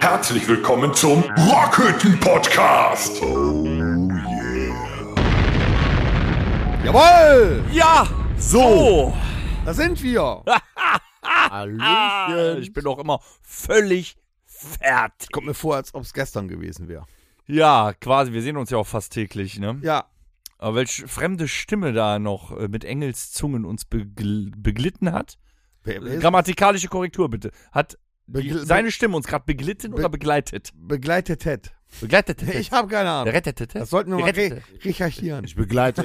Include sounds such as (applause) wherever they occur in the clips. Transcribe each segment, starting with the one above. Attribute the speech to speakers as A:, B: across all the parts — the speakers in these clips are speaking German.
A: Herzlich willkommen zum Rockhütten Podcast. Oh
B: Jawohl!
C: Ja! So!
B: Da sind
D: (laughs)
B: wir!
C: Ah,
B: Hallöchen!
C: ich bin auch immer völlig fertig.
B: Kommt mir vor, als ob es gestern gewesen wäre.
C: Ja, quasi, wir sehen uns ja auch fast täglich, ne?
B: Ja,
C: Aber welche fremde Stimme da noch äh, mit Engelszungen uns begl beglitten hat.
B: wer, wer ist
C: Grammatikalische Korrektur bitte. Hat die,
B: Äh, Begl-
C: seine Stimme uns gerade beglitten
B: Be-
C: oder begleitet?
B: begleitet hätte?
C: Begleitet.
B: Ich habe keine
C: (laughs)
B: Ahnung.
C: Rettet.
B: Das sollten wir mal re
C: Rettet.
B: recherchieren.
D: Ich
C: (laughs)
D: begleite,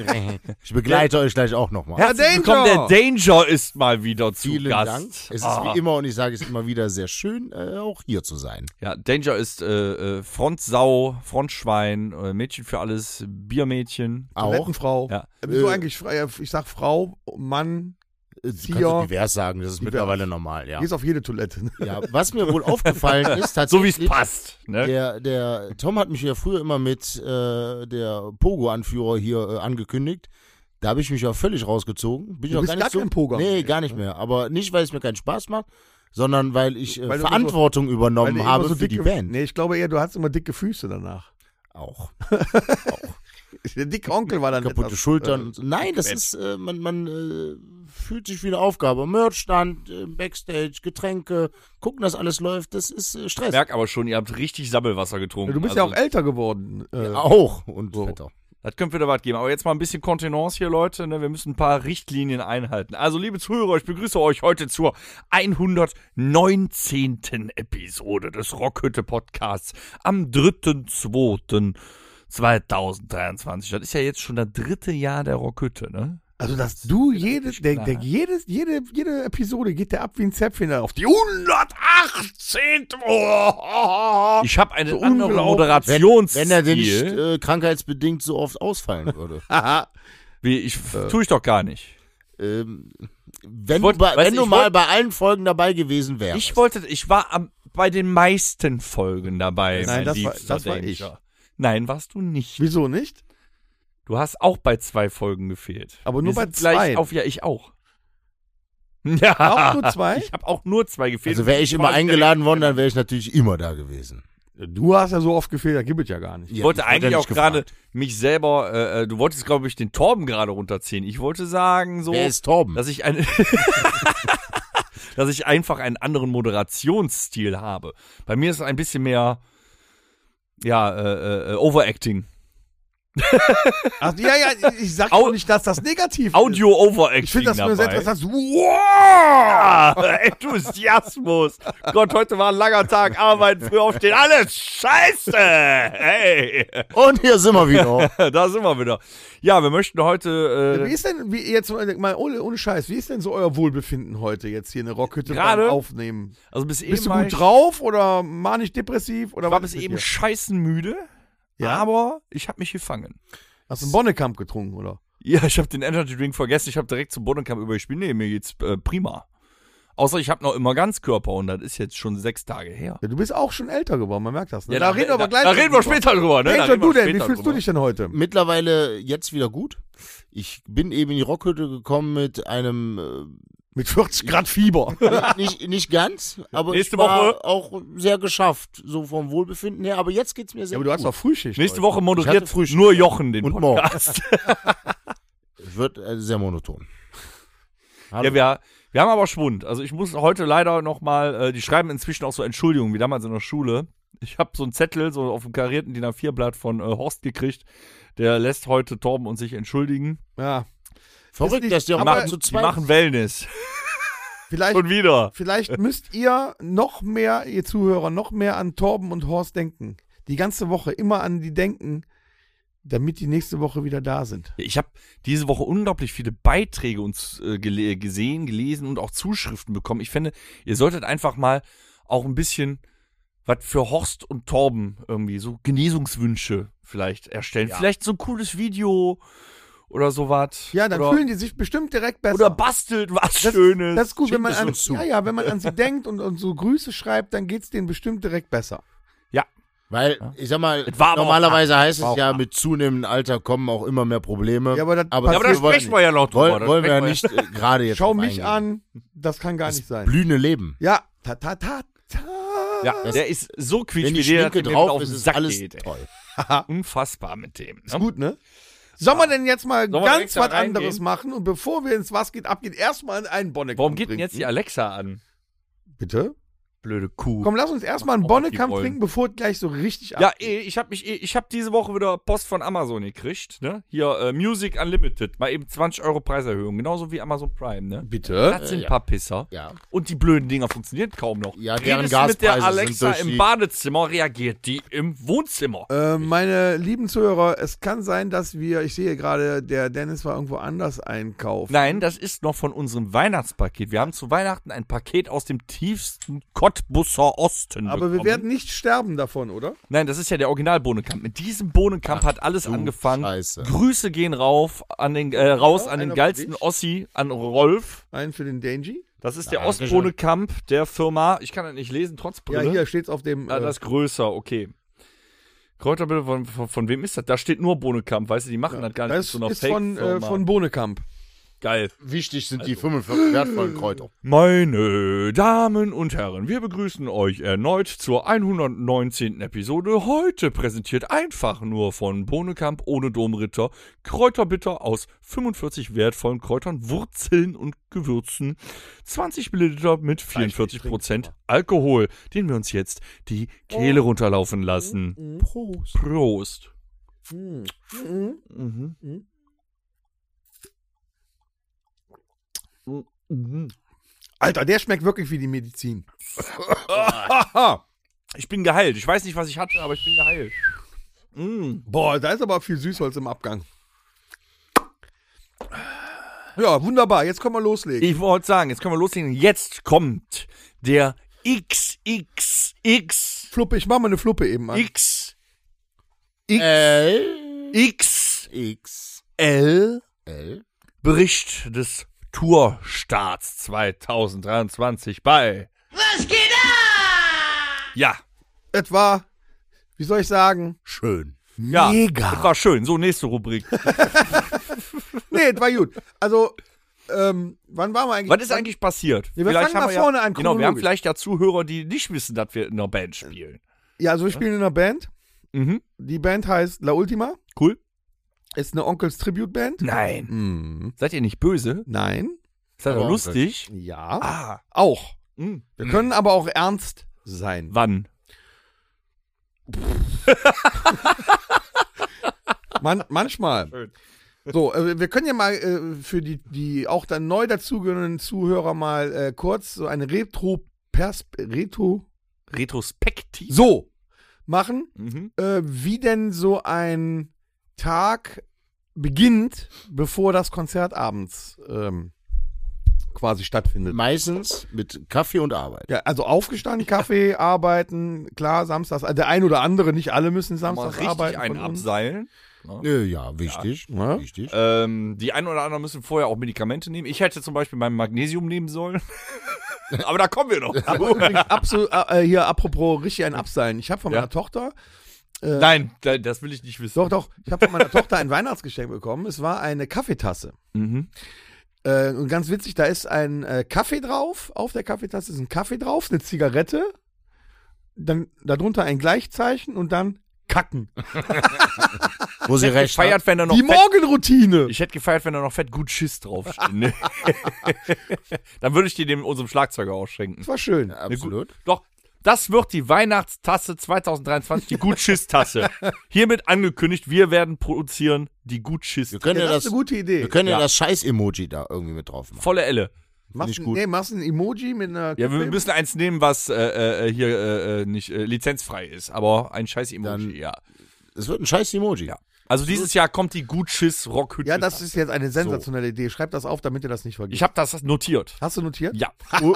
D: ich begleite euch gleich auch nochmal.
C: Herzlich
B: Danger!
C: willkommen, der Danger ist mal wieder zu
D: Vielen
C: Gast.
D: Dank. Es ist
C: Ah.
D: wie immer, und ich sage es immer wieder, sehr schön, äh, auch hier zu sein.
C: Ja, Danger ist äh, äh, Frontsau, Frontschwein, äh, Mädchen für alles, Biermädchen.
D: Auch.
B: Frau.
C: Ja.
B: Wieso
D: Äh,
B: eigentlich? frei- Ich sag Frau, Mann,
D: äh, Du kannst
B: Tier.
D: es divers sagen, das ist
B: Divers.
D: mittlerweile normal, ja.
B: gehst auf jede Toilette.
D: ja. Was mir wohl aufgefallen ist,
C: (laughs) So wie es
D: tatsächlich,
C: passt. Ne?
D: der, der Tom hat mich ja früher immer mit äh, der Pogo-Anführer hier äh, angekündigt. Da habe ich mich ja völlig rausgezogen. Bin ich
B: Du
D: auch
B: bist
D: gar nicht
B: gar
D: so,
B: kein Pogo.
D: Nee, gar nicht mehr. Aber nicht, weil es mir keinen Spaß macht, sondern weil ich
B: Weil
D: äh,
B: du immer so- (laughs)
D: Verantwortung
B: Weil du
D: übernommen
B: immer
D: habe
B: so
D: für die
B: dicke-
D: Band.
B: Nee, ich glaube eher, du hast immer dicke Füße danach. (laughs)
D: Auch.
B: Der dicke Onkel war dann
D: kaputte
B: etwas,
D: Schultern.
B: äh,
D: und so. Nein, das ist, äh, man, man äh, fühlt sich wie eine Aufgabe. Merchstand, äh, Backstage, Getränke, gucken, dass alles läuft, das ist äh, Stress.
C: Ich merk aber schon, ihr habt richtig Sammelwasser getrunken.
B: äh,
C: Also,
B: Du bist
D: Also
B: ja auch älter geworden. Äh,
D: auch und
B: So.
D: fetter.
C: Das könnte wieder was geben. Aber jetzt mal ein bisschen Kontenance hier, Leute. Ne? Wir müssen ein paar Richtlinien einhalten. Also, liebe Zuhörer, ich begrüße euch heute zur 119. Episode des Rockhütte Podcasts am 3.2.2023. Das ist ja jetzt schon das dritte Jahr der Rockhütte, ne?
B: Also, dass du jedes, der, der, jedes, jede, jede Episode geht der ab wie ein Zäpfchen auf die 118. Oh.
C: Ich habe eine
B: So
C: andere
B: unglaublich.
D: Wenn,
C: Moderationsstil.
D: wenn er denn nicht äh, krankheitsbedingt so oft ausfallen würde.
C: Wie, ich
B: äh,
C: tue ich doch gar nicht.
D: ähm, wenn
C: wollt-
D: du, bei,
C: weißt
D: wenn
C: du,
D: du
C: ich
D: mal
C: wollt-
D: bei allen Folgen dabei gewesen wärst.
C: Ich wollte, ich war am, bei den meisten Folgen dabei.
B: Nein,
C: mein
B: das war-
C: liebster
B: das war
C: Danger.
B: ich.
C: Nein, warst du
B: (laughs)
C: nicht.
B: Wieso nicht?
C: Du hast auch bei zwei Folgen gefehlt.
B: Aber nur
C: Wir
B: bei
C: sind
B: zwei.
C: Gleich auf, ja, ich auch. (laughs) Ja. (laughs)
B: Auch nur zwei?
C: Ich habe auch nur zwei gefehlt.
D: also wäre ich immer
C: Vor allem
D: eingeladen worden, dann wäre ich natürlich immer da gewesen.
B: Du hast ja so oft gefehlt, da gibt es ja gar nicht.
D: Ja,
C: Ich wollte
D: ich wurde
C: eigentlich
D: ja nicht
C: auch gerade
D: gefragt.
C: mich selber, äh, äh, du wolltest, glaube ich, den Torben gerade runterziehen. Ich wollte sagen, so.
D: Wer ist Torben?
C: dass ich ein (laughs) dass ich einfach einen anderen Moderationsstil habe. Bei mir ist es ein bisschen mehr ja, äh, äh, Overacting.
B: Ach, Also, ja, ja, ich sag auch nicht, dass das negativ ist.
C: Audio Overacting.
B: Ich finde das nur
C: dabei. Ah,
B: sehr interessant.
C: Wow! Enthusiasmus. Gott, heute war ein langer Tag. Arbeiten, früh aufstehen. Alles scheiße. Hey.
D: Und hier sind wir wieder.
C: (laughs) Da sind wir wieder. Ja, wir möchten heute
B: Wie
C: äh,
B: ist denn, wie jetzt mal ohne, ohne Scheiß, wie ist denn so euer Wohlbefinden heute jetzt hier in der Rockhütte
C: Gerade?
B: beim Aufnehmen?
C: also bis eben
B: Bist du
C: war
B: gut
C: ich-
B: drauf oder manisch depressiv? Oder
C: war
B: was
C: bis
B: ist mit
C: eben
B: dir?
C: scheißenmüde,
B: Ja?
C: aber ich habe mich gefangen.
B: Hast du einen Bonnekamp getrunken, oder?
C: Ja, ich habe den Energy Drink vergessen. Ich habe direkt zum Bodenkampf übergespielt. Nee, mir geht's äh, prima. Außer ich habe noch immer Ganzkörper und das ist jetzt schon sechs Tage her.
B: Ja, du bist auch schon älter geworden, man merkt das. Ne?
C: da, Da reden wir später drüber. Ne? Da
B: Angel,
C: reden wir
B: du denn, wie
C: später
B: fühlst du
C: drüber.
B: dich denn heute?
D: mittlerweile jetzt wieder gut. Ich bin eben in die Rockhütte gekommen mit einem
B: Mit 40 Grad
C: (laughs)
B: Fieber.
D: äh, nicht, nicht ganz, aber
C: Nächste
D: ich war
C: Woche.
D: auch sehr geschafft, so vom Wohlbefinden her. Aber jetzt geht's mir sehr
B: Ja, aber du hast
D: gut.
B: doch Frühschicht.
C: Nächste
B: heute.
C: Woche
D: Ich hatte
C: moderiert
D: Frühstück.
C: nur Jochen den
D: Und morgen.
C: Podcast.
D: Wird äh, sehr monoton. Hallo.
C: (laughs) ja, wir, wir haben aber Schwund. Also ich muss heute leider nochmal, äh, die schreiben inzwischen auch so Entschuldigungen, wie damals in der Schule. Ich habe so einen Zettel, so auf dem karierten DIN A4-Blatt von äh, Horst gekriegt. Der lässt heute Torben und sich entschuldigen.
B: Ja,
D: Verrückt,
B: nicht-
D: dass
C: Die
D: die auch mal
C: machen,
D: zu
C: die
D: zweit.
C: machen Wellness.
B: vielleicht,
C: Und wieder.
B: vielleicht müsst ihr noch mehr, ihr Zuhörer, noch mehr an Torben und Horst denken. Die ganze Woche immer an die denken, damit die nächste Woche wieder da sind.
C: Ich habe diese Woche unglaublich viele Beiträge uns äh, gele gesehen, gelesen und auch Zuschriften bekommen. Ich finde, ihr solltet einfach mal auch ein bisschen was für Horst und Torben irgendwie so Genesungswünsche vielleicht erstellen. Vielleicht so ein cooles Video oder sowas.
B: Ja, dann
C: oder,
B: fühlen die sich bestimmt direkt besser.
C: oder bastelt was
B: das,
C: Schönes.
B: Das ist gut, wenn
D: Schickt
B: man,
D: es
B: an,
D: uns zu.
B: ja, ja, wenn man an sie denkt und, und so Grüße schreibt, dann geht's denen bestimmt direkt besser.
C: ja,
D: Weil, ich sag mal,
C: Es war aber auch
D: normalerweise heißt
C: War
D: es
C: auch
D: ja,
C: hart.
D: mit zunehmendem Alter kommen auch immer mehr Probleme.
B: Ja, aber das
D: aber
B: passiert-
C: Ja, aber da
D: wir wollen-
C: sprechen wir ja noch drüber.
D: wollen,
C: da
D: wollen wir ja
C: sprechen
D: nicht äh, gerade jetzt.
B: Schau
D: drauf
B: mich
D: eingehen.
B: an, das kann gar nicht sein.
D: Blühende Leben.
B: Ja, ta ta ta ta.
C: Ja, der ist so quietsch,
D: Wenn
C: wie
D: die
C: der
D: Schminke
C: dem
D: drauf
C: auf
D: ist,
C: den
D: ist
C: Sack
D: alles
C: geht. ey.
D: toll.
C: Unfassbar mit dem. Ne?
B: Ist gut, ne? Sollen wir denn jetzt mal
C: Sollen wir
B: ganz
C: direkt da
B: was
C: reingehen?
B: anderes machen und bevor wir ins Was geht ab, geht erstmal einen Bonnekamp
C: Warum geht denn
B: trinken.
C: jetzt die Alexa an?
B: Bitte?
C: Blöde Kuh.
B: Komm, lass uns erstmal einen
C: Mach auch die
B: Bonnekamp
C: Rollen.
B: trinken, bevor es gleich so richtig
C: Ja,
B: abgeht.
C: eh, ich habe mich, eh- ich habe diese Woche wieder Post von Amazon gekriegt, ne? Hier äh, Music Unlimited, mal eben 20 Euro Preiserhöhung, genauso wie Amazon Prime, ne?
B: Bitte?
C: Das sind
D: Äh, ja.
C: ein paar Pisser.
D: Ja.
C: Und die blöden Dinger funktionieren kaum noch.
D: Ja, deren
C: Redest du mit der
D: Gaspreise sind
C: Alexa
D: durch die-
C: im Badezimmer, reagiert die im Wohnzimmer.
B: Äh, meine lieben Zuhörer, es kann sein, dass wir, ich sehe gerade, der Dennis war irgendwo anders einkaufen.
C: Nein, das ist noch von unserem Weihnachtspaket. Wir haben zu Weihnachten ein Paket aus dem tiefsten Cottbusser Osten.
B: Aber
C: bekommen.
B: wir werden nicht sterben davon, oder?
C: Nein, das ist ja der Original-Bohnenkamp. Mit diesem Bohnenkamp hat alles angefangen.
D: Scheiße.
C: Grüße gehen rauf an den, äh, raus
B: Ja,
C: an den
B: einer
C: geilsten
B: für dich.
C: Ossi, an Rolf.
B: Einen für den Dangy?
C: Das ist der
D: Dankeschön.
C: Ostbohnenkamp der Firma. Ich kann das nicht lesen, trotz
B: Ja,
C: Brille.
B: hier steht's auf dem.
C: Ah,
B: äh,
C: das ist größer, okay. Kräuterbild, von, von, von wem ist das? Da steht nur Bohnenkamp, weißt du, die machen das gar nicht
B: das
C: mit so einer
B: ist von, äh,
C: Fake-Firma.
B: von Bohnekamp.
C: Geil.
D: Wichtig sind
C: Also.
D: die 45 wertvollen Kräuter.
C: Meine Damen und Herren, wir begrüßen euch erneut zur 119. Episode. Heute präsentiert einfach nur von Bohnekamp ohne Domritter Kräuterbitter aus 45 wertvollen Kräutern, Wurzeln und Gewürzen. 20 Milliliter mit 44 Prozent Alkohol, den wir uns jetzt die Kehle runterlaufen lassen. Prost. Prost. Mhm. Mhm.
B: Alter, der schmeckt wirklich wie die Medizin.
C: Ich bin geheilt. Ich weiß nicht, was ich hatte, aber ich bin geheilt. Mm.
B: Boah, da ist aber viel Süßholz im Abgang. Ja, wunderbar. Jetzt können wir loslegen.
C: Ich wollte sagen, jetzt können wir loslegen. Jetzt kommt der XXX
B: Fluppe, ich mach mal eine Fluppe eben an.
C: X
D: L.
C: XL
D: X. L.
C: Bericht des Tourstarts 2023 bei Was geht ab?
B: Etwa, wie soll ich sagen?
D: Schön.
C: Ja, ja.
B: Mega.
C: Das war schön. So nächste
B: (laughs)
C: Rubrik.
B: Nee, es war gut. Also, ähm, wann waren wir eigentlich?
C: Was ist eigentlich passiert?
B: Ja, wir fangen mal vorne
C: ja,
B: an,
C: Genau, wir haben
B: chronologisch.
C: vielleicht ja Zuhörer, die nicht wissen, dass wir in einer Band spielen.
B: Ja, also wir spielen in einer Band.
C: Mhm.
B: Die Band heißt La Ultima.
C: Cool.
B: Ist eine Onkels Tribute Band.
C: Nein.
B: Mhm.
C: Seid ihr nicht böse?
B: Nein.
C: Ist das
D: Aber
C: doch lustig?
B: Ja.
C: Ah.
B: Auch.
C: Mhm.
B: Wir können aber auch ernst sein.
C: Wann?
B: Man, manchmal.
C: Schön. (laughs)
B: So, äh, wir können ja mal äh, für die, die auch dann neu dazugehörenden Zuhörer mal äh, kurz so eine Retro Persp Retro
C: Retrospektiv.
B: so machen,
C: Mhm.
B: äh, wie denn so ein Tag beginnt, bevor das Konzert abends ähm, quasi stattfindet.
D: Meistens mit Kaffee und Arbeit.
B: Ja, also aufgestanden, Kaffee, arbeiten, klar, samstags, also der ein oder andere, nicht alle müssen
C: Mal
B: samstags
C: richtig
B: arbeiten.
C: einen
B: von uns.
C: abseilen.
D: Äh, Ja, wichtig. ne?
B: Ja.
D: Wichtig.
C: Ähm, die einen oder anderen müssen vorher auch Medikamente nehmen. Ich hätte zum Beispiel mein Magnesium
B: (laughs)
C: nehmen sollen. Aber da kommen wir noch. zu.
B: Übrigens, absolut, äh, hier, apropos, richtig ein Abseilen. Ich habe von
C: Ja.
B: meiner Tochter
C: Nein, da- das will ich nicht wissen.
B: Doch, doch. Ich habe von
C: (laughs)
B: meiner Tochter ein Weihnachtsgeschenk bekommen. Es war eine Kaffeetasse.
C: Mhm.
B: Äh, und ganz witzig, da ist ein äh, Kaffee drauf. Auf der Kaffeetasse ist ein Kaffee drauf, eine Zigarette, dann darunter ein Gleichzeichen und dann Kacken.
D: Wo sie recht hat.
C: Gefeiert, wenn er (laughs) noch
B: Die
C: fett,
B: Morgenroutine.
C: ich hätte gefeiert, wenn er noch fett gut Schiss draufstehen.
B: (laughs)
C: ne? Dann würde ich die dem unserem Schlagzeuger ausschenken.
B: Das war schön.
D: Absolut.
C: Doch, das wird die Weihnachtstasse 2023,
B: (laughs)
C: die Gutschiss-Tasse. Hiermit angekündigt, wir werden produzieren die Gutschiss.
D: Wir können
B: Ja,
D: ja,
B: das,
D: das,
B: ist eine gute Idee.
D: wir können ja
C: Ja.
D: das Scheiß-Emoji da irgendwie mit drauf machen.
C: Volle Elle.
B: Machst,
D: nicht
B: ein-
D: gut.
B: Nee, machst ein Emoji mit einer
C: Ja, wir
B: Kaffee-
C: müssen eins nehmen, was äh, äh, hier äh, äh, nicht äh, lizenzfrei ist, aber ein scheiß
D: Dann-
C: Emoji, ja.
D: Es wird ein Scheiß-Emoji.
C: ja. Also dieses Jahr kommt die Gutschiss Rockhütte.
B: ja, das ist jetzt eine sensationelle Idee. Schreib das auf, damit ihr das nicht vergisst.
C: Ich habe das notiert.
B: Hast du notiert?
C: Ja.
D: U-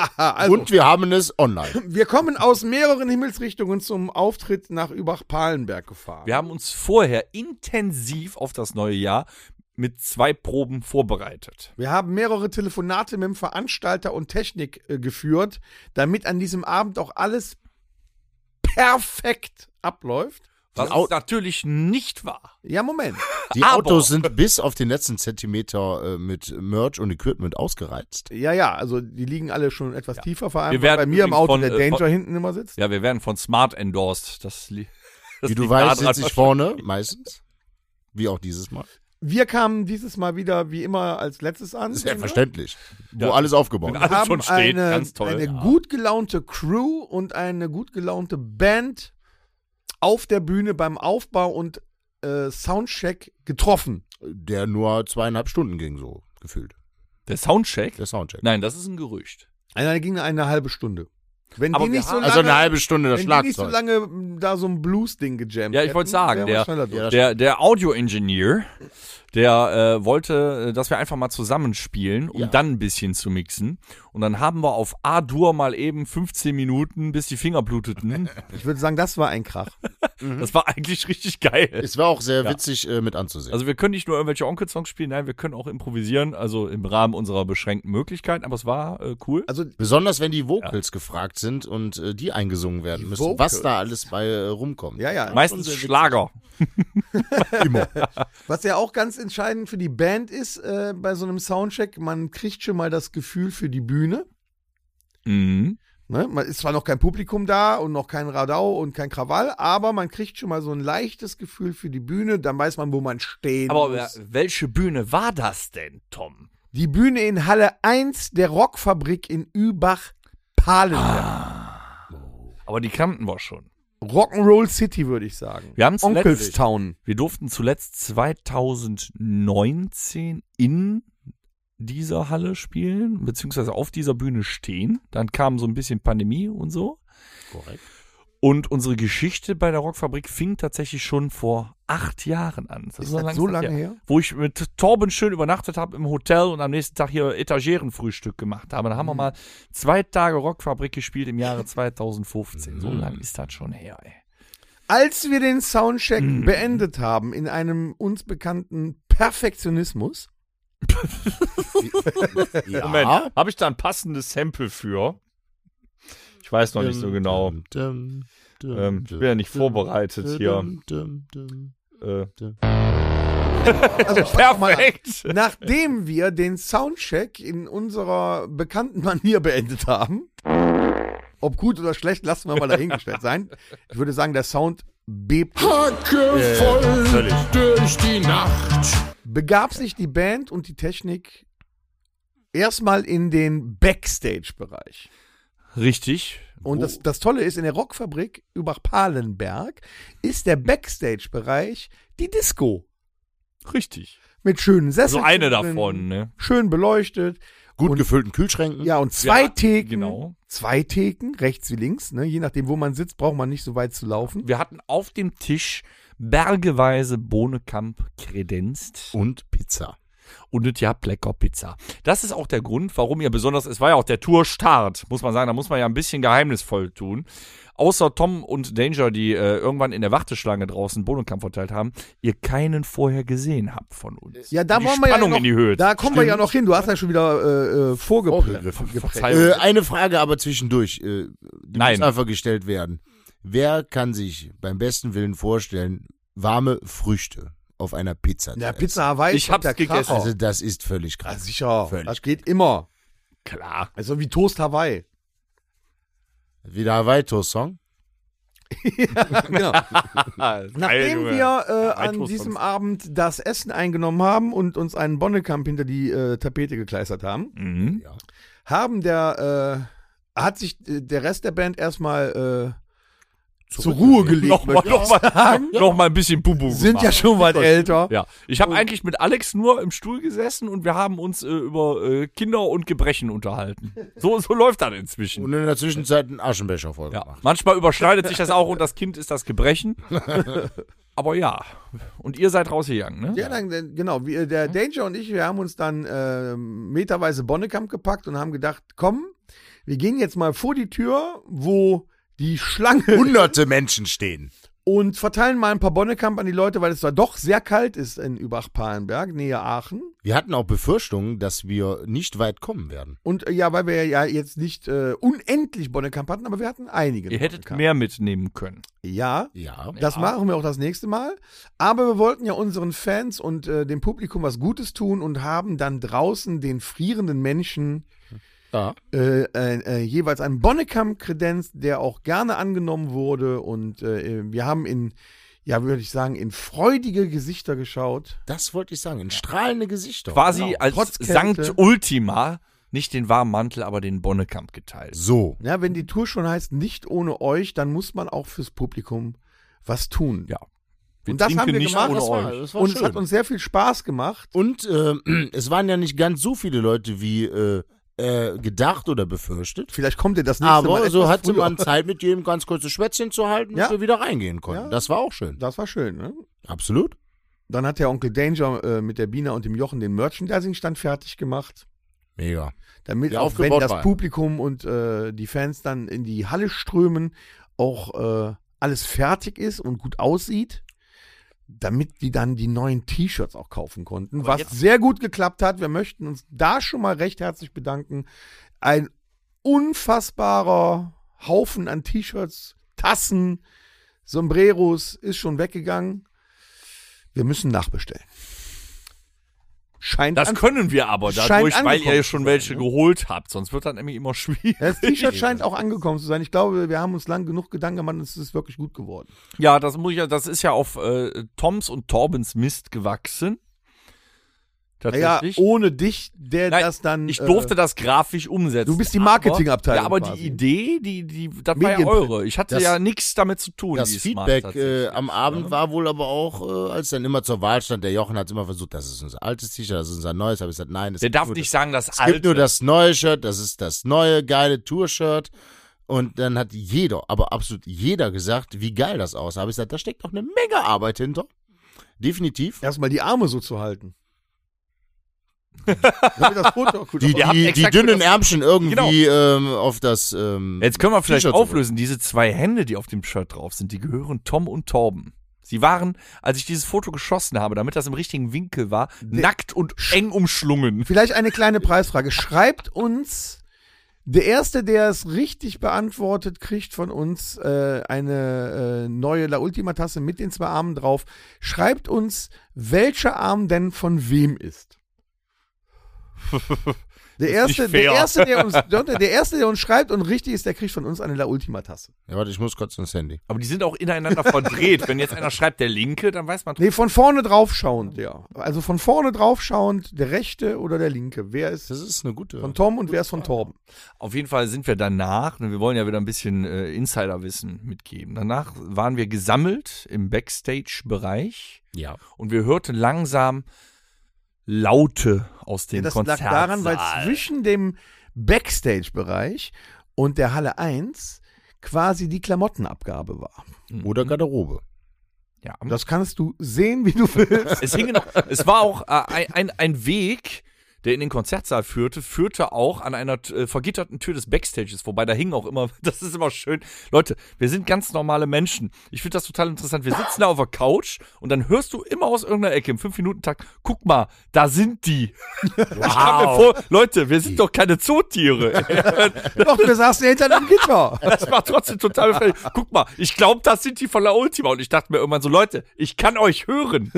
D: Und wir haben es
B: (laughs)
D: online.
B: Wir kommen aus mehreren Himmelsrichtungen zum Auftritt nach Übach-Palenberg gefahren.
C: Wir haben uns vorher intensiv auf das neue Jahr mit zwei Proben vorbereitet.
B: Wir haben mehrere Telefonate mit dem Veranstalter und Technik äh, geführt, damit an diesem Abend auch alles perfekt abläuft.
C: Was
D: Au-
C: ist natürlich nicht wahr.
B: Ja, Moment.
D: Die
C: Aber-
D: Autos sind bis auf den letzten Zentimeter äh, mit Merch und Equipment ausgereizt.
B: Ja, ja, also die liegen alle schon etwas tiefer, vor allem
C: Wir
B: weil
C: werden
B: bei mir im
C: übrigens
B: Auto
C: von,
B: der
C: äh,
B: Danger
C: von-
B: hinten immer sitzt.
C: Ja, wir werden von Smart endorsed. Das, li- (laughs) das
D: Wie du
C: liegt
D: weißt,
C: daran,
D: sitze ich vorne meistens. Wie auch dieses Mal.
B: Wir kamen dieses Mal wieder wie immer als letztes an.
D: Selbstverständlich. Wo
C: Ja.
D: alles
C: Wenn
D: aufgebaut ist.
B: Wir
C: alles
B: haben
C: schon steht,
B: eine,
C: ganz toll.
B: eine
C: Ja.
B: gut gelaunte Crew und eine gut gelaunte Band auf der Bühne beim Aufbau und äh, Soundcheck getroffen.
D: Der nur zweieinhalb Stunden ging, so gefühlt.
C: Der Soundcheck?
D: Der Soundcheck.
C: Nein, das ist ein Gerücht.
B: Also, da ging eine halbe Stunde. Wenn
C: Aber
B: die
C: wir
B: nicht so
C: haben-
B: lange,
D: Also eine halbe Stunde das
B: wenn die nicht so
D: Schlagzeug.
B: lange m, da so ein Blues-Ding gejammt
C: Ja, ich wollte
B: hätten,
C: sagen,
B: wären wir
C: der-
B: schneller durch.
D: Ja, das
C: Der, der Audio-Engineer, der äh, wollte, äh, dass wir einfach mal zusammenspielen, um
D: Ja.
C: dann ein bisschen zu mixen. Und dann haben wir auf A-Dur mal eben 15 Minuten, bis die Finger bluteten.
B: Ich würde sagen, das war ein Krach.
C: Das war eigentlich richtig geil.
D: (laughs) Es war auch sehr
C: Ja.
D: witzig äh, mit anzusehen.
C: Also wir können nicht nur irgendwelche Onkel-Songs spielen, nein, wir können auch improvisieren, also im Rahmen unserer beschränkten Möglichkeiten, aber es war äh, cool.
B: Also
D: Besonders wenn die Vocals gefragt sind und äh, die eingesungen werden müssen, was
B: Vocals.
D: da alles bei äh, rumkommt.
B: Ja, ja.
C: Meistens Schlager.
D: immer.
B: (laughs) Was ja auch ganz entscheidend für die Band ist, äh, bei so einem Soundcheck, man kriegt schon mal das Gefühl für die Bühne.
C: Mhm.
B: Ne? Man ist zwar noch kein Publikum da und noch kein Radau und kein Krawall, aber man kriegt schon mal so ein leichtes Gefühl für die Bühne. Dann weiß man, wo man stehen
C: Aber wer-
B: muss.
C: welche Bühne war das denn, Tom?
B: Die Bühne in Halle 1 der Rockfabrik in
C: Ah.
B: Übach-Palenberg.
C: Aber die kannten wir schon.
B: Rock'n'Roll City, würde ich sagen.
C: Wir haben's
B: Onkelstown.
C: Wir durften zuletzt 2019 in dieser Halle spielen, beziehungsweise auf dieser Bühne stehen. Dann kam so ein bisschen Pandemie und so.
B: (laughs)
D: Korrekt.
C: Und unsere Geschichte bei der Rockfabrik fing tatsächlich schon vor acht Jahren an.
B: Ist
C: noch
B: das
C: lange
B: so lange her?
C: Wo ich mit Torben schön übernachtet habe im Hotel und am nächsten Tag hier Etagerenfrühstück gemacht habe. Da haben wir
B: Mhm.
C: mal zwei Tage Rockfabrik gespielt im Jahre 2015.
B: Mhm.
C: So lange ist das schon her, ey.
B: Als wir den Soundcheck beendet haben in einem uns bekannten Perfektionismus,
D: Ja.
C: Moment, habe ich da ein passendes Sample für? Ich weiß noch nicht so genau.
D: Dum, dum,
C: Ähm, ich bin ja nicht
D: dum,
C: vorbereitet
D: dum,
C: hier.
D: dum, dum.
C: Äh,
B: also pass mal an.
C: perfekt!
B: (laughs) nachdem wir den Soundcheck in unserer bekannten Manier beendet haben, ob gut oder schlecht, lassen wir mal dahingestellt sein. Ich würde sagen, der Sound bebt.
A: Hacke voll durch die Nacht.
B: Begab sich die Band und die Technik erstmal in den Backstage-Bereich.
C: Richtig.
B: Und das, das Tolle ist, in der Rockfabrik Übach-Palenberg ist der Backstage-Bereich die Disco.
C: Richtig.
B: Mit schönen
C: So
B: Sesseln.
C: Also eine
B: drin,
C: davon, ne?
B: Schön beleuchtet.
D: Gut
B: Und-
D: gefüllten Kühlschränken.
B: Ja, und zwei
C: Ja,
B: Theken.
C: genau.
B: Zwei Theken, rechts wie links. Ne? Je nachdem, wo man sitzt, braucht man nicht so weit zu laufen.
C: Wir hatten auf dem Tisch bergeweise Bohnekamp kredenzt
D: Und Pizza.
C: und es ja Blacker Pizza. Das ist auch der Grund, warum ihr besonders, es war ja auch der Tourstart, muss man sagen, da muss man ja ein bisschen geheimnisvoll tun. Außer Tom und Danger, die äh, irgendwann in der Warteschlange draußen Bohnenkamp verteilt haben, ihr keinen vorher gesehen habt von uns.
B: Ja, da
C: die
B: wollen wir
C: Spannung
B: ja noch,
C: in die Höhe. Oh,
B: Da kommen wir ja noch hin. Du hast ja schon wieder äh, äh, vorgeplä- vorgeprägt.
C: Verzeihung.
D: Äh, eine Frage aber zwischendurch. Äh, die
C: Also Nein.
D: muss einfach gestellt werden. Wer kann sich beim besten Willen vorstellen, warme Früchte auf einer Pizza zu
B: Ja,
D: essen?
B: Pizza Hawaii.
C: Ich
B: und
C: hab's
B: der Kracher.
C: gegessen.
D: Also das ist völlig
B: ja,
D: krass.
B: sicher.
D: Völlig.
B: Das geht immer.
C: Klar.
B: Also wie Toast Hawaii.
D: Wieder Hawaii-Toast-Song.
B: genau. Nachdem wir äh, an
C: Toast
B: diesem
C: sonst.
B: Abend das Essen eingenommen haben und uns einen Bonnekamp hinter die äh, Tapete gekleistert haben,
C: Mhm.
B: haben der äh, hat sich äh, der Rest der Band erstmal äh, zur Ruhe gelegt.
C: Nochmal,
B: möchte ich
C: nochmal,
B: sagen.
C: (laughs) nochmal ein bisschen Bubu
B: Sind
C: gemacht.
B: ja schon weit älter.
C: Ja, ich habe eigentlich mit Alex nur im Stuhl gesessen und wir haben uns äh, über äh, Kinder und Gebrechen unterhalten. So, so läuft das inzwischen.
D: Und in der Zwischenzeit einen Aschenbecher voll
C: Ja.
D: gemacht.
C: Manchmal überschneidet sich das auch und das Kind ist das Gebrechen.
B: (laughs)
C: Aber ja, und ihr seid rausgegangen, ne?
B: Ja, dann, dann, genau. Wir, der Danger und ich, wir haben uns dann äh, meterweise Bonnekamp gepackt und haben gedacht, komm, wir gehen jetzt mal vor die Tür, wo die Schlange
D: Hunderte Menschen stehen.
B: Und verteilen mal ein paar Bonnekamp an die Leute, weil es da doch sehr kalt ist in Übach-Palenberg, nähe Aachen.
D: Wir hatten auch Befürchtungen, dass wir nicht weit kommen werden.
B: Und äh, ja, weil wir ja jetzt nicht äh, unendlich Bonnekamp hatten, aber wir hatten einige.
C: Ihr hättet
B: Bonnekamp.
C: mehr mitnehmen können.
B: Ja,
D: Ja.
B: das machen wir auch das nächste Mal. Aber wir wollten ja unseren Fans und äh, dem Publikum was Gutes tun und haben dann draußen den frierenden Menschen
D: ja.
B: äh, äh, äh, jeweils einen Bonnekamp-Kredenz, der auch gerne angenommen wurde. Und äh, wir haben in, ja, würde ich sagen, in freudige Gesichter geschaut.
D: Das wollte ich sagen. In strahlende Gesichter.
C: Quasi
D: Genau.
C: als
B: Trotz Kälte.
C: Sankt Ultima nicht den warmen Mantel, aber den Bonnekamp geteilt.
D: So.
B: Ja, wenn die Tour schon heißt, nicht ohne euch, dann muss man auch fürs Publikum was tun.
C: Ja. Wir
B: Und das
C: trinken
B: haben wir
C: nicht
B: gemacht.
C: ohne
D: Das war-
C: euch.
D: das war
B: Und es
D: schön.
B: hat uns sehr viel Spaß gemacht.
D: Und ähm, es waren ja nicht ganz so viele Leute wie äh, äh, gedacht oder befürchtet.
B: Vielleicht kommt ihr das nächste Mal.
D: Aber
B: etwas
D: so hatte
B: früher.
D: man Zeit, mit jedem ganz kurzes Schwätzchen zu halten,
B: Ja.
D: dass wir wieder reingehen konnten.
B: Ja.
D: Das war auch schön.
B: Das war schön, ne?
D: Absolut.
B: Dann hat der Onkel Danger äh, mit der Bina und dem Jochen den Merchandising-Stand fertig gemacht.
D: Mega.
B: Damit
D: Der
B: auch wenn
D: aufgebaut
B: das
D: war.
B: Publikum und äh, die Fans dann in die Halle strömen, auch äh, alles fertig ist und gut aussieht, damit die dann die neuen T-Shirts auch kaufen konnten, was sehr gut geklappt hat. Wir möchten uns da schon mal recht herzlich bedanken. Ein unfassbarer Haufen an T-Shirts, Tassen, Sombreros ist schon weggegangen. Wir müssen nachbestellen. Scheint
C: Das
B: an-
C: können wir aber
B: Scheint
C: dadurch, weil
B: angekommen
C: ihr
B: zu
C: schon
B: sein,
C: welche
B: ne?
C: geholt habt. Sonst wird das nämlich immer (laughs) schwierig.
B: (laughs) Ja, Das T-Shirt scheint auch angekommen zu sein. Ich glaube, wir haben uns lang genug Gedanken gemacht und es ist wirklich gut geworden.
C: Ja, das muss ich ja, das ist ja auf äh, Toms und Torbens Mist gewachsen.
B: Naja,
C: Tatsächlich.
B: ohne dich, der
C: Nein,
B: das dann. äh,
C: ich durfte
D: äh,
C: das grafisch umsetzen.
B: Du bist die Marketingabteilung
C: Aber, ja, aber
B: quasi.
C: die Idee, die, die, das war ja
B: Medienprint.
C: eure. Ich hatte
D: Das-
C: ja nichts damit zu tun.
D: Das
C: diesmal
D: Feedback
C: tatsächlich. ne?
D: äh, am Abend war wohl aber auch, äh, als dann immer zur Wahl stand, der Jochen hat immer versucht, das ist unser altes T-Shirt, das ist unser neues, habe ich gesagt, nein, das
C: Der
D: ist
C: darf
D: nur
C: nicht sagen, das
D: Es gibt
C: alte.
D: nur das neue Shirt, das ist das neue geile Tour-Shirt. Und dann hat jeder, aber absolut jeder gesagt, wie geil das aussah. Habe ich gesagt, da steckt doch eine Menge Arbeit hinter. Definitiv.
B: Erstmal die Arme so zu (laughs) halten. Damit das Foto auch gut
D: Die,
B: aussieht.
C: habt
D: die, die
C: exakt
D: dünnen
C: das- Genau.
D: Ärmchen irgendwie ähm, auf das. Ähm,
C: Jetzt können wir vielleicht
D: T-Shirt
C: auflösen, diese zwei Hände, die auf dem Shirt drauf sind, die gehören Tom und Torben. Sie waren, als ich dieses Foto geschossen habe, damit das im richtigen Winkel war, nackt und eng umschlungen.
B: Vielleicht eine kleine Preisfrage. Schreibt uns, der Erste, der es richtig beantwortet, kriegt von uns äh, eine äh, neue La Ultima-Tasse mit den zwei Armen drauf. Schreibt uns, welcher Arm denn von wem
C: (laughs)
B: ist. Der
C: Ist nicht
B: erste, der,
C: fair.
B: erste, der,
C: (laughs)
B: uns, der erste, der uns schreibt und richtig ist, der kriegt von uns eine La Ultima-Tasse.
D: Ja, warte, ich muss kurz ins Handy.
C: Aber die sind auch ineinander verdreht. Wenn jetzt
D: (laughs)
C: einer schreibt, der linke, dann weiß man.
B: Nee, von vorne draufschauend, ja. Also von vorne draufschauend, der rechte oder der linke. Wer ist
D: Das ist eine gute.
B: von Tom und wer ist von Torben?
C: Auf jeden Fall sind wir danach, und wir wollen ja wieder ein bisschen äh, Insiderwissen mitgeben. Danach waren wir gesammelt im Backstage-Bereich
D: ja.
C: und wir hörten langsam Laute aus dem
B: Ja, das lag
C: Konzertsaal.
B: daran, weil zwischen dem Backstage-Bereich und der Halle 1 quasi die Klamottenabgabe war.
C: Mhm.
D: Oder Garderobe.
C: ja.
B: Das kannst du sehen, wie du willst.
C: es hingen, noch- es war auch äh, ein, ein, ein Weg, der in den Konzertsaal führte, führte auch an einer äh, vergitterten Tür des Backstages vorbei. Da hingen auch immer, (laughs) das ist immer schön. Leute, wir sind ganz normale Menschen. Ich finde das total interessant. Wir sitzen da auf der Couch und dann hörst du immer aus irgendeiner Ecke im 5-Minuten-Takt, guck mal, da sind die. Ich kam mir vor, Leute, wir sind doch keine Zootiere. (laughs)
B: Doch, wir saßen ja hinter einem Gitter.
C: Das war trotzdem total befremdlich. Guck mal, ich glaube, das sind die von La Ultima. Und ich dachte mir irgendwann so, Leute, ich kann euch hören,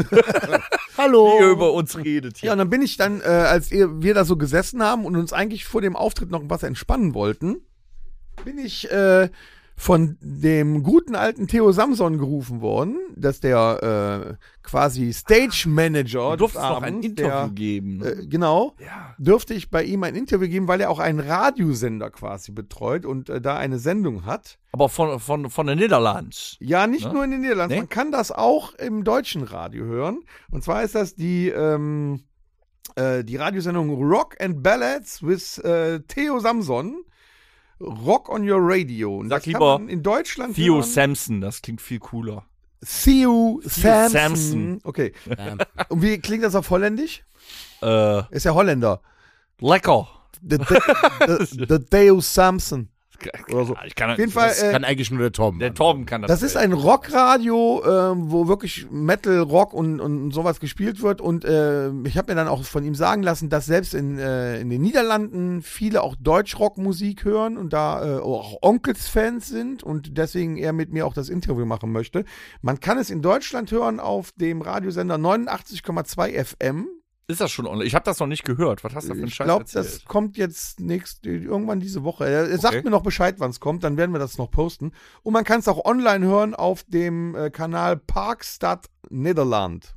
D: Hallo.
C: wie ihr über uns redet hier.
B: Ja, und dann bin ich dann, äh, als ihr, wir da so gesessen haben und uns eigentlich vor dem Auftritt noch was entspannen wollten, bin ich äh, von dem guten alten Theo Samson gerufen worden, dass der äh, quasi Stage Manager
C: Du durftest
B: des
C: noch ein
B: Abends,
C: Interview
B: der,
C: geben.
B: Äh, genau.
C: Ja.
B: Dürfte ich bei ihm ein Interview geben, weil er auch einen Radiosender quasi betreut und äh, da eine Sendung hat.
C: Aber von, von, von den Niederlanden.
B: Ja, nicht
C: Ne?
B: nur in den Niederlanden.
C: Nee.
B: Man kann das auch im deutschen Radio hören. Und zwar ist das die, ähm, äh, die Radiosendung Rock and Ballads with äh, Theo Samson. Rock on your radio. Und das
C: Sag
B: kann
C: lieber
B: man in Deutschland
C: Theo
B: hören.
C: Samson, das klingt viel cooler.
B: Theo Samson.
C: Samson.
B: Okay. Und wie klingt das auf Holländisch?
C: Äh,
B: Ist ja Holländer.
C: lecker. (laughs)
B: The, the, the, the Theo Samson. Oder so.
C: Ich kann,
B: Auf jeden Fall,
D: Das
B: äh,
D: kann eigentlich nur der Torben.
C: der Torben kann das.
B: das ist ein Rockradio, ähm, wo wirklich Metal, Rock und, und sowas gespielt wird. Und äh, ich habe mir dann auch von ihm sagen lassen, dass selbst in, äh, in den Niederlanden viele auch Deutschrockmusik hören und da äh, auch Onkels-Fans sind und deswegen er mit mir auch das Interview machen möchte. Man kann es in Deutschland hören auf dem Radiosender 89,2 FM.
C: Ist das schon online? Ich habe das noch nicht gehört. Was hast du da für einen
B: Ich
C: Scheiß
B: glaube,
C: erzählt?
B: das kommt jetzt nächst, irgendwann diese Woche. Er er
C: Okay.
B: sagt mir noch Bescheid, wann es kommt, dann werden wir das noch posten. Und man kann es auch online hören auf dem äh, Kanal Parkstad Nederland.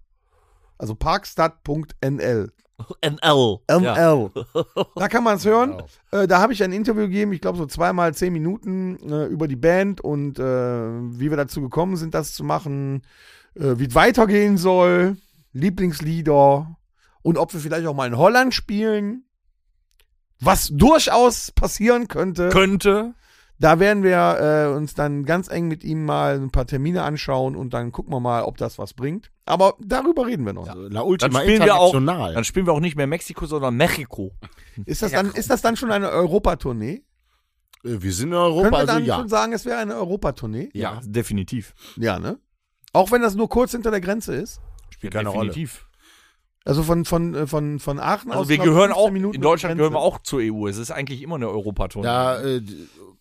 B: Also parkstad.nl. Äh,
C: NL. Ja.
B: ML. Da kann man es hören. Äh, da habe ich ein Interview gegeben, ich glaube so zweimal zehn Minuten äh, über die Band und äh, wie wir dazu gekommen sind, das zu machen, äh, wie es weitergehen soll, Lieblingslieder und ob wir vielleicht auch mal in Holland spielen. Was durchaus passieren könnte.
C: Könnte.
B: Da werden wir äh, uns dann ganz eng mit ihm mal ein paar Termine anschauen und dann gucken wir mal, ob das was bringt. Aber darüber reden wir noch.
D: La Ultima
C: Dann spielen wir auch-
D: International.
C: Dann spielen wir auch nicht mehr Mexiko, sondern Mexiko.
B: Ist, das dann, ist das dann schon eine Europatournee?
D: Äh, wir sind in
B: Können
D: Europa,
B: wir
D: also
B: dann
D: ja.
B: schon sagen, es wäre eine Europatournee?
D: Ja.
C: definitiv.
B: Ja, ne? Auch wenn das nur kurz hinter der Grenze ist.
C: Spielt
D: Keine Rolle.
C: definitiv.
B: Also von, von, äh, von, von Aachen aus.
C: Also wir
B: glaub ich,
C: gehören
B: 15
C: auch,
B: Minuten
C: in Deutschland
B: Grenze.
C: gehören wir auch zur EU. Es ist eigentlich immer eine Europatournee.
D: Da äh, d-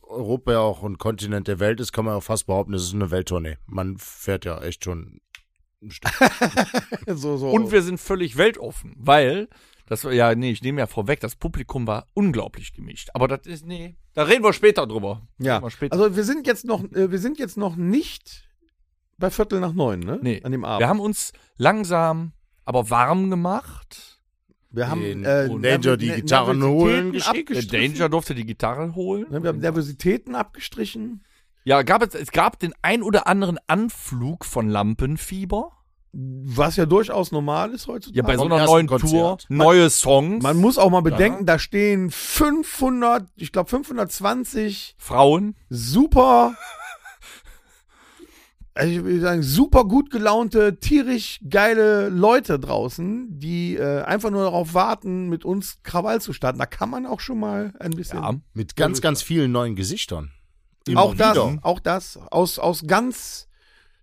D: Europa ja auch ein Kontinent der Welt ist, kann man ja fast behaupten, es ist eine Welttournee. Man fährt ja echt schon.
B: (laughs) so, so.
C: Und wir sind völlig weltoffen, weil das war ja, nee, ich nehme ja vorweg, das Publikum war unglaublich gemischt. Aber das ist, nee, da reden wir später drüber.
B: ja.
C: Reden wir später.
B: Also wir sind jetzt noch, äh, wir sind jetzt noch nicht bei Viertel nach neun, ne?
C: Nee.
B: An dem Abend.
C: wir haben uns langsam, aber warm gemacht.
B: wir haben
D: den
B: äh,
D: Danger die
B: Nerv-
D: Gitarren holen
B: Nervositäten
D: geschickt.
C: Der
B: abgestrichen.
C: Danger durfte die Gitarre holen.
B: Ne, Wir haben Nervositäten abgestrichen.
C: Ja, gab es, es gab den ein oder anderen Anflug von Lampenfieber.
B: Was ja durchaus normal ist heutzutage.
C: Ja, bei so
D: Vom
C: einer
D: ersten
C: neuen
D: Konzert.
C: Tour, neue Songs,
B: Man muss auch mal bedenken, da stehen 500, ich glaube 520
C: Frauen.
B: super, also ich würde sagen, super gut gelaunte, tierisch geile Leute draußen, die äh, einfach nur darauf warten, mit uns Krawall zu starten. Da kann man auch schon mal ein bisschen.
C: Ja.
D: Mit ganz, ganz vielen neuen Gesichtern.
B: auch das,
D: wieder.
B: auch das. Aus, aus ganz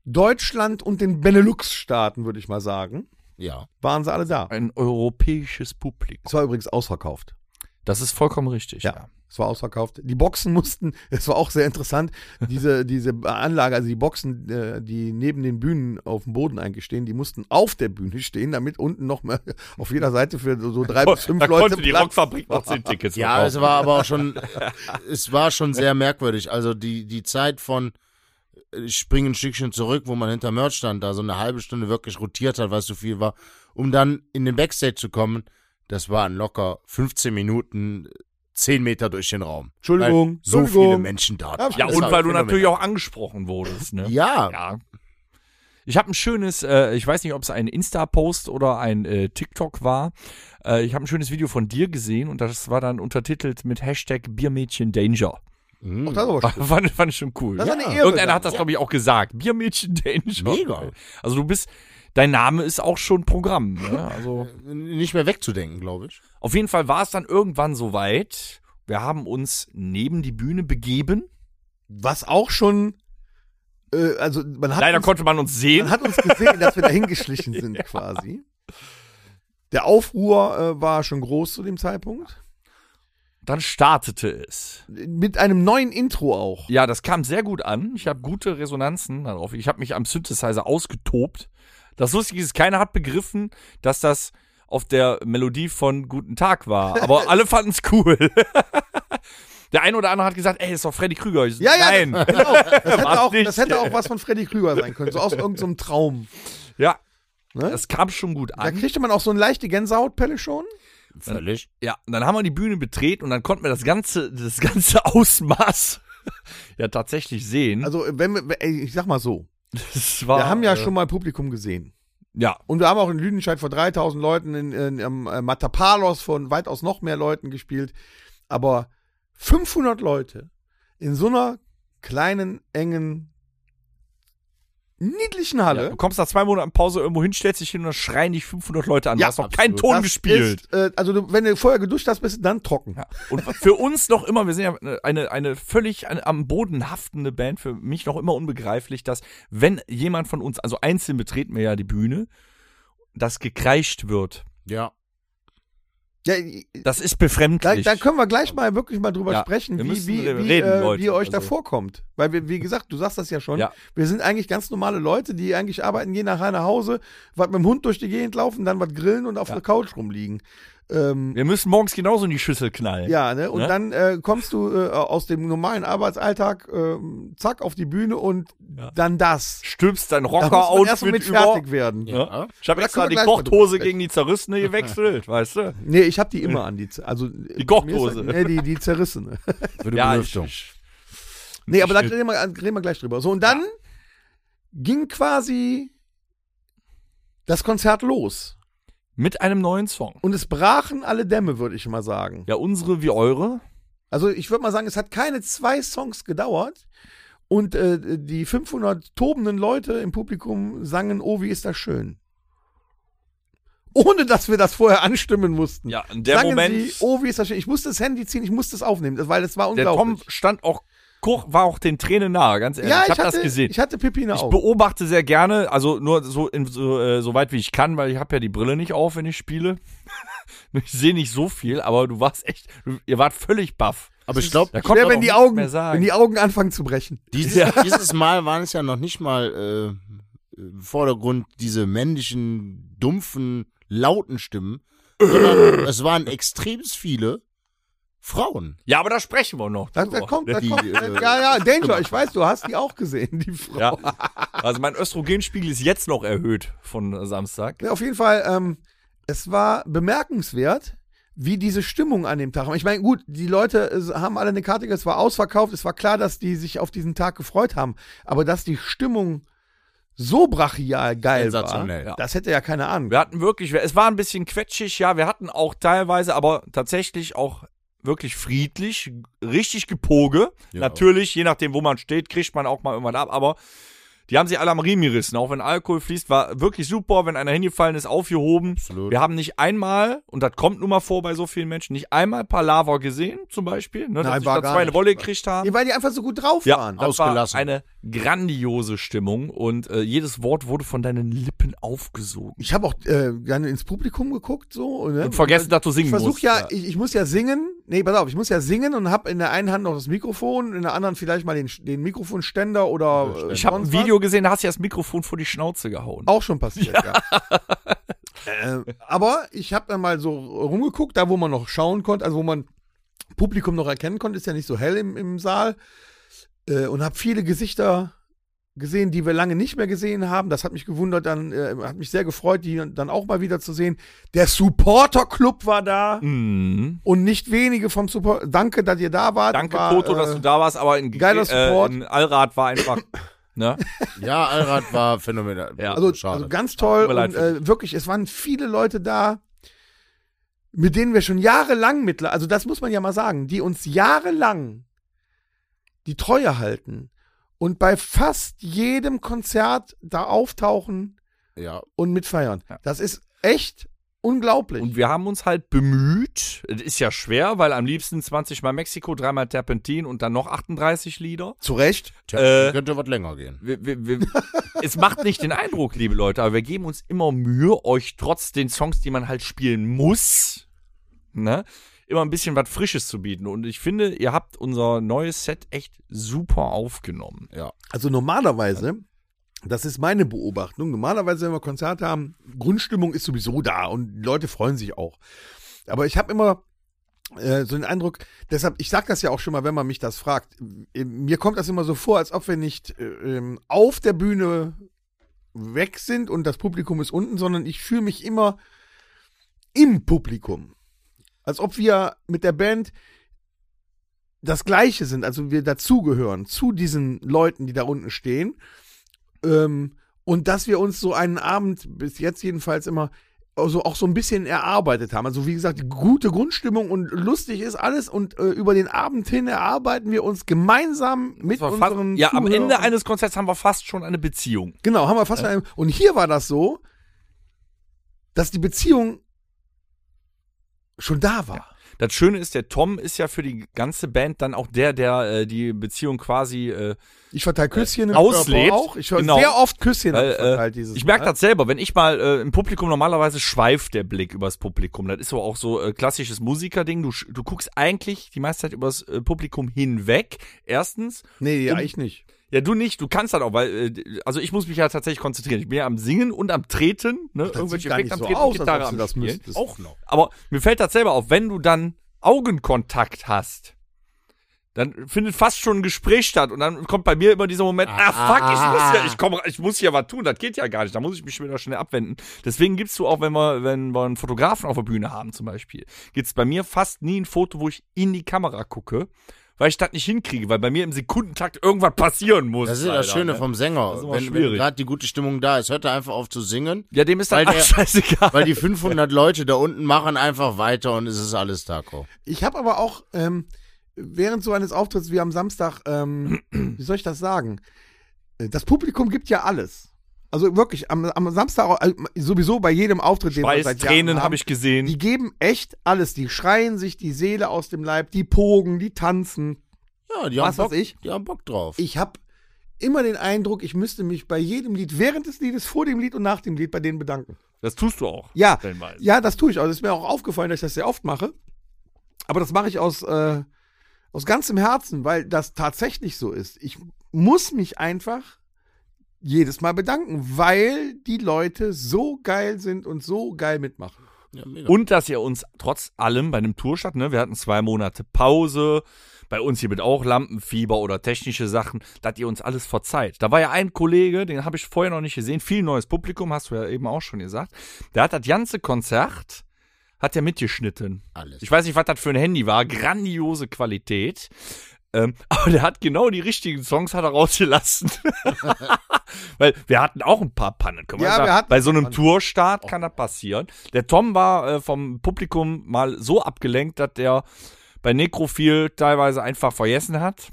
B: Deutschland und den Benelux-Staaten, würde ich mal sagen,
D: Ja.
B: waren sie alle da.
C: Ein europäisches Publikum.
B: Es war übrigens ausverkauft.
C: Das ist vollkommen richtig.
B: Ja. Es war ausverkauft. Die Boxen mussten, (laughs) es war auch sehr interessant, diese, diese Anlage, also die Boxen, äh, die neben den Bühnen auf dem Boden eigentlich stehen, die mussten auf der Bühne stehen, damit unten nochmal (laughs) auf jeder Seite für
C: (laughs)
B: so drei bis fünf
C: da
B: Leute
C: konnte die
B: Platz-
C: Rockfabrik noch 10 Tickets
D: Ja, es war aber auch schon, (laughs) es war schon sehr merkwürdig. Also die, die Zeit von äh, ich springe ein Stückchen zurück, wo man hinter Merch stand, da so eine halbe Stunde wirklich rotiert hat, weil es so viel war, um dann in den Backstage zu kommen, das waren locker 15 Minuten, 10 Meter durch den Raum.
B: Entschuldigung,
D: Weil so
B: Entschuldigung.
D: viele Menschen da waren.
B: Ja,
C: Ja,
D: Das
C: und
D: war
C: weil du natürlich
D: phänomenal.
C: auch angesprochen wurdest, ne?
D: Ja,
C: Ja. Ich habe ein schönes, äh, ich weiß nicht, ob es ein Insta-Post oder ein äh, TikTok war. Äh, ich habe ein schönes Video von dir gesehen und das war dann untertitelt mit Hashtag Biermädchen Danger.
D: mhm.
B: Auch das ist aber schön.
C: fand, fand ich schon cool.
B: Das ist eine Ehre.
C: Irgendeiner hat
B: dann.
C: das, glaube ich, auch gesagt. Biermädchen Danger.
D: Mega.
C: Also du bist, dein Name ist auch schon Programm. Ne? Also
D: nicht mehr wegzudenken, glaube ich.
C: Auf jeden Fall war es dann irgendwann soweit. Wir haben uns neben die Bühne begeben.
B: Was auch schon, äh, also man hat,
C: Leider
B: uns,
C: konnte man uns
B: man
C: sehen.
B: hat uns gesehen, dass wir da hingeschlichen sind
C: (laughs)
B: quasi. Der Aufruhr äh, war schon groß zu dem Zeitpunkt.
C: Dann startete es.
B: Mit einem neuen Intro auch.
C: Ja, das kam sehr gut an. Ich habe gute Resonanzen darauf. Ich habe mich am Synthesizer ausgetobt. Das Lustige ist, keiner hat begriffen, dass das auf der Melodie von Guten Tag
B: (laughs)
C: war. Aber alle fanden es cool. (laughs) der eine oder andere hat gesagt, ey, ist doch Freddy Krüger. Ich, so,
B: Ja, ja,
C: Nein.
B: (laughs) Genau, das
C: War's
B: hätte, auch,
C: nicht.
B: das hätte auch was von Freddy Krüger sein können, so aus
C: (laughs)
B: irgendeinem Traum.
C: Ja.
B: Ne?
C: Das kam schon gut
B: Da
C: an.
B: kriegte man auch so eine leichte Gänsehautpelle schon.
D: Völlig.
C: Ja, und dann haben wir die Bühne betreten und dann konnten wir das ganze, das ganze (laughs) Ausmaß ja tatsächlich sehen.
B: Also, wenn wir, ey, ich sag mal so,
C: das
B: wir
C: war,
B: haben Ah, ja
C: äh,
B: schon mal Publikum gesehen.
C: ja,
B: Und wir haben auch in Lüdenscheid vor 3000 Leuten, in, in, am, äh, Matapalos von weitaus noch mehr Leuten gespielt. Aber 500 Leute in so einer kleinen, engen niedlichen
C: Ja,
B: Halle.
C: du kommst nach zwei Monaten Pause irgendwo hin, stellst dich hin und dann schreien dich 500 Leute an.
B: Ja,
C: du hast noch keinen Ton
B: Das
C: gespielt.
B: Ist, äh, also du, wenn du vorher geduscht hast, bist du dann trocken.
C: Ja. Und für uns noch immer, wir sind ja eine- eine, eine völlig an- am Boden haftende Band, für mich noch immer unbegreiflich, dass wenn jemand von uns, also einzeln betreten wir ja die Bühne, das gekreischt wird.
D: Ja.
B: Ja, i-
C: Das ist
B: da,
C: befremdlich.
B: da können wir gleich mal wirklich mal drüber
C: Ja,
B: sprechen,
C: wir
B: wie,
C: müssen
B: wie,
C: re-
B: wie,
C: reden,
B: äh,
C: Leute.
B: wie ihr euch da
C: Also-
B: vorkommt. Weil wir, wie gesagt, du sagst das ja schon,
C: Ja.
B: wir sind eigentlich ganz normale Leute, die eigentlich arbeiten, gehen nachher nach Hause, was mit dem Hund durch die Gegend laufen, dann was grillen und auf der Couch rumliegen. Ähm,
C: wir müssen morgens genauso in die Schüssel knallen.
B: Ja, ne? Und
C: Ne?
B: dann äh, kommst du äh, aus dem normalen Arbeitsalltag, ähm, zack, auf die Bühne und
C: Ja.
B: dann das.
C: Stülpst dein
B: Da muss man erst mal
C: Rocker-Outfit
B: mit
C: über.
B: fertig werden.
C: Ja.
D: Ja.
C: Ich habe
B: Da
C: extra
B: können wir
C: die
B: gleich mal drüber
C: Kochhose
B: sprechen.
C: gegen die zerrissene gewechselt, weißt du?
B: Nee, ich hab die immer an, die, Z- also. Die
C: Kochhose.
B: Nee, die, die zerrissene.
D: Für die Belüftung.
C: ich,
B: nee, aber da reden wir, äh, reden wir gleich drüber. So, und dann ging quasi das Konzert los.
C: mit einem neuen Song.
B: Und es brachen alle Dämme, würde ich mal sagen.
C: Ja, unsere wie eure.
B: Also ich würde mal sagen, es hat keine zwei Songs gedauert und äh, die 500 tobenden Leute im Publikum sangen, oh, wie ist das schön. Ohne, dass wir das vorher anstimmen mussten.
C: Ja, in der
B: sangen
C: Moment-
B: Sie, oh, wie ist das schön. Ich musste das Handy ziehen, ich musste es aufnehmen, das- weil es war
C: Der Tom
B: unglaublich.
C: stand auch, ko- war auch den Tränen nahe, ganz ehrlich.
B: ja,
C: ich
B: ich
C: habe
B: hatte,
C: das gesehen.
B: ich hatte Pipi in der
C: Ich
B: Augen.
C: beobachte sehr gerne, also nur so, in, so, äh, so weit wie ich kann, weil ich habe ja die Brille nicht auf, wenn ich spiele. (laughs) ich sehe nicht so viel, aber du warst echt, du, ihr wart völlig baff.
D: Aber ich glaube,
C: Da kommt
B: Schwer,
C: man
B: wenn
C: auch
B: die
C: nichts
B: Augen,
C: mehr sagen.
B: wenn die Augen anfangen zu brechen.
D: dieses, (laughs) dieses Mal waren es ja noch nicht mal äh, im Vordergrund diese männlichen, dumpfen, lauten Stimmen,
C: (laughs)
D: sondern es waren extrem viele Frauen.
C: ja, aber da sprechen wir noch.
B: Da,
C: drüber.
B: da kommt, da
D: die,
B: kommt.
D: äh,
B: ja, ja, Danger, ich weiß, du hast die auch gesehen, die Frau.
C: ja. Also mein Östrogenspiegel ist jetzt noch erhöht von Samstag.
B: Ja, auf jeden Fall, ähm, es war bemerkenswert, wie diese Stimmung an dem Tag war. Ich meine, gut, die Leute äh, haben alle eine Karte, gekriegt, es war ausverkauft, es war klar, dass die sich auf diesen Tag gefreut haben, aber dass die Stimmung so brachial geil war,
D: Sensationell, ja.
B: das hätte ja keine Ahnung.
C: Wir hatten wirklich, es war ein bisschen quetschig, ja, wir hatten auch teilweise, aber tatsächlich auch wirklich friedlich, richtig gepoge.
D: Ja.
C: Natürlich, je nachdem, wo man steht, kriegt man auch mal irgendwann ab, aber die haben sich alle am Riemen gerissen, auch wenn Alkohol fließt, war wirklich super, wenn einer hingefallen ist, aufgehoben.
D: Absolut.
C: Wir haben nicht einmal, und das kommt nun mal vor bei so vielen Menschen, nicht einmal Palaver gesehen, zum Beispiel, ne,
B: Nein,
C: dass sich
B: war
C: da
B: gar
C: zwei eine
B: nicht.
C: Wolle gekriegt haben.
B: Weil die einfach so gut drauf waren.
C: Das
D: Ausgelassen.
C: war eine grandiose Stimmung und äh, jedes Wort wurde von deinen Lippen aufgesogen.
B: Ich habe auch äh, gerne ins Publikum geguckt, so. Ne?
C: Und vergessen, dass du singen
B: ich versuch
C: musst.
B: ja, Ich, ich muss ja singen. Nee, pass auf, ich muss ja singen und habe in der einen Hand noch das Mikrofon, in der anderen vielleicht mal den, den Mikrofonständer oder. äh,
C: Ich habe ein
B: sonst was.
C: Video gesehen, da hast du ja das Mikrofon vor die Schnauze gehauen.
B: Auch schon passiert, ja. äh, aber ich habe dann mal so rumgeguckt, da wo man noch schauen konnte, also wo man Publikum noch erkennen konnte, ist ja nicht so hell im, im Saal. Äh, und habe viele Gesichter gesehen, die wir lange nicht mehr gesehen haben. Das hat mich gewundert, dann äh, hat mich sehr gefreut, die dann auch mal wieder zu sehen. Der Supporter Club war da
C: Mhm.
B: und nicht wenige vom Support. Danke, dass ihr da wart.
C: Danke,
B: war,
C: Toto,
B: äh,
C: dass du da warst, aber in,
B: geiler Support.
C: Äh, in Allrad war einfach. ne?
D: Ja, Allrad war phänomenal.
C: Ja.
B: Also,
D: schade.
B: also ganz toll
C: Tut mir leid
B: und äh, wirklich, es waren viele Leute da, mit denen wir schon jahrelang mittler, also das muss man ja mal sagen, die uns jahrelang die Treue halten und bei fast jedem Konzert da auftauchen
D: ja.
B: und mitfeiern.
C: Ja.
B: Das ist echt unglaublich.
C: Und wir haben uns halt bemüht. Es ist ja schwer, weil am liebsten 20 Mal Mexiko, dreimal Terpentin und dann noch 38 Lieder.
B: zu Recht.
D: Tja,
C: Äh,
D: könnte was länger gehen.
C: Wir, wir, wir, (laughs) es macht nicht den Eindruck, liebe Leute, aber wir geben uns immer Mühe, euch trotz den Songs, die man halt spielen muss, ne, immer ein bisschen was Frisches zu bieten. Und ich finde, ihr habt unser neues Set echt super aufgenommen.
D: Ja.
B: Also normalerweise, das ist meine Beobachtung, normalerweise, wenn wir Konzerte haben, Grundstimmung ist sowieso da und die Leute freuen sich auch. Aber ich habe immer äh, so den Eindruck, deshalb, ich sage das ja auch schon mal, wenn man mich das fragt, äh, mir kommt das immer so vor, als ob wir nicht äh, ähm, auf der Bühne weg sind und das Publikum ist unten, sondern ich fühle mich immer im Publikum. Als ob wir mit der Band das Gleiche sind, also wir dazugehören zu diesen Leuten, die da unten stehen. Ähm, und dass wir uns so einen Abend, bis jetzt jedenfalls immer, also auch so ein bisschen erarbeitet haben. Also wie gesagt, gute Grundstimmung und lustig ist alles und äh, über den Abend hin erarbeiten wir uns gemeinsam mit
C: Das war fast,
B: unseren
C: ja, am
B: Zuhörern.
C: Ende eines Konzerts haben wir fast schon eine Beziehung.
B: Genau, haben wir fast eine, und hier war das so, dass die Beziehung schon da war.
C: Das Schöne ist, der Tom ist ja für die ganze Band dann auch der, der äh, die Beziehung quasi. Äh,
B: Ich verteile Küsschen
C: Äh,
B: im
C: auslebt.
B: Körper auch. Ich höre
C: Genau.
B: sehr oft Küsschen
C: weil,
B: verteilt
C: äh,
B: halt dieses
C: ich merke
B: Mal.
C: das selber, wenn ich mal äh, im Publikum normalerweise schweift der Blick übers Publikum. Das ist so auch so äh, klassisches Musikerding. Du, sch- du guckst eigentlich die meiste Zeit übers äh, Publikum hinweg. Erstens,
B: Nee, ja,
C: um-
B: ich nicht.
C: Ja, du nicht. Du kannst das auch, weil, äh, also ich muss mich ja tatsächlich konzentrieren. Ich bin ja am Singen und am Treten, ne?
B: Das sieht gar nicht
C: am
B: so
C: Treten
B: aus, als
C: und Gitarre
B: ob du
C: am
B: das
C: Spielen.
B: müsstest.
C: Auch noch. Aber mir fällt das selber auf, wenn du dann Augenkontakt hast, dann findet fast schon ein Gespräch statt und dann kommt bei mir immer dieser Moment, ah, fuck, ich muss ja, ich komme, ich muss ja was tun, das geht ja gar nicht, da muss ich mich schon wieder schnell abwenden. Deswegen gibst du auch, wenn wir, wenn wir einen Fotografen auf der Bühne haben zum Beispiel, gibt's bei mir fast nie ein Foto, wo ich in die Kamera gucke, weil ich das nicht hinkriege, weil bei mir im Sekundentakt irgendwas passieren muss.
D: Das ist
C: leider,
D: das Schöne
C: ne?
D: vom
C: Das
D: Sänger.
C: ist immer
D: Wenn, wenn
C: schwierig.
D: gerade die gute Stimmung da ist, hört er einfach auf zu singen,
C: Ja, dem ist dann
D: Weil
C: alles
D: der-
C: scheißegal.
D: weil die 500 Leute da unten machen einfach weiter und es ist alles Taco.
B: Ich habe aber auch ähm, während so eines Auftritts wie am Samstag,
C: (clears throat)
B: ähm, wie soll ich das sagen? Äh, Das Publikum gibt ja alles. Also wirklich, am, am Samstag, äh, sowieso bei jedem Auftritt, den
C: Weiß, Tränen
B: haben,
C: habe ich gesehen.
B: Die geben echt alles. Die schreien sich die Seele aus dem Leib, die pogen, die tanzen.
D: Ja, die haben,
B: Was
D: Bock,
B: weiß ich.
D: die haben Bock drauf.
B: Ich habe immer den Eindruck, ich müsste mich bei jedem Lied, während des Liedes, vor dem Lied und nach dem Lied bei denen bedanken.
C: das tust du auch.
B: Ja,
C: stellenweise.
B: ja, das tue ich. Also ist mir auch aufgefallen, dass ich das sehr oft mache. Aber das mache ich aus, äh, aus ganzem Herzen, weil das tatsächlich so ist. Ich muss mich einfach jedes Mal bedanken, weil die Leute so geil sind und so geil mitmachen.
D: ja, mega.
C: Und dass ihr uns trotz allem bei einem Tourstart, ne, wir hatten zwei Monate Pause, bei uns hier mit auch Lampenfieber oder technische Sachen, dass ihr uns alles verzeiht. Da war ja ein Kollege, den habe ich vorher noch nicht gesehen, viel neues Publikum, hast du ja eben auch schon gesagt. Der hat das ganze Konzert, hat er mitgeschnitten.
D: alles.
C: Ich weiß nicht, was das für ein Handy war. Grandiose Qualität. Ähm, (laughs) aber der hat genau die richtigen Songs hat
B: (laughs)
C: er rausgelassen. Weil wir hatten auch ein paar Pannen. Können
B: Ja,
C: sagen,
B: wir hatten
C: bei so einem
B: Pannen. Oh.
C: Tourstart kann das passieren. Der Tom war äh, vom Publikum mal so abgelenkt, dass der bei Nekrophil teilweise einfach vergessen hat.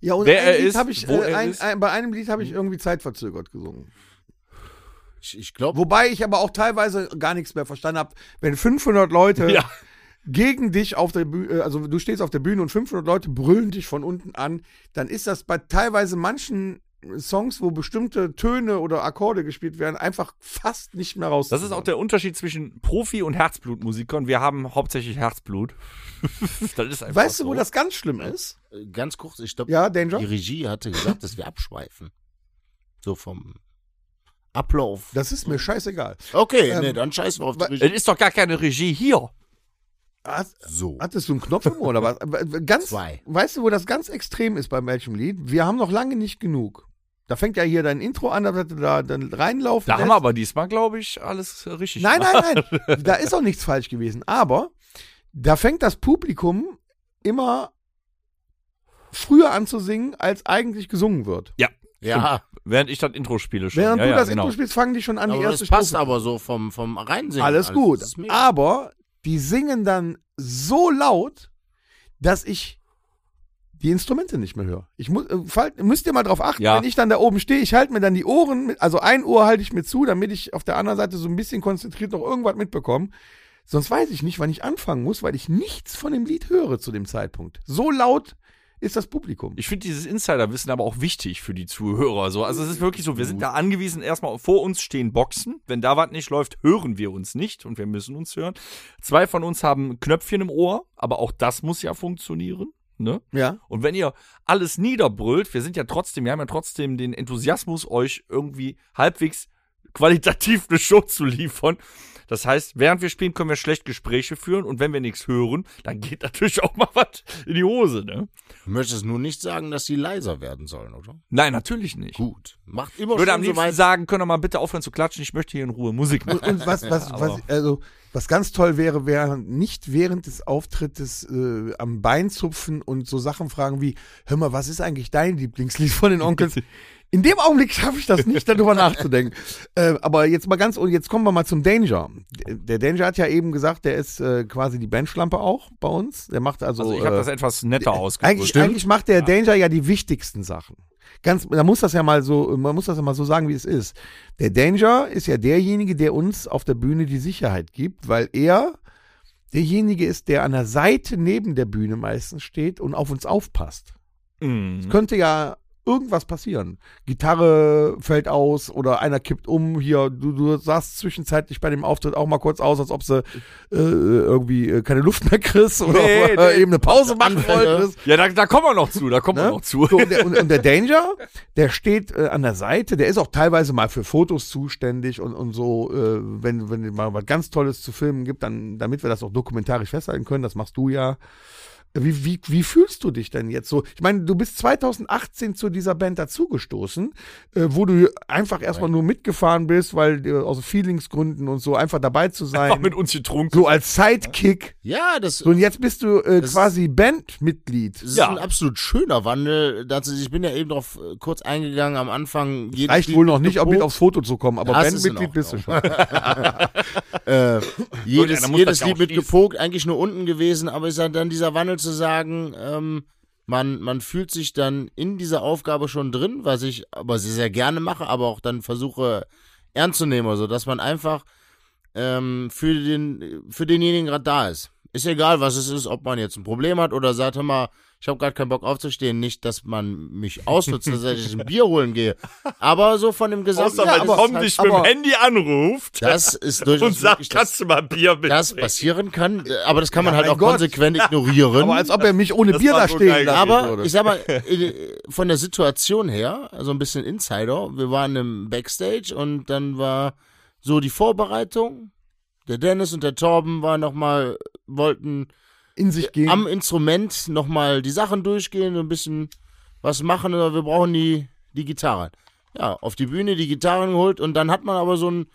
B: Ja, und
C: Wer
B: ein
C: er
B: Lied
C: ist,
B: hab ich,
C: wo
B: äh,
C: er
B: ein,
C: ist.
B: ein, bei einem Lied habe ich irgendwie zeitverzögert gesungen.
D: Ich, ich glaube,
B: Wobei ich aber auch teilweise gar nichts mehr verstanden habe, wenn 500 Leute
C: Ja.
B: gegen dich auf der Bühne, also du stehst auf der Bühne und 500 Leute brüllen dich von unten an, dann ist das bei teilweise manchen Songs, wo bestimmte Töne oder Akkorde gespielt werden, einfach fast nicht mehr raus.
C: Das ist auch der Unterschied zwischen Profi- und Herzblutmusikern. Wir haben hauptsächlich Herzblut. (laughs) das ist einfach
B: Weißt du,
C: so.
B: wo das ganz schlimm ist?
D: ganz kurz, ich glaube,
B: Ja, Danger?
D: die Regie hatte gesagt, dass wir abschweifen. So vom Ablauf.
B: Das ist mir scheißegal.
D: okay,
B: ähm,
D: nee, dann scheißen wir auf die
B: wa-
D: Regie.
C: Es ist doch gar keine Regie hier.
B: Hat,
D: So.
B: hattest du einen Knopf im Ohr oder was? Aber äh, Ganz,
D: Zwei.
B: Weißt du, wo das ganz extrem ist bei welchem Lied? Wir haben noch lange nicht genug. Da fängt ja hier dein Intro an, da da dann reinlaufen.
C: Da haben
B: lässt.
C: wir aber diesmal, glaube ich, alles richtig
B: Nein, nein,
C: (laughs)
B: nein. da ist auch nichts falsch gewesen. Aber da fängt das Publikum immer früher an zu singen, als eigentlich gesungen wird.
D: ja,
C: Während ich das Intro spiele schon.
B: Während
C: ja,
B: du
C: ja,
B: das
C: genau.
B: Intro spielst, fangen die schon an, die
D: aber
B: erste
D: das passt
B: Strophe.
D: aber so vom, vom Reinsingen.
B: Alles gut. Ah.
D: Das ist mega.
B: Aber die singen dann so laut, dass ich die Instrumente nicht mehr höre. Ich muss, äh, fall- müsst ihr mal drauf achten,
C: Ja.
B: wenn ich dann da oben stehe, ich halte mir dann die Ohren, mit, also ein Ohr halte ich mir zu, damit ich auf der anderen Seite so ein bisschen konzentriert noch irgendwas mitbekomme. Sonst weiß ich nicht, wann ich anfangen muss, weil ich nichts von dem Lied höre zu dem Zeitpunkt. So laut ist das Publikum.
C: Ich finde dieses Insiderwissen aber auch wichtig für die Zuhörer. So. Also es ist wirklich so, wir
B: Mhm.
C: sind da angewiesen, erstmal vor uns stehen Boxen. Wenn da was nicht läuft, hören wir uns nicht und wir müssen uns hören. Zwei von uns haben Knöpfchen im Ohr, aber auch das muss ja funktionieren. Ne?
B: ja.
C: Und wenn ihr alles niederbrüllt, wir sind ja trotzdem, wir haben ja trotzdem den Enthusiasmus, euch irgendwie halbwegs qualitativ eine Show zu liefern. Das heißt, während wir spielen, können wir schlecht Gespräche führen und wenn wir nichts hören, dann geht (laughs) natürlich auch mal was in die Hose, ne?
D: Du möchtest nur nicht sagen, dass sie leiser werden sollen, oder?
C: Nein, natürlich nicht.
D: Gut. Macht immer
C: Ich würde
D: schon
C: am
D: so
C: liebsten (laughs)
D: weit.
C: sagen, können wir mal bitte aufhören zu klatschen, ich möchte hier in Ruhe Musik machen.
B: Und was, was,
C: Aber-
B: was, also Was ganz toll wäre, wäre nicht während des Auftrittes äh, am Bein zupfen und so Sachen fragen wie, hör mal, was ist eigentlich dein Lieblingslied von den Onkels? In dem Augenblick schaffe ich das nicht, darüber
C: (laughs)
B: nachzudenken. Äh, aber jetzt mal ganz, und jetzt kommen wir mal zum Danger. Der Danger hat ja eben gesagt, der ist äh, quasi die Bandschlampe auch bei uns. Der macht also.
C: Also ich habe
B: äh,
C: das etwas netter ausgedrückt.
B: eigentlich, eigentlich macht der Danger ja die wichtigsten Sachen. Ganz, da muss das ja mal so, man muss das ja mal so sagen, wie es ist. Der Danger ist ja derjenige, der uns auf der Bühne die Sicherheit gibt, weil er derjenige ist, der an der Seite neben der Bühne meistens steht und auf uns aufpasst.
C: Mhm.
B: Könnte ja irgendwas passieren. Gitarre fällt aus oder einer kippt um. Hier, du, du sahst zwischenzeitlich bei dem Auftritt auch mal kurz aus, als ob sie äh, irgendwie äh, keine Luft mehr kriegst oder
C: Nee,
B: äh, (laughs)
C: nee.
B: eben eine Pause machen wolltest.
C: Ja, da, da kommen wir noch zu, da kommen wir
B: Ne?
C: noch zu.
B: So, und, der, und, und der Danger, der steht äh, an der Seite, der ist auch teilweise mal für Fotos zuständig und, und so, äh, wenn, wenn mal was ganz Tolles zu filmen gibt, dann, damit wir das auch dokumentarisch festhalten können, das machst du ja. Wie, wie, wie fühlst du dich denn jetzt so? Ich meine, du bist 2018 zu dieser Band dazugestoßen, äh, wo du einfach erstmal nur mitgefahren bist, weil äh, aus Feelingsgründen und so einfach dabei zu
C: Einfach
B: sein.
C: mit uns getrunken.
B: So als Sidekick.
D: Ja, das,
B: So, und jetzt bist du äh,
D: Das ist-
B: quasi Bandmitglied.
D: das ist
C: Ja.
D: ein absolut schöner Wandel. Dazu, ich bin ja eben drauf äh, kurz eingegangen am Anfang. jedes
B: Reicht
D: Lied
B: wohl noch nicht,
D: eine
B: um mit
D: Pro-
B: aufs Foto zu kommen, aber
D: Das ist in
B: Bandmitglied bist du schon.
D: Ordnung. äh, jedes
C: Irgendeiner muss das
D: jedes
C: ja
D: Lied
C: auch
D: mit
C: schließen.
D: gepokt, eigentlich nur unten gewesen, aber ist ja dann dieser Wandel zu sagen, ähm, man, man fühlt sich dann in dieser Aufgabe schon drin, was ich aber sehr, sehr gerne mache, aber auch dann versuche ernst zu nehmen, also dass man einfach ähm, für, den, für denjenigen gerade da ist. Ist egal, was es ist, ob man jetzt ein Problem hat oder sagt, hör mal, ich habe gerade keinen Bock aufzustehen, nicht, dass man mich ausnutzt, dass ich ein Bier holen gehe. Aber so von dem Gesamt.
C: Außer
D: Ja,
C: wenn
D: aber-
C: Tom dich mit dem
B: aber-
C: Handy anruft
D: halt, das ist durchaus
C: und sagt,
D: wirklich das
C: kannst du mal Bier mit?
D: das passieren kann, aber das kann man halt
B: mein
D: auch
B: Gott.
D: konsequent ignorieren.
B: Aber als ob er mich ohne
C: das
B: Bier
C: war
B: da
C: so
B: stehen
C: geil.
B: lassen
D: Aber
B: würde.
D: ich sag mal, äh, von der Situation her, also ein bisschen Insider, wir waren im Backstage und dann war so die Vorbereitung. Der Dennis und der Torben waren nochmal, wollten
B: in
C: äh,
B: sich gehen.
D: am Instrument nochmal die Sachen durchgehen, so ein bisschen was machen, aber wir brauchen die, die Gitarren. Ja, auf die Bühne die Gitarren geholt und dann hat man aber so ein,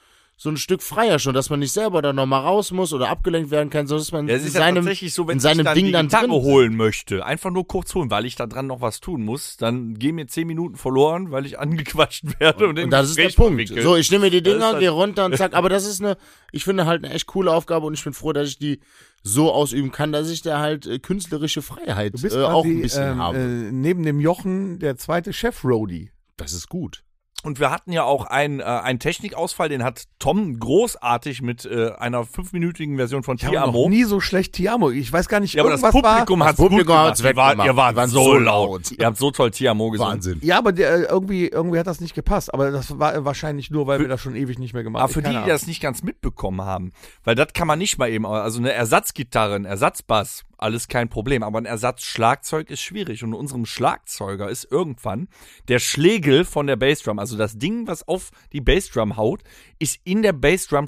D: so ein Stück freier schon, dass man nicht selber dann nochmal raus muss oder abgelenkt werden kann, sondern dass man
C: Ja, es
D: in
C: ist ja
D: seinem,
C: tatsächlich so, wenn
D: in
C: ich
D: seinem
C: dann
D: Ding
C: die
D: dann
C: Gitarre
D: drin ist.
C: holen möchte, einfach nur kurz holen, weil ich da dran noch was tun muss, dann gehen mir zehn Minuten verloren, weil ich angequatscht (laughs) werde und,
D: Und das ist der Punkt. So, ich nehme mir die
C: Das ist
D: Dinger,
C: halt-
D: gehe runter und zack. Aber das ist eine, ich finde halt eine echt coole Aufgabe und ich bin froh, dass ich die so ausüben kann, dass ich da halt äh, künstlerische Freiheit
B: Du bist
D: äh,
B: quasi,
D: auch ein bisschen
B: ähm,
D: habe.
B: Äh, neben dem Jochen der zweite Chef Roadie.
D: das ist gut.
C: Und wir hatten ja auch einen, äh, einen Technikausfall, den hat Tom großartig mit äh, einer fünfminütigen Version von
B: Ich habe
C: Tiamo.
B: noch nie so schlecht Tiamo. Ich weiß gar nicht,
C: Ja, aber das
B: irgendwas
C: Publikum hat
D: das Publikum hat's
C: Ihr wart,
D: weggemacht.
C: ihr
D: Die
C: wart
D: waren
C: so
D: so
C: laut.
D: laut.
C: Ihr habt so toll Tiamo gesungen.
B: war. Ja, aber der, äh, irgendwie, irgendwie hat das nicht gepasst. Aber das war äh, wahrscheinlich nur, weil wir das schon ewig nicht mehr gemacht haben.
C: Aber für die, die das nicht ganz mitbekommen haben, weil das kann man nicht mal eben, also eine Ersatzgitarre, ein Ersatzbass, alles kein Problem, aber ein Ersatzschlagzeug ist schwierig und unserem Schlagzeuger ist irgendwann der Schlägel von der Bassdrum, also das Ding, was auf die Bassdrum haut, ist in der Bassdrum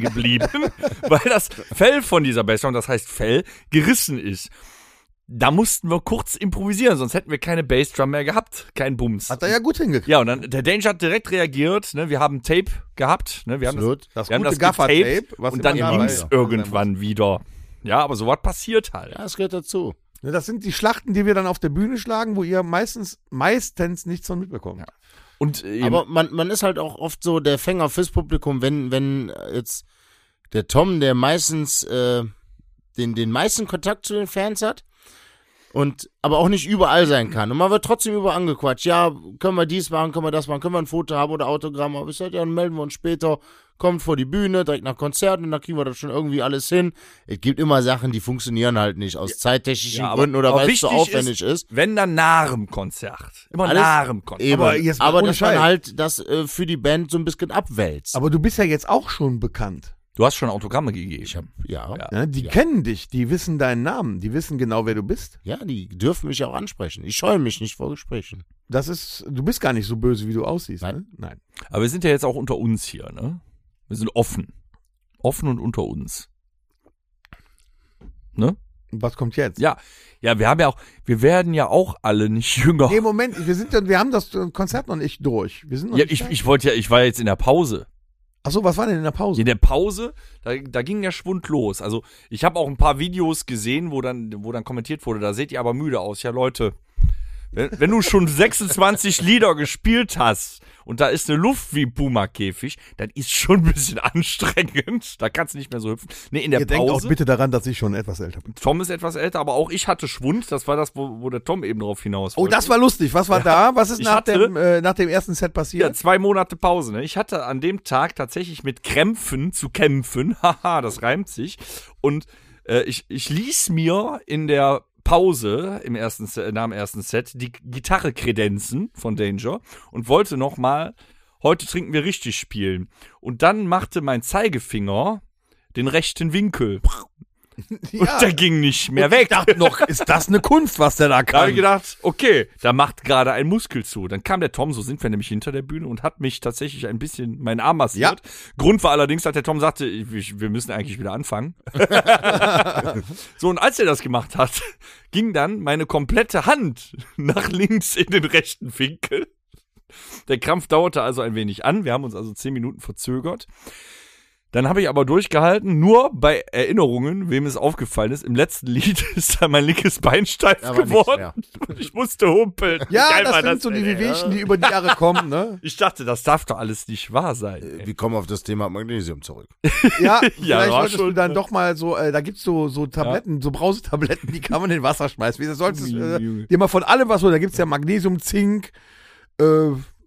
B: (laughs)
C: geblieben, weil das Fell von dieser Bassdrum, das heißt Fell, gerissen ist. Da mussten wir kurz improvisieren, sonst hätten wir keine Bassdrum mehr gehabt, kein Bums.
B: Hat er ja gut hingekriegt.
C: Ja, und dann der Danger hat direkt reagiert. Ne? Wir haben Tape gehabt. Ne? Wir haben
D: Absolut.
C: das,
B: Das
C: wir haben
B: gute
C: das getaped
B: Gaffer-Tape, was
C: und dann
B: immer
C: ging
B: dabei
C: es
B: ist.
C: irgendwann wieder. Ja, aber sowas passiert halt.
D: Ja, das gehört dazu.
B: Ne, Das sind die Schlachten, die wir dann auf der Bühne schlagen, wo ihr meistens, meistens nichts von mitbekommt.
C: Und äh, eben,
D: Aber man, man ist halt auch oft so der Fänger fürs Publikum, wenn, wenn jetzt der Tom, der meistens äh, den, den meisten Kontakt zu den Fans hat und aber auch nicht überall sein kann. Und man wird trotzdem überall angequatscht. Ja, können wir dies machen, können wir das machen, können wir ein Foto haben oder Autogramm. Aber ich sage, ja, dann melden wir uns später, kommt vor die Bühne, direkt nach Konzerten und dann kriegen wir das schon irgendwie alles hin. Es gibt immer Sachen, die funktionieren halt nicht aus zeittechnischen
C: Ja, aber-
D: Gründen oder
C: aber
D: weil es zu
C: wichtig
D: aufwendig ist.
C: wenn dann nach dem Konzert. Immer
D: Alles-
C: nach dem Konzert.
D: Eben.
B: Aber
D: Aber,
B: jetzt mal
D: aber
B: ohne
D: dass man
B: Scheiß.
D: halt das äh, für die Band so ein bisschen abwälzt.
B: Aber du bist ja jetzt auch schon bekannt.
C: Du hast schon Autogramme gegeben.
D: ich hab, ja,
C: Ja.
D: ja.
B: Ne? Die kennen dich, die wissen deinen Namen, die wissen genau, wer du bist.
D: die dürfen mich auch ansprechen. Ich scheue mich nicht vor Gesprächen.
B: Das ist, du bist gar nicht so böse, wie du aussiehst.
D: Nein.
B: Ne? Nein.
C: aber wir sind ja jetzt auch unter uns hier. Ne? Wir sind offen. Offen und unter uns. Ne?
B: Was kommt jetzt?
C: Ja. Ja, wir haben ja auch, wir werden ja auch alle nicht (laughs) jünger.
B: Nee, Moment, wir sind, wir haben das Konzert noch nicht durch. Wir sind noch
C: Ja,
B: nicht
C: ich,
B: fertig.
C: ich wollte ja, ich war jetzt in der Pause.
B: Achso, was war denn in der Pause?
C: In der Pause, da, da ging der Schwund los. Also ich habe auch ein paar Videos gesehen, wo dann, wo dann kommentiert wurde, da seht ihr aber müde aus. Ja, Leute, wenn, wenn
B: (laughs)
C: du schon 26 Lieder gespielt hast und da ist eine Luft wie ein Puma-Käfig, dann ist schon ein bisschen anstrengend. Da kannst du nicht mehr so hüpfen. Nee, in der
B: Ihr denkt auch
C: Pause.
B: bitte daran, dass ich schon etwas älter bin.
C: Tom ist etwas älter, aber auch ich hatte Schwund. Das war das, wo, wo der Tom eben drauf hinaus
B: Oh,
C: wollte.
B: das war lustig. Was war da? Was ist
C: Ich
B: nach
C: hatte-
B: dem, äh, nach dem ersten Set
C: Ja,
B: passiert?
C: zwei Monate Pause. Ne? Ich hatte an dem Tag tatsächlich mit Krämpfen zu kämpfen. (laughs) Haha, das reimt sich. Und äh, ich, ich ließ mir in der Pause im ersten Se- äh, nach dem ersten Set die Gitarre kredenzen von Danger und wollte noch mal heute trinken wir richtig spielen. Und dann machte mein Zeigefinger den rechten Winkel. Und der ging nicht mehr weg.
B: noch, ist das eine Kunst, was der da
C: Da habe ich
B: kann?
C: gedacht, okay, da macht gerade ein Muskel zu. Dann kam der Tom, so sind wir nämlich hinter der Bühne und hat mich tatsächlich ein bisschen meinen Arm massiert. Grund war allerdings, dass der Tom sagte, ich- ich- wir müssen eigentlich wieder
D: (laughs)
C: anfangen. so, und als er das gemacht hat, ging dann meine komplette Hand nach links in den rechten Winkel. Der Krampf dauerte also ein wenig an. Wir haben uns also zehn Minuten verzögert. Dann habe ich aber durchgehalten, nur bei Erinnerungen, wem es aufgefallen ist, im letzten Lied (laughs) ist da mein linkes Bein steif
D: Da war nichts
C: geworden.
D: mehr.
C: Und (laughs) ich musste humpeln.
B: Ja,
C: Geil
B: das
C: war
B: sind so die E
C: ey.
B: Wehwehchen, die über die Jahre kommen, ne?
C: Ich dachte, das darf doch alles nicht wahr sein. ey.
D: Wir kommen auf das Thema Magnesium zurück.
C: (laughs)
B: Ja,
C: war
B: vielleicht solltest du
C: schon,
B: dann
C: ne?
B: doch mal so, äh, da gibt's so, so Tabletten, so Brausetabletten, die kann man in Wasser schmeißen. Wie du solltest
C: Junge,
B: äh,
C: Junge.
B: dir mal von allem was holen. Da gibt's ja Magnesium, Zink, äh,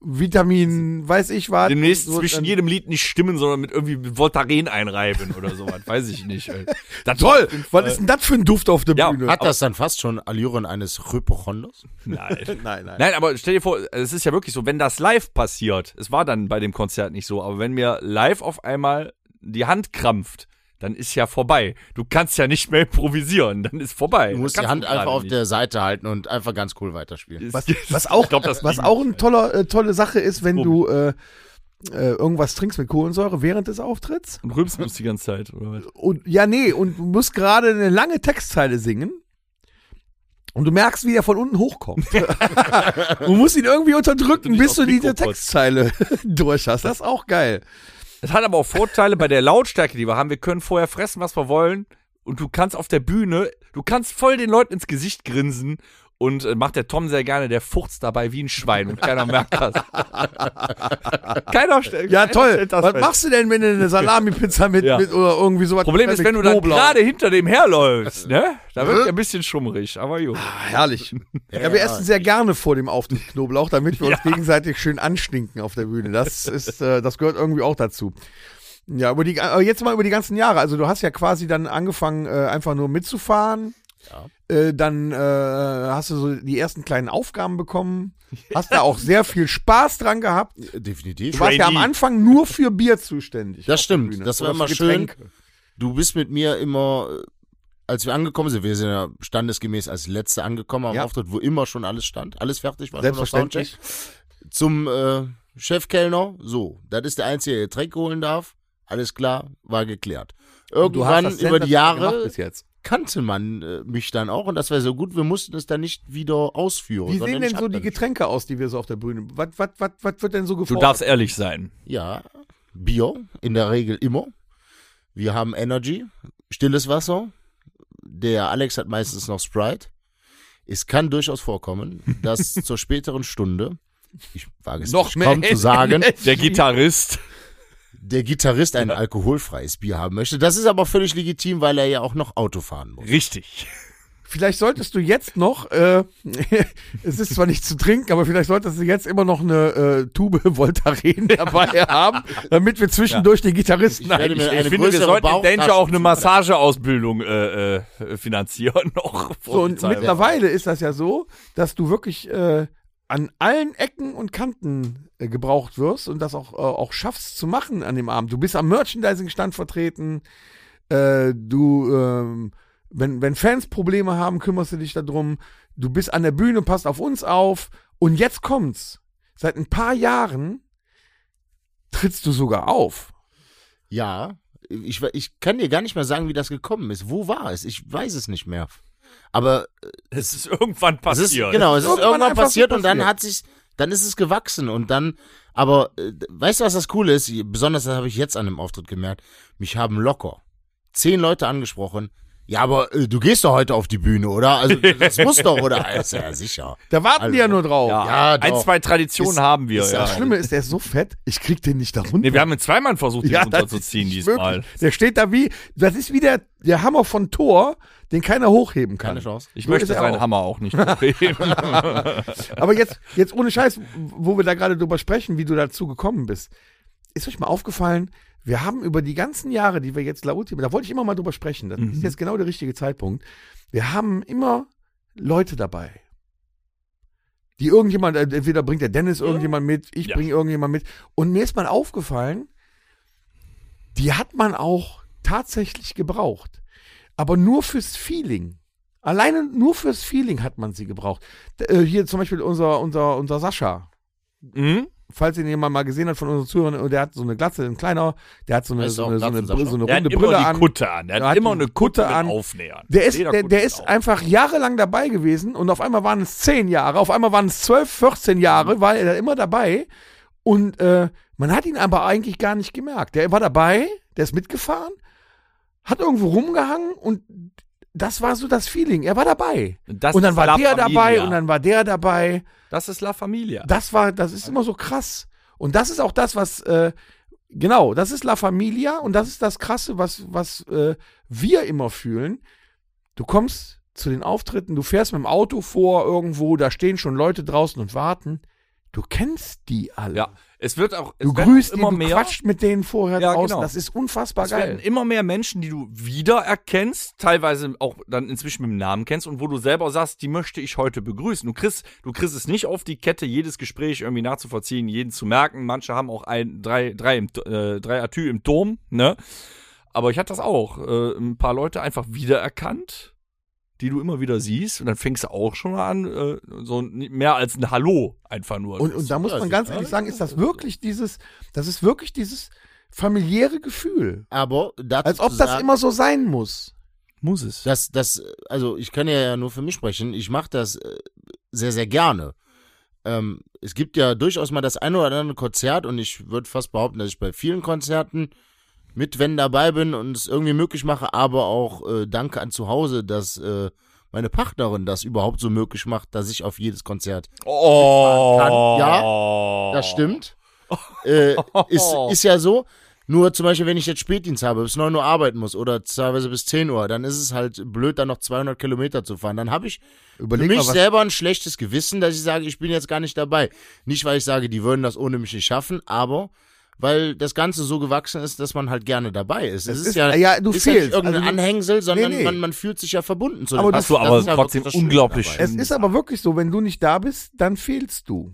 B: Vitamin, weiß ich was.
C: Demnächst
B: Äh, So,
C: zwischen
B: dann-
C: jedem Lied nicht stimmen, sondern mit irgendwie Voltaren einreiben oder sowas. Weiß ich nicht. ey. Das
B: Toll!
C: war auf jeden Fall-
B: Was ist denn das für ein Duft auf der
C: Ja,
B: Bühne?
D: Hat das dann fast schon Allüren eines Hypochondos? (laughs)
C: Nein.
B: Nein, nein.
C: Nein, aber stell dir vor, es ist ja wirklich so, wenn das live passiert, es war dann bei dem Konzert nicht so, aber wenn mir live auf einmal die Hand krampft, dann ist ja vorbei. Du kannst ja nicht mehr improvisieren, dann ist vorbei.
D: Du musst die
C: Das
D: Hand
C: kannst du
D: einfach
C: gerade
D: auf der Seite halten und einfach ganz cool weiterspielen.
C: nicht.
B: Was,
C: Ist-
B: was auch,
C: Ich glaub, das
B: was
C: liegt-
B: auch eine tolle, äh, tolle Sache ist, wenn du äh, äh, irgendwas trinkst mit Kohlensäure während des Auftritts.
C: Und rülpst muss die ganze Zeit, oder was?
B: Und ja, nee, und du musst gerade eine lange Textzeile singen. Und du merkst, wie der von unten
C: (laughs)
B: hochkommt. du musst ihn irgendwie unterdrücken,
C: nicht
B: bis du
C: aufs Mikro
B: diese
C: kotzt.
B: Textzeile (laughs) durch hast. Das ist auch geil.
C: Es hat aber auch Vorteile bei der Lautstärke, die wir haben. Wir können vorher fressen, was wir wollen. Und du kannst auf der Bühne, du kannst voll den Leuten ins Gesicht grinsen. Und äh, macht der Tom sehr gerne, der furzt dabei wie ein Schwein. Und keiner
B: (laughs)
C: merkt das. keiner stellt.
B: Ja,
C: keiner
B: toll.
C: stellt das
B: Was
C: fest.
B: machst du denn, wenn du eine Salami-Pizza mit,
C: Ja.
B: mit oder irgendwie sowas?
C: Problem ist,
B: mit
C: wenn du dann
B: Knoblauch-
C: gerade hinter dem herläufst, ne? Da wird ja ein bisschen schummrig, aber jo.
B: Ah, Herrlich. Ja, wir essen sehr gerne vor dem Auftritt Knoblauch,
D: (laughs)
B: damit wir uns gegenseitig schön anstinken auf der Bühne. Das ist, äh, das gehört irgendwie auch dazu. Ja, über die, äh, jetzt mal über die ganzen Jahre. Also du hast ja quasi dann angefangen, äh, einfach nur mitzufahren. Äh, dann äh, hast du so die ersten kleinen Aufgaben bekommen. Hast da auch sehr viel Spaß dran gehabt. Du
D: Definitiv.
B: warst ja am
C: Trainee.
B: Anfang nur für Bier zuständig.
D: Das
B: auf
D: stimmt.
B: der Bühne.
D: Das war
B: Oder für
D: immer schön.
B: Getränke.
D: Du bist mit mir immer, äh, als wir angekommen sind, wir sind ja standesgemäß als Letzte angekommen am
B: Ja.
D: Auftritt, wo immer schon alles stand, alles fertig war. nur noch
B: Selbstverständlich.
D: Soundcheck. Zum äh, Chefkellner, so, das ist der Einzige, der Getränk holen darf. Alles klar, war geklärt.
B: Du hast
D: Irgendwann
B: das
D: über die
B: sensationell gemacht
D: Jahre
B: bis jetzt.
D: kannte man äh, mich dann auch und das war so gut, wir mussten es dann nicht wieder ausführen.
B: Wie
D: sondern
B: sehen
D: ich
B: denn
D: hab
B: so die
D: dann-
B: Getränke aus, die wir so auf der Bühne? Was, was, was, was wird denn so
C: Du
B: gefordert?
C: darfst ehrlich sein.
D: Ja, Bier, in der Regel immer. Wir haben Energy, stilles Wasser. Der Alex hat meistens noch Sprite. Es kann durchaus vorkommen,
B: (laughs)
D: dass zur späteren Stunde, ich wage es
B: Noch
D: nicht kaum
B: mehr
D: zu sagen,
C: Der Gitarrist.
D: der Gitarrist
C: Genau.
D: ein alkoholfreies Bier haben möchte. Das ist aber völlig legitim, weil er ja auch noch Auto fahren muss.
C: Richtig.
B: (laughs) Vielleicht solltest du jetzt noch, äh, (laughs) es ist zwar nicht zu trinken, aber vielleicht solltest du jetzt immer noch eine äh, Tube (laughs) Voltaren dabei haben, damit wir zwischendurch den Gitarristen
D: Ich werde
C: Ich,
D: mir
C: ich
D: eine
C: finde, wir
D: größere
C: sollten in Danger
D: Bauchtasche
C: auch eine Massageausbildung äh, äh, finanzieren. (laughs) Noch
B: So, und mittlerweile ist das ja so, dass du wirklich äh, an allen Ecken und Kanten äh, gebraucht wirst und das auch, äh, auch schaffst zu machen an dem Abend. Du bist am Merchandising-Stand vertreten, äh, du, ähm, wenn, wenn Fans Probleme haben, kümmerst du dich darum, du bist an der Bühne, passt auf uns auf und jetzt kommt's. Seit ein paar Jahren trittst du sogar auf.
D: Ja, ich, we- ich kann dir gar nicht mehr sagen, wie das gekommen ist. Wo war es? Ich weiß es nicht mehr. Aber
C: Es ist irgendwann
D: Es
C: passiert.
D: ist, genau, es ist
B: Irgendwann
D: irgendwann
B: einfach so
D: passiert und dann
B: passiert.
D: hat sich dann ist es gewachsen und dann, aber äh, weißt du, was das Coole ist? Besonders das habe ich jetzt an dem Auftritt gemerkt. Mich haben locker zehn Leute angesprochen. Ja, aber äh, du gehst doch heute auf die Bühne, oder? Also das muss doch, oder? (laughs) Ist ja sicher.
B: Da warten die ja nur drauf.
C: Ah,
D: Ja,
C: ein,
D: doch.
C: zwei Traditionen haben wir.
D: ist
C: ja.
D: ja
B: Das Schlimme ist, der ist so fett, ich krieg den nicht da runter.
C: Nee, wir haben ihn zweimal versucht, den
B: Ja, das
C: runterzuziehen
B: ist
C: diesmal.
B: wirklich- Der steht da wie, das ist wie der, der Hammer von Thor, den keiner hochheben kann.
D: Keine Chance.
C: Ich
B: So
C: möchte
B: ist er
C: seinen
B: auch.
C: Hammer
B: (laughs)
C: auch nicht hochheben.
B: Aber jetzt, jetzt ohne Scheiß, wo wir da gerade drüber sprechen, wie du dazu gekommen bist. Ist euch mal aufgefallen, wir haben über die ganzen Jahre, die wir jetzt Lauti, da wollte ich immer mal drüber sprechen, das ist jetzt genau der richtige Zeitpunkt. Wir haben immer Leute dabei. Die irgendjemand, äh, entweder bringt der Dennis irgendjemand mit, ich
C: Ja.
B: bringe irgendjemand mit. Und mir ist mal aufgefallen, die hat man auch tatsächlich gebraucht. Aber nur fürs Feeling. Alleine nur fürs Feeling hat man sie gebraucht. D- äh, Hier zum Beispiel unser, unser, unser Sascha.
C: hm?
B: Falls ihn jemand mal gesehen hat von unseren Zuhörern, der hat so eine Glatze, ein kleiner, der hat so eine,
D: Heißt
B: so
D: auch
B: eine, so eine,
D: Glatzen-Sascha.
B: so eine
C: Der hat
B: runde
C: immer
B: Brille
C: die
B: an.
C: Kutte an. Der hat,
B: Er hat
C: immer
B: die
C: eine Kutte,
B: Kutte
C: mit
B: an.
C: Aufnähern.
B: Der ist,
C: Jeder
B: der,
C: Kutte
B: der ist
C: auf.
B: einfach jahrelang dabei gewesen und auf einmal waren es zehn Jahre, auf einmal waren es zwölf, 14 Jahre, war er da immer dabei und äh, man hat ihn aber eigentlich gar nicht gemerkt. Der war dabei, der ist mitgefahren, hat irgendwo rumgehangen und das war so das Feeling. Er war dabei.
C: Das
B: und dann
C: ist
B: war
C: La
B: der dabei
C: Familia.
B: und dann war der dabei.
C: Das ist La Familia.
B: Das war, das ist immer so krass. Und das ist auch das, was, äh, genau, das ist La Familia und das ist das Krasse, was, was äh, wir immer fühlen. Du kommst zu den Auftritten, du fährst mit dem Auto vor irgendwo, da stehen schon Leute draußen und warten. Du kennst die alle.
C: Ja. Es wird auch es
B: Du
C: werden
B: grüßt
C: immer
B: die, du
C: mehr.
B: quatscht mit denen vorher
C: Ja,
B: draußen.
C: genau.
B: Das ist unfassbar
C: Es werden
B: geil.
C: immer mehr Menschen, die du wiedererkennst, teilweise auch dann inzwischen mit dem Namen kennst und wo du selber sagst, die möchte ich heute begrüßen. Du kriegst, du kriegst es nicht auf die Kette, jedes Gespräch irgendwie nachzuvollziehen, jeden zu merken. Manche haben auch ein, drei, drei, im, äh, drei Atü im Turm, ne? Aber ich hatte das auch. Äh, ein paar Leute einfach wiedererkannt, die du immer wieder siehst und dann fängst du auch schon mal an, äh, so n- mehr als ein Hallo einfach nur.
B: Und, und da muss
D: Ja,
B: man
D: sieht
B: ganz
D: man.
B: ehrlich sagen, ist das wirklich dieses, das ist wirklich dieses familiäre Gefühl.
D: Aber dazu
B: Als ob
D: zu
B: das
D: sagen,
B: immer so sein muss.
C: muss es.
D: Das, das, also ich kann ja nur für mich sprechen. Ich mache das äh, sehr, sehr gerne. Ähm, es gibt ja durchaus mal das eine oder andere Konzert und ich würde fast behaupten, dass ich bei vielen Konzerten mit wenn dabei bin und es irgendwie möglich mache, aber auch äh, danke an zu Hause, dass äh, meine Partnerin das überhaupt so möglich macht, dass ich auf jedes Konzert
C: Oh,
D: Ja,
B: Oh.
D: das stimmt. Äh,
B: (laughs)
D: ist, ist ja so. Nur zum Beispiel, wenn ich jetzt Spätdienst habe, bis 9 Uhr arbeiten muss oder teilweise bis 10 Uhr, dann ist es halt blöd, dann noch 200 Kilometer zu fahren. Dann habe ich
B: Überleg
D: für
B: mal,
D: mich
B: was-
D: selber ein schlechtes Gewissen, dass ich sage, ich bin jetzt gar nicht dabei. Nicht, weil ich sage, die würden das ohne mich nicht schaffen, aber weil das Ganze so gewachsen ist, dass man halt gerne dabei ist. Es
B: Es
D: ist,
B: ist-
D: ja,
B: ja, du
D: ist ja nicht
B: fehlst.
D: irgendein
B: Also du-
D: Anhängsel, sondern
B: Nee, nee.
D: Man, man fühlt sich ja verbunden zu
B: Aber
D: dem
B: du-
C: Hast du
D: Das
C: aber
D: ist ja
C: trotzdem
D: wirklich das Schöne
C: unglaublich
D: dabei.
C: schön.
B: Es ist aber wirklich so, wenn du nicht da bist, dann fehlst du.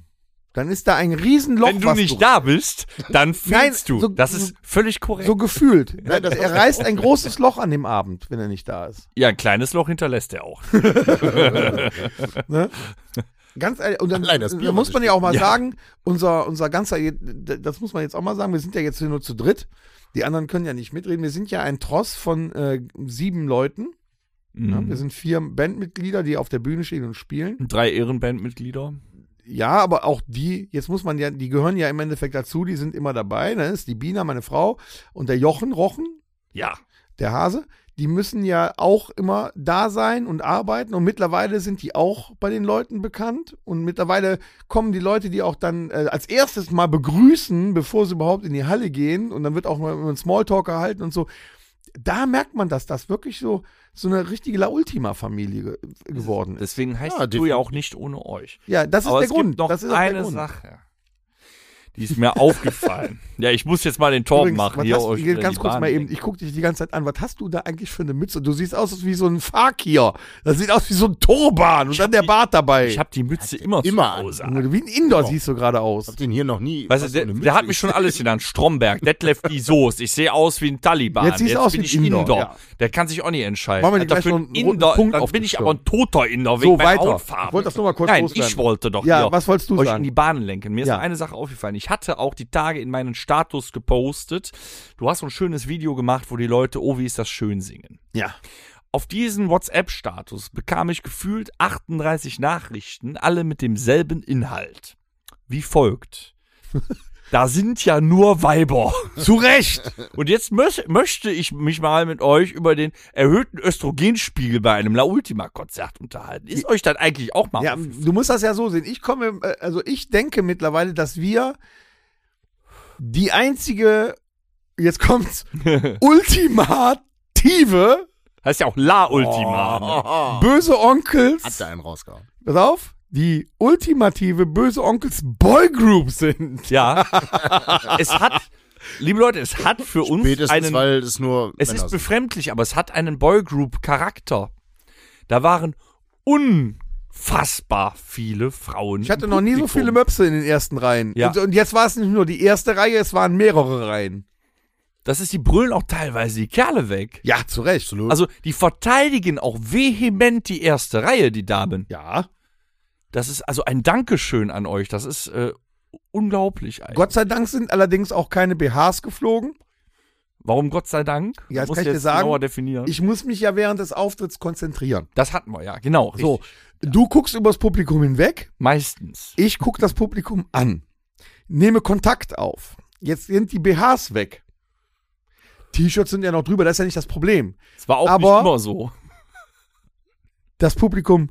B: Dann ist da ein Riesenloch.
C: Wenn du
B: was
C: nicht da bist, dann fehlst
B: Nein,
C: du.
B: so-
C: das
B: so-
C: ist völlig korrekt.
B: So gefühlt. ne,
D: Nein, das-
B: er reißt ein großes Loch an dem Abend, wenn er nicht da ist.
C: ja, ein kleines Loch hinterlässt er auch.
B: Ne? Ganz ehrlich, und dann,
D: Allein das Bier
B: dann muss
D: war
B: man ja auch mal
C: Ja.
B: sagen, unser, unser ganzer, das muss man jetzt auch mal sagen, wir sind ja jetzt hier nur zu dritt. Die anderen können ja nicht mitreden. Wir sind ja ein Tross von äh, sieben Leuten.
C: Mhm.
B: Ne? Wir sind vier Bandmitglieder, die auf der Bühne stehen und spielen.
C: Drei Ehrenbandmitglieder.
B: Ja, aber auch die, jetzt muss man ja, die gehören ja im Endeffekt dazu, die sind immer dabei. Ne? Ist die Bina, meine Frau, und der Jochen Rochen,
C: Ja.
B: der Hase, die müssen ja auch immer da sein und arbeiten. Und mittlerweile sind die auch bei den Leuten bekannt. Und mittlerweile kommen die Leute, die auch dann äh, als erstes mal begrüßen, bevor sie überhaupt in die Halle gehen. Und dann wird auch mal ein Smalltalk erhalten und so. Da merkt man, dass das wirklich so, so eine richtige La Ultima-Familie ge geworden ist.
C: Deswegen heißt
D: Ja,
C: du ja auch nicht ohne euch.
B: Ja, das ist
C: aber
B: der
C: es
B: Grund.
C: gibt noch
B: das ist auch der
C: eine
B: Grund.
C: Sache. Die ist mir
B: (laughs)
C: aufgefallen. Ja, ich muss jetzt mal den Torben
B: Übrigens,
C: machen.
B: was
C: Hier
B: hast,
C: euch
B: hier
C: wieder
B: ganz
C: die
B: kurz
C: Bahn
B: mal eben,
C: lenken.
B: ich gucke dich die ganze Zeit an, was hast du da eigentlich für eine Mütze? Du siehst aus wie so ein Fakir. Das sieht aus wie so ein Turban und dann der
C: die-
B: Bart dabei.
C: Ich habe die Mütze immer,
D: immer
C: zu
D: an.
C: Hause. an.
B: Junge, wie ein Inder siehst du gerade aus.
D: Hab den hier noch nie.
C: Weißt du,
D: was
C: der,
D: für eine
C: der hat
D: Mütze
C: mich
D: ist.
C: schon alles genannt.
B: (laughs)
C: Stromberg, Detlef die Soest. Ich sehe aus wie ein Taliban.
B: Jetzt siehst du aus
C: bin
B: wie ein
C: ich
B: Inder,
C: Inder.
B: ja.
C: Der kann sich auch nicht entscheiden.
B: Machen wir nicht
C: Alter,
B: gleich
C: für
B: noch
C: einen
B: einen roten
C: Inder,
B: Punkt
C: dann
B: auf
C: bin
B: die
C: ich
B: Stirn.
C: aber ein toter Inder
B: So,
C: wegen meiner
B: weiter.
C: Hautfarbe.
B: Ich wollte das nur mal kurz
C: Nein,
B: loswerden.
C: ich wollte doch
B: Ja,
C: hier
B: was wolltest du
C: euch
B: sagen?
C: in die Bahn lenken. Mir
B: Ja.
C: ist eine Sache aufgefallen. Ich hatte auch die Tage in meinen Status gepostet. Du hast so ein schönes Video gemacht, wo die Leute, oh, wie ist das schön singen.
B: Ja.
C: Auf diesen WhatsApp-Status bekam ich gefühlt 38 Nachrichten, alle mit demselben Inhalt.
B: (laughs)
C: wie folgt. Da sind ja nur Weiber.
B: Zu Recht.
C: Und jetzt möß- möchte ich mich mal mit euch über den erhöhten Östrogenspiegel bei einem La Ultima-Konzert unterhalten. Ist euch das eigentlich auch mal
B: Ja,
C: aufgefallen?
B: du musst das ja so sehen. Ich komme, äh, also ich denke mittlerweile, dass wir die einzige, jetzt
C: (laughs)
B: kommt's, ultimative
C: Heißt ja auch La Ultima.
B: Oh.
C: ne?
B: böse
D: Hat
B: Onkels,
D: da einen rausgehauen.
B: pass auf, die ultimative böse Onkels Boygroup sind.
C: Ja. es hat, liebe Leute, es hat für
B: Hm?
C: uns
D: Spätestens,
C: einen
D: weil es nur
C: Es
D: Männer
C: ist
D: sind.
C: befremdlich, aber es hat einen Boygroup-Charakter. Da waren unfassbar viele Frauen.
B: Ich hatte noch nie so viele
C: Möpse.
B: Möpse in den ersten Reihen.
C: Ja.
B: Und, und jetzt war es nicht nur die erste Reihe, es waren mehrere Reihen.
C: Das ist, die brüllen auch teilweise die Kerle weg.
B: Ja, zu Recht.
C: Also, die verteidigen auch vehement die erste Reihe, die Damen.
B: ja.
C: Das ist also ein Dankeschön an euch. Das ist äh, unglaublich eigentlich.
B: Gott sei Dank sind allerdings auch keine BHs geflogen.
C: Warum Gott sei Dank?
B: Ja, das
C: Muss
B: kann ich dir
C: jetzt
B: sagen.
C: Genauer definieren.
B: Ich muss mich ja während des Auftritts konzentrieren.
C: das hatten wir, ja, genau.
B: So,
C: richtig.
B: du guckst übers Publikum hinweg,
C: Meistens.
B: ich guck das Publikum an, nehme Kontakt auf. Jetzt sind die BHs weg. T-Shirts sind ja noch drüber, das ist ja nicht das Problem.
C: Es war auch
B: Aber-
C: nicht immer so.
B: Das Publikum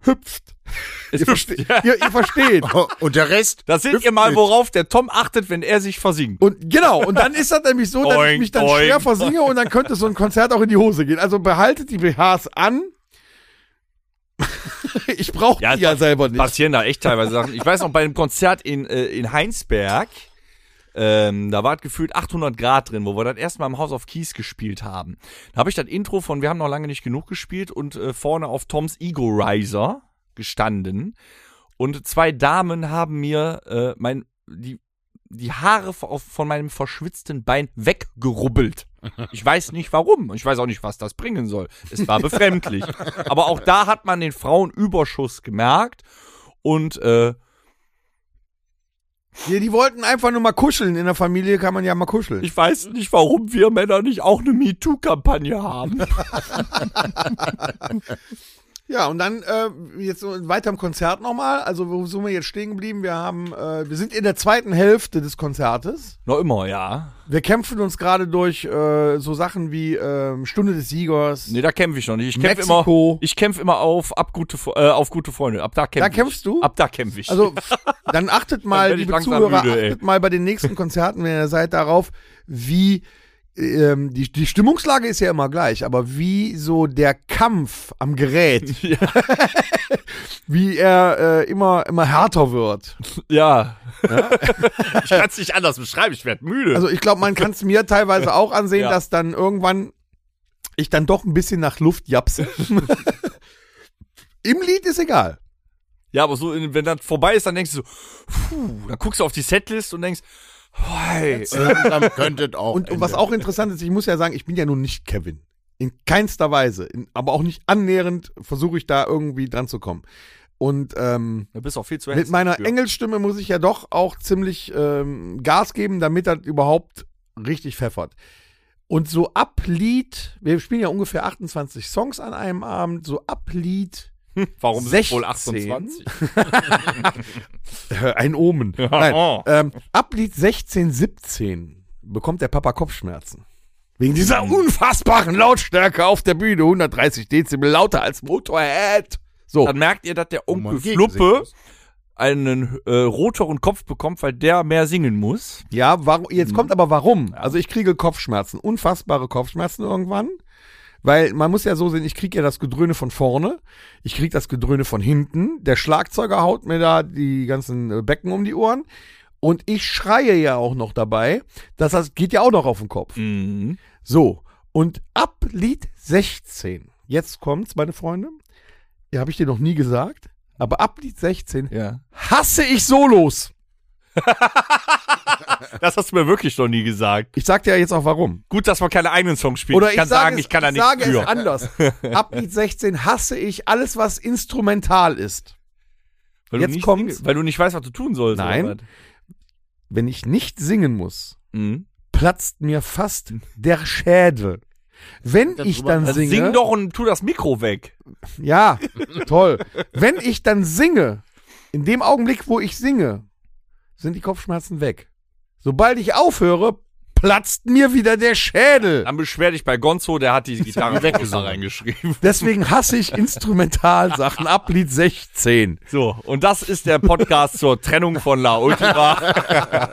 B: hüpft.
C: (laughs) Es
B: Ihr, verste ihr, ihr versteht.
D: (laughs) Und
B: (laughs)
D: der Rest?
C: Da seht ihr mal, worauf der Tom achtet, wenn er sich versinkt.
B: Und genau, und dann ist das nämlich so, dass ich
C: Boing,
B: mich dann
C: boing,
B: schwer versinge und dann könnte so ein Konzert auch in die Hose gehen. Also behaltet die BHs an. (laughs) ich brauche
C: Ja,
B: die ja selber nicht.
C: passieren da echt teilweise Sachen. Ich weiß noch, bei einem Konzert in, äh, in Heinsberg, ähm, da war es gefühlt 800 Grad drin, wo wir das erste Mal im House of Keys gespielt haben. Da habe ich das Intro von Wir haben noch lange nicht genug gespielt und äh, vorne auf Toms Ego Riser gestanden. Und zwei Damen haben mir äh, mein, die, die Haare vo- auf- von meinem verschwitzten Bein weggerubbelt. Ich weiß nicht warum. Ich weiß auch nicht, was das bringen soll. Es war befremdlich. Aber auch da hat man den Frauenüberschuss gemerkt. Und äh,
B: Die, die wollten einfach nur mal kuscheln. In der Familie kann man ja mal kuscheln.
C: ich weiß nicht, warum wir Männer nicht auch eine MeToo-Kampagne haben.
B: Ja, und dann äh, jetzt so weiter im Konzert nochmal. Also wo sind wir jetzt stehen geblieben? Wir haben, äh, wir sind in der zweiten Hälfte des Konzertes.
C: (laughs) Noch immer, ja.
B: Wir kämpfen uns gerade durch äh, so Sachen wie ähm, Stunde des Siegers.
C: Nee, da kämpfe ich noch nicht. Ich kämpfe immer,
B: Mexiko.
C: ich kämpf immer auf, ab gute, Fre- äh, auf gute Freunde. Ab da kämpfe
B: Da kämpfst du?
C: Ab da kämpfe ich.
B: Also f- dann
C: (laughs)
B: achtet mal,
C: werd ich
B: liebe
C: langsam
B: Zuhörer,
C: müde, ey.
B: achtet mal bei den nächsten Konzerten, wenn ihr seid, darauf, wie ähm, die, die Stimmungslage ist ja immer gleich, aber wie so der Kampf am
C: (laughs)
B: Gerät, (laughs) wie er äh, immer immer härter wird.
C: ja. ich kann es nicht anders beschreiben. Ich werde müde.
B: Also ich glaube, man kann es mir teilweise auch ansehen,
C: (laughs) Ja.
B: dass dann irgendwann ich dann doch ein bisschen nach Luft japse.
C: (laughs)
B: Im Lied ist egal.
C: ja, aber so, in- wenn das vorbei ist, dann denkst du so, puh, dann guckst du auf die Setlist und denkst, hey,
D: Langsam könntet auch.
B: Und, und
D: Ende.
B: was auch interessant ist, ich muss ja sagen, ich bin ja nun nicht Kevin. In keinster Weise. In, aber auch nicht annähernd versuche ich da irgendwie dran zu kommen. Und ähm,
C: du bist auch viel zu
B: mit
C: hässlich
B: meiner
C: für.
B: Engelstimme muss ich ja doch auch ziemlich ähm, Gas geben, damit das überhaupt richtig pfeffert. Und so ab Lied, wir spielen ja ungefähr 28 Songs an einem Abend, so ab Lied
C: Warum sind es wohl
B: 16?
C: 28?
B: Äh, (laughs) ein Omen.
C: oh.
B: Nein. Ähm, ab Lied 16, 17 bekommt der Papa Kopfschmerzen. Wegen dieser
C: Mhm.
B: unfassbaren Lautstärke auf der Bühne, 130 Dezibel, lauter als Motorhead. So,
C: Dann merkt ihr, dass der Onkel
D: man gegen singen
C: Fluppe
D: muss.
C: einen äh, roteren Kopf bekommt, weil der mehr singen muss.
B: ja, warum, jetzt kommt aber warum. Also ich kriege Kopfschmerzen, unfassbare Kopfschmerzen irgendwann. Weil man muss ja so sehen, ich kriege ja das Gedröhne von vorne, ich kriege das Gedröhne von hinten, der Schlagzeuger haut mir da die ganzen äh, Becken um die Ohren und ich schreie ja auch noch dabei, dass das geht ja auch noch auf den Kopf. So, und ab Lied 16, jetzt kommt's, meine Freunde, ja, habe ich dir noch nie gesagt, aber ab Lied 16
C: Ja.
B: hasse ich Solos.
C: Das hast du mir wirklich noch nie gesagt.
B: Ich sag dir jetzt auch warum.
C: Gut, dass man keine eigenen Songs spielt.
B: Oder
C: ich kann
B: sage
C: sagen,
B: es,
C: ich kann da
B: ich
C: nichts
B: sage es
C: für. (laughs)
B: anders. Ab Lied 16 hasse ich alles, was instrumental ist.
C: Weil
B: Jetzt
C: du nicht
B: kommt's.
C: singst, Weil du nicht weißt, was du tun sollst.
B: Nein.
C: oder was?
B: Wenn ich nicht singen muss,
C: Mhm.
B: platzt mir fast der Schädel. Wenn
D: Dann
B: ich
D: drüber-
B: dann
C: Dann
B: singe,
C: sing doch und tu das Mikro weg.
B: ja, toll. Wenn ich dann singe, in dem Augenblick, wo ich singe, sind die Kopfschmerzen weg. Sobald ich aufhöre, platzt mir wieder der Schädel.
C: Dann beschwer dich bei Gonzo, der hat (laughs) die Gitarre
D: weggesungen.
C: reingeschrieben.
B: Deswegen hasse ich Instrumentalsachen ab Lied 16.
C: So, und das ist der Podcast zur Trennung von La Ultima.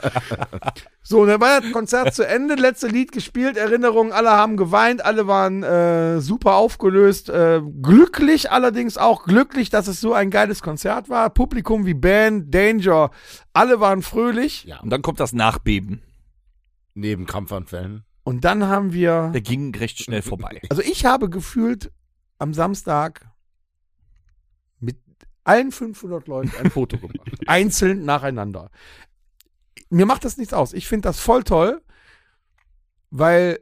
B: So, und dann war das Konzert zu Ende, letzte Lied gespielt, Erinnerungen, alle haben geweint, alle waren äh, super aufgelöst, äh, glücklich allerdings auch, glücklich, dass es so ein geiles Konzert war, Publikum wie Band, Danger, alle waren fröhlich
C: Und dann kommt das Nachbeben.
D: Neben Krampfanfällen.
B: und dann haben wir,
C: Der ging recht schnell vorbei.
B: also ich habe gefühlt am Samstag mit allen 500 Leuten ein Foto gemacht, einzeln nacheinander. Mir macht das nichts aus, ich finde das voll toll, weil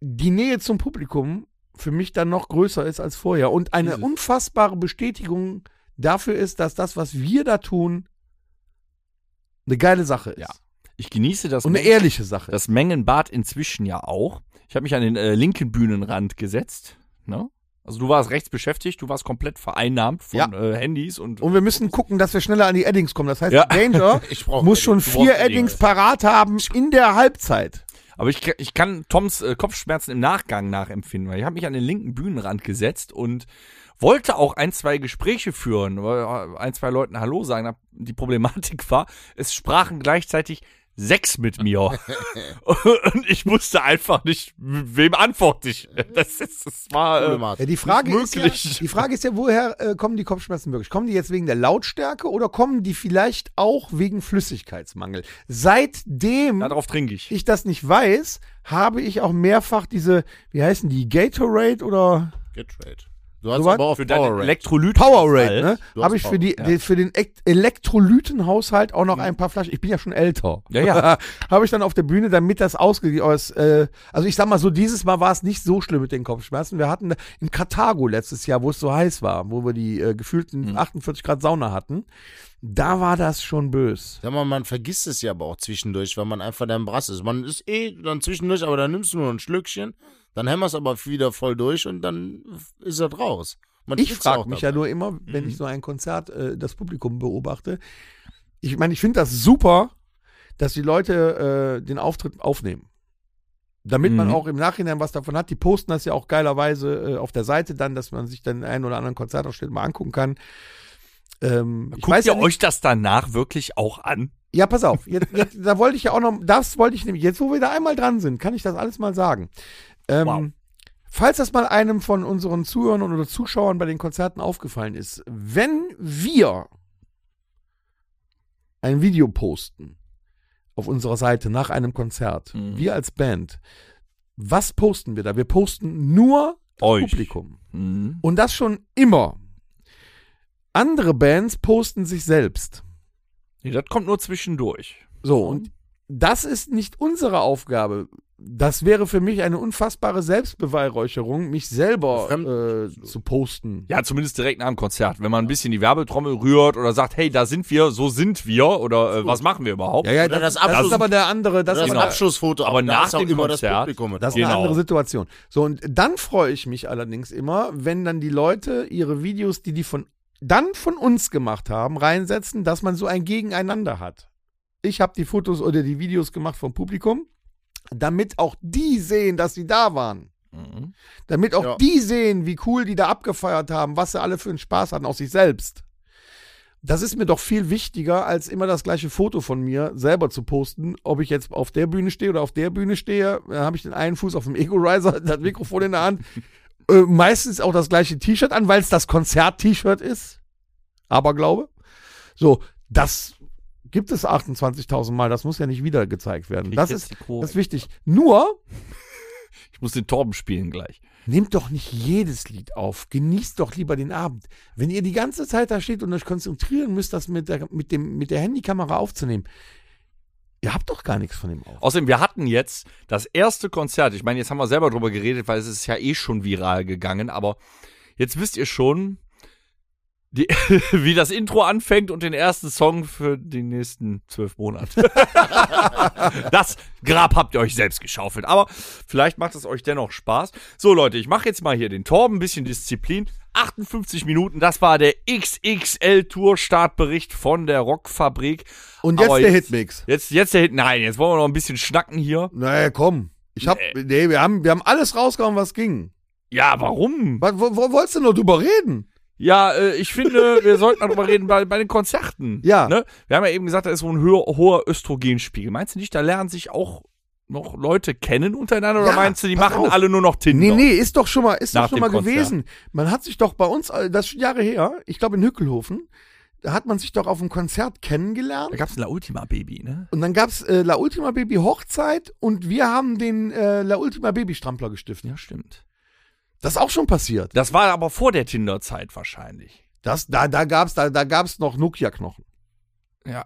B: die Nähe zum Publikum für mich dann noch größer ist als vorher und eine
C: Ist es.
B: unfassbare Bestätigung dafür ist, dass das, was wir da tun, eine geile Sache ist.
C: Ja. Ich genieße das,
B: Und eine
C: Men-
B: ehrliche Sache.
C: das Mengenbad inzwischen ja auch. Ich habe mich an den äh, linken Bühnenrand gesetzt. Ne? Also du warst rechts beschäftigt, du warst komplett vereinnahmt von
B: Ja.
C: äh, Handys und,
B: und wir müssen gucken, dass wir schneller an die Eddings kommen. Das heißt,
C: Ja. (laughs)
B: Danger
D: Ich brauche
B: muss schon
C: brauchst
B: vier
C: Eddings.
B: Eddings parat haben in der Halbzeit.
C: Aber ich, ich kann Toms äh, Kopfschmerzen im Nachgang nachempfinden, weil ich habe mich an den linken Bühnenrand gesetzt und wollte auch ein, zwei Gespräche führen, äh, ein, zwei Leuten Hallo sagen. Hab- Die Problematik (laughs) war, es sprachen gleichzeitig sechs
B: (laughs)
C: mit mir. und ich wusste einfach nicht, wem antworte ich.
B: Mhm.
C: Das, ist, das war... Äh,
B: Ja,
D: Problematik.
B: die, Frage ist ja,
C: möglich.
B: die Frage ist ja, woher äh, kommen die Kopfschmerzen wirklich? Kommen die jetzt wegen der Lautstärke oder kommen die vielleicht auch wegen Flüssigkeitsmangel? Seitdem
C: darauf trinke ich.
B: ich das nicht weiß, habe ich auch mehrfach diese, wie heißen die, Gatorade oder
D: Get trade. Du hast
B: So was?
D: aber auf
C: Für deinen
D: Powerade.
C: Elektrolyt. halt.
B: Powerade, ne?
D: Du hast
B: Habe ich für, die,
D: Powerade,
B: für den Ek- Elektrolytenhaushalt auch noch ein paar Flaschen. Ich bin ja schon älter.
C: Ja,
B: (laughs)
C: ja.
B: habe ich dann auf der Bühne, damit das ausgeglichen ist. Äh, also ich sag mal so, dieses Mal war es nicht so schlimm mit den Kopfschmerzen. Wir hatten in Karthago letztes Jahr, wo es so heiß war, wo wir die äh, gefühlten 48 Grad Sauna hatten, da war das schon bös.
D: Sag mal, man vergisst es ja aber auch zwischendurch, weil man einfach dann Brass ist. Man ist eh dann zwischendurch, aber dann nimmst du nur ein Schlückchen, dann hämmerst du aber wieder voll durch und dann ist er raus. Man
B: Ich
D: fühlt's auch
B: frage mich ja
D: dabei.
B: nur immer, wenn ich so ein Konzert äh, das Publikum beobachte. Ich meine, ich finde das super, dass die Leute äh, den Auftritt aufnehmen. Damit man
C: Mhm.
B: auch im Nachhinein was davon hat. Die posten das ja auch geilerweise äh, auf der Seite dann, dass man sich dann den einen oder anderen Konzertausschnitt mal angucken kann. Ähm, ich
C: Guckt
B: weiß
C: ihr
B: ja nicht,
C: euch das danach wirklich auch an?
B: ja, pass auf. Jetzt, jetzt, da wollte ich ja auch noch, das wollte ich nämlich, jetzt wo wir da einmal dran sind, kann ich das alles mal sagen. Ähm,
C: Wow.
B: Falls das mal einem von unseren Zuhörern oder Zuschauern bei den Konzerten aufgefallen ist, wenn wir ein Video posten auf unserer Seite nach einem Konzert,
C: Mhm.
B: wir als Band, was posten wir da? Wir posten nur das
C: Euch.
B: Publikum.
C: Mhm.
B: Und das schon immer. Andere Bands posten sich selbst.
C: Nee, das kommt nur zwischendurch.
B: So, und das ist nicht unsere Aufgabe. Das wäre für mich eine unfassbare Selbstbeweihräucherung, mich selber äh, zu posten.
C: Ja, zumindest direkt nach dem Konzert. Wenn man ein bisschen die Werbetrommel rührt oder sagt, hey, da sind wir, so sind wir oder äh, was machen wir überhaupt?
B: ja,
D: Oder
B: das, das
D: das Abschluss-
B: ist aber der andere, das,
D: das
B: ist
D: ist
C: Genau.
D: ein Abschlussfoto,
C: Aber
D: da
C: nach
D: ist auch
C: dem
D: immer
C: Konzert-
D: das Publikum. mit
B: Das ist
C: Genau.
B: eine andere Situation. So, und dann freue ich mich allerdings immer, wenn dann die Leute ihre Videos, die die von dann von uns gemacht haben, reinsetzen, dass man so ein Gegeneinander hat. Ich habe die Fotos oder die Videos gemacht vom Publikum, damit auch die sehen, dass sie da waren.
C: Mhm.
B: Damit auch
D: Ja.
B: die sehen, wie cool die da abgefeiert haben, was sie alle für einen Spaß hatten, auch sich selbst. Das ist mir doch viel wichtiger, als immer das gleiche Foto von mir selber zu posten. Ob ich jetzt auf der Bühne stehe oder auf der Bühne stehe, dann habe ich den einen Fuß auf dem Ego-Riser, (laughs) das Mikrofon in der Hand. äh, meistens auch das gleiche T-Shirt an, weil es das Konzert-T-Shirt ist. Aber glaube. So, das gibt es 28.000 Mal. Das muss ja nicht wieder gezeigt werden.
C: Kriegt
B: Das
C: jetzt
B: ist,
C: die Kurve.
B: das ist wichtig. Nur,
C: Ich muss den Torben spielen gleich.
B: Nehmt doch nicht jedes Lied auf. Genießt doch lieber den Abend. Wenn ihr die ganze Zeit da steht und euch konzentrieren müsst, das mit der, mit dem, mit der Handykamera aufzunehmen, ihr habt doch gar nichts von dem auf.
C: Außerdem, wir hatten jetzt das erste Konzert. Ich meine, jetzt haben wir selber drüber geredet, weil es ist ja eh schon viral gegangen, aber jetzt wisst ihr schon, die, (laughs) wie das Intro anfängt und den ersten Song für die nächsten zwölf Monate. (laughs) das Grab habt ihr euch selbst geschaufelt. Aber vielleicht macht es euch dennoch Spaß. So, Leute, ich mache jetzt mal hier den Torben, ein bisschen Disziplin. 58 Minuten. Das war der XXL-Tour-Startbericht von der Rockfabrik.
B: Und jetzt
C: Aber
B: der
C: jetzt-
B: Hitmix.
C: Jetzt, jetzt der Hit. Nein, jetzt wollen wir noch ein bisschen schnacken hier.
B: Naja, komm. Ich hab, nee. wir haben, wir haben alles rausgehauen, was ging.
C: Ja, warum?
B: Was, wo, wo wolltest du noch drüber reden?
C: Ja, äh, ich finde, wir sollten darüber reden bei, bei den Konzerten.
B: Ja.
C: Ne? Wir haben ja eben gesagt, da ist so ein höher, hoher Östrogenspiegel. Meinst du nicht, da lernen sich auch noch Leute kennen untereinander oder
B: Ja,
C: meinst du, die
B: pass
C: machen
B: auf.
C: alle nur noch Tinder?
B: Nee, nee, ist doch schon mal, ist
C: Nach
B: doch schon
C: dem
B: mal
C: Konzert.
B: gewesen. Man hat sich doch bei uns, äh, das ist schon Jahre her, ich glaube in Hückelhofen, da hat man sich doch auf einem Konzert
C: Da
B: kennengelernt.
C: gab's ein La Ultima Baby, ne?
B: Und dann gab's äh, La Ultima Baby Hochzeit und wir haben den äh, La Ultima Baby Strampler gestiftet.
C: Ja, stimmt.
B: Das ist auch schon passiert.
C: Das war aber vor der Tinder-Zeit wahrscheinlich.
B: Das, da, da gab's, da, da gab's noch Nokia-Knochen.
C: Ja.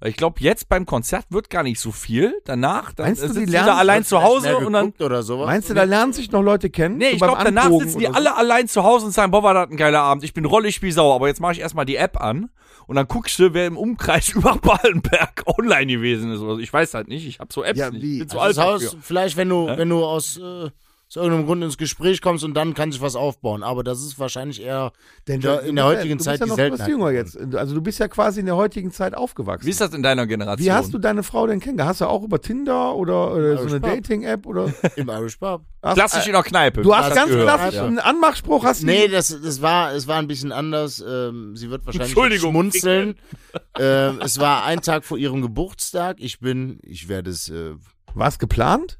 C: Weil Ich glaube, jetzt beim Konzert wird gar nicht so viel. Danach, dann
B: Meinst du,
C: äh,
B: die
C: sitzen
B: lernen
C: da allein
D: Vielleicht
C: zu Hause
D: mehr
C: und dann.
D: geguckt oder sowas.
B: Meinst du, da lernen sich noch Leute kennen?
C: Nee,
B: So
C: ich
B: beim
C: glaube, danach
B: Angucken
C: sitzen die
B: oder so?
C: alle allein zu Hause und sagen, boah, war das ein geiler Abend. Ich bin rollig wie Sau, aber jetzt mache ich erstmal die App an und dann guckst du, wer im Umkreis (laughs) über Ballenberg online gewesen ist. oder so. ich weiß halt nicht, ich habe so Apps
B: Ja,
C: nicht.
B: wie?
C: Ich bin zu
D: Also das
C: alt
D: Haus,
C: dafür.
D: vielleicht, wenn du, wenn du aus, äh, aus irgendeinem Grund ins Gespräch kommst und dann kann sich was aufbauen. Aber das ist wahrscheinlich eher
B: Denn
D: Ja,
B: du-
D: in der
B: du bist
D: heutigen
B: du
D: Zeit
B: bist ja
D: die
B: noch etwas
D: Seltenheit
B: jünger jetzt.
D: geworden.
B: Also du bist ja quasi in der heutigen Zeit aufgewachsen.
C: Wie ist das in deiner Generation?
B: Wie hast du deine Frau denn kennengelernt? Hast du auch über Tinder oder, äh, so
D: Über
B: eine
D: Sport.
B: Dating-App oder?
D: im Irish Pub.
B: Hast-
C: Klassisch in der Kneipe.
B: Du hast ganz
C: gehört.
B: klassisch
D: Ja.
B: einen Anmachspruch. Hast du-
D: Nee, das, das war, es war ein bisschen anders. Ähm, sie wird wahrscheinlich jetzt
C: Entschuldigung.
D: schmunzeln. (laughs) ähm, es war ein Tag vor ihrem Geburtstag. Ich bin, ich werde es, äh,
B: War es geplant?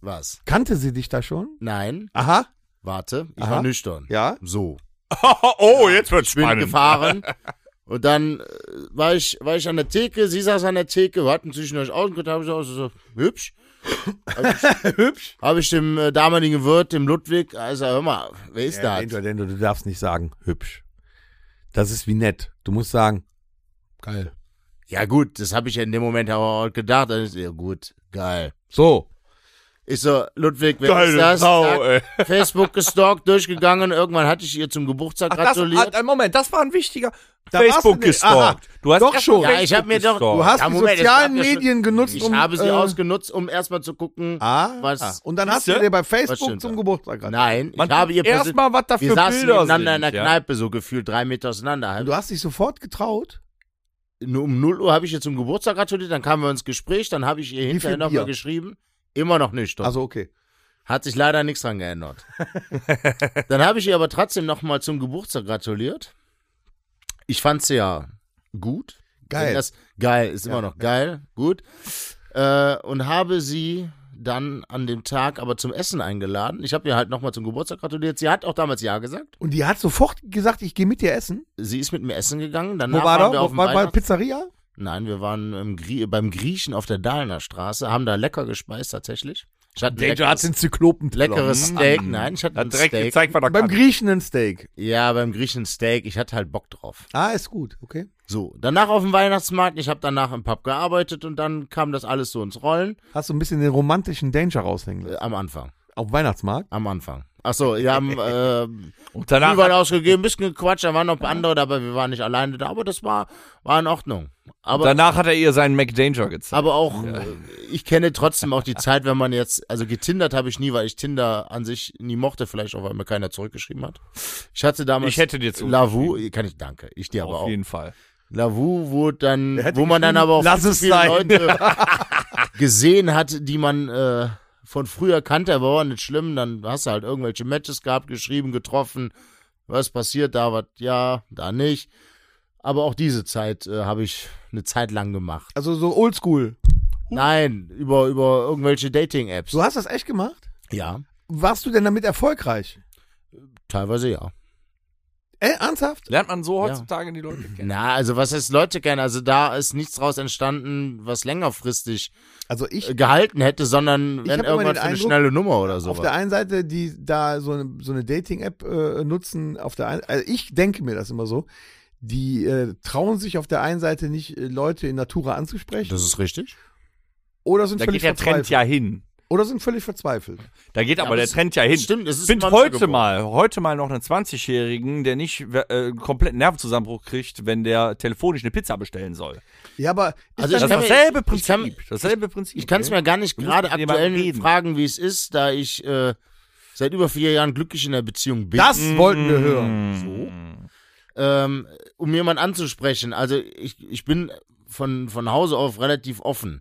D: was?
B: Kannte sie dich da schon?
D: Nein,
B: Aha.
D: warte, ich
B: Aha.
D: war nüchtern.
B: Ja.
D: So.
C: (laughs) oh, jetzt wird's
D: Ich bin
C: spannend. (laughs)
D: gefahren. Und dann äh, war ich, war ich an der Theke, sie saß an der Theke, wir hatten zwischendurch Augenkontakt, habe ich gesagt, so, hübsch.
C: (laughs)
B: Hübsch.
D: Habe ich dem äh, damaligen Wirt, dem Ludwig, also hör mal, wer ist
B: Ja,
D: das?
B: Angel, denn du, du darfst nicht sagen, hübsch. Das ist wie nett. Du musst sagen, geil.
D: Ja gut, das habe ich ja in dem Moment aber auch gedacht. Dann ist, ja gut, geil.
B: So.
D: Ich so, Ludwig, wer
C: Geile
D: ist das?
C: Sau,
D: Zack,
C: ey.
D: Facebook gestalkt, durchgegangen. Irgendwann hatte ich ihr zum Geburtstag
C: Ach, das,
D: gratuliert.
C: ah, Moment, das war ein wichtiger.
B: Da
C: Facebook
B: warst du nicht.
C: gestalkt.
B: Aha.
C: Du hast
B: Doch
C: erst
B: schon.
C: mal
D: Ja, ich hab
C: Facebook
D: mir doch- Oh,
C: gestalkt.
B: Du hast
D: Ja,
B: die
D: Moment, das
B: sozialen
D: habt ihr schon-
B: Medien genutzt,
D: ich
B: um.
D: habe sie
B: äh,
D: ausgenutzt, um erstmal zu gucken,
B: Ah,
D: was.
B: und dann hast du
C: Siehste?
B: dir bei
D: Was
B: Facebook
D: stimmt
B: zum
D: da?
B: Geburtstag gerade.
D: Nein,
C: Man
D: ich habe ihr
C: guckt erst
D: persönlich-
C: mal, was da
D: Wir
C: für
D: saßen
C: Bilder
D: nebeneinander in
C: sind,
D: der
C: ja.
D: Kneipe, so gefühlt drei Meter auseinander.
B: Du hast dich sofort getraut.
D: Nur um 0 Uhr habe ich ihr zum Geburtstag gratuliert, dann kamen wir ins Gespräch, dann habe ich ihr
B: viel
D: hinterher
B: Bier?
D: nochmal geschrieben. Immer noch nüchtern.
B: Also okay.
D: Hat sich leider nichts
B: (laughs)
D: dran geändert. Dann habe ich ihr aber trotzdem nochmal zum Geburtstag gratuliert. Ich fand sie ja gut.
B: Geil.
D: Wenn Das, geil, ist immer noch geil, gut. Äh, und habe sie dann an dem Tag aber zum Essen eingeladen. Ich habe ihr halt nochmal zum Geburtstag gratuliert. Sie hat auch damals Ja gesagt.
B: Und die hat sofort gesagt, ich gehe mit dir essen.
D: Sie ist mit mir essen gegangen. Danach
B: Wo war
D: waren
B: da?
D: wir auf
B: Wo-
D: dem
B: War bei
D: Weihnachts-
B: Pizzeria?
D: Nein, wir waren im Grie beim Griechen auf der Dahlener Straße, haben da lecker gespeist tatsächlich. Ich hatte ein
B: Danger hat
D: leckeres,
B: den Zyklopen.
D: leckeres Steak. Nein, ich hatte ein
C: Hat direkt
D: Steak.
C: gezeigt, was er
B: Beim
C: kann.
B: Griechen ein Steak.
D: Ja, beim Griechen Steak. Ich hatte halt Bock drauf.
B: Ah, ist gut, okay.
D: So, danach auf dem Weihnachtsmarkt. Ich habe danach im Pub gearbeitet und dann kam das alles so ins Rollen.
B: Hast du ein bisschen den romantischen Danger raushängen
D: Äh,
B: lassen.
D: am Anfang,
B: Auf dem Weihnachtsmarkt?
D: am Anfang. Ach so,
C: (laughs)
D: wir haben äh,
C: Und danach
D: Glühwein ausgegeben, ein bisschen gequatscht. Da waren noch ein paar andere dabei. Wir waren nicht alleine da, aber das war war in Ordnung. Aber
C: Danach hat er ihr seinen McDanger gezeigt.
D: Aber auch, äh, ich kenne trotzdem auch die Zeit, wenn man jetzt, also getindert habe ich nie, weil ich Tinder an sich nie mochte, vielleicht auch, weil mir keiner zurückgeschrieben hat. Ich hatte damals.
C: Ich hätte dir zu-
D: Lavu, kann ich, danke, ich dir aber
C: auf
D: auch.
C: jeden Fall.
D: Lavu, wo dann,
B: hätte
D: wo man dann aber auch
B: lass
D: viel zu
B: es
D: viele
B: sein. (laughs)
D: Leute gesehen hat, die man äh, von früher kannte, aber war nicht schlimm. Dann hast du halt irgendwelche Matches gehabt, geschrieben, getroffen. Was passiert da, was ja, da nicht. Aber auch diese Zeit äh, habe ich eine Zeit lang gemacht.
B: Also so oldschool.
D: Nein, über, über irgendwelche Dating-Apps.
B: Du hast das echt gemacht?
D: Ja,
B: Warst du denn damit erfolgreich?
D: teilweise ja.
B: Äh, ernsthaft?
C: Lernt man so heutzutage die Leute kennen.
D: Na, also was heißt Leute kennen? Also da ist nichts draus entstanden, was längerfristig
B: Also ich,
D: äh, gehalten hätte, sondern wenn
B: hab immer
D: irgendwann
B: den
D: für eine
B: Eindruck,
D: schnelle Nummer oder
B: auf der
D: sowas.
B: einen Seite, die da so eine, so eine Dating-App äh, nutzen, auf der einen, also ich denke mir das immer so, die äh, trauen sich auf der einen Seite nicht, äh, Leute in Natura anzusprechen.
D: Das ist richtig.
B: oder sind
C: Da
B: völlig
C: geht der
B: verzweifelt.
C: Trend ja hin.
B: Oder sind völlig verzweifelt.
C: Da geht aber
D: aber
C: der
D: es-
C: Trend ja hin.
D: stimmt, es ist
C: Find
D: ein Monster
C: heute
D: geworden.
C: mal, heute mal noch einen 20-Jährigen, der nicht äh, kompletten Nervenzusammenbruch kriegt, wenn der telefonisch eine Pizza bestellen soll.
B: Ja, aber ist
D: Also
B: dann-
C: Das ist
D: kann mir-
C: dasselbe
D: ich
C: Prinzip.
D: kann-
C: dasselbe Prinzip.
D: Ich kann es mir gar nicht
C: musst
D: gerade
C: mit jemandem
D: aktuell
C: reden.
D: fragen, wie es ist, da ich äh, seit über vier Jahren glücklich in der Beziehung bin.
B: Das wollten wir hören.
D: So. ähm, um jemanden anzusprechen. Also ich, ich bin von, von Hause auf relativ offen.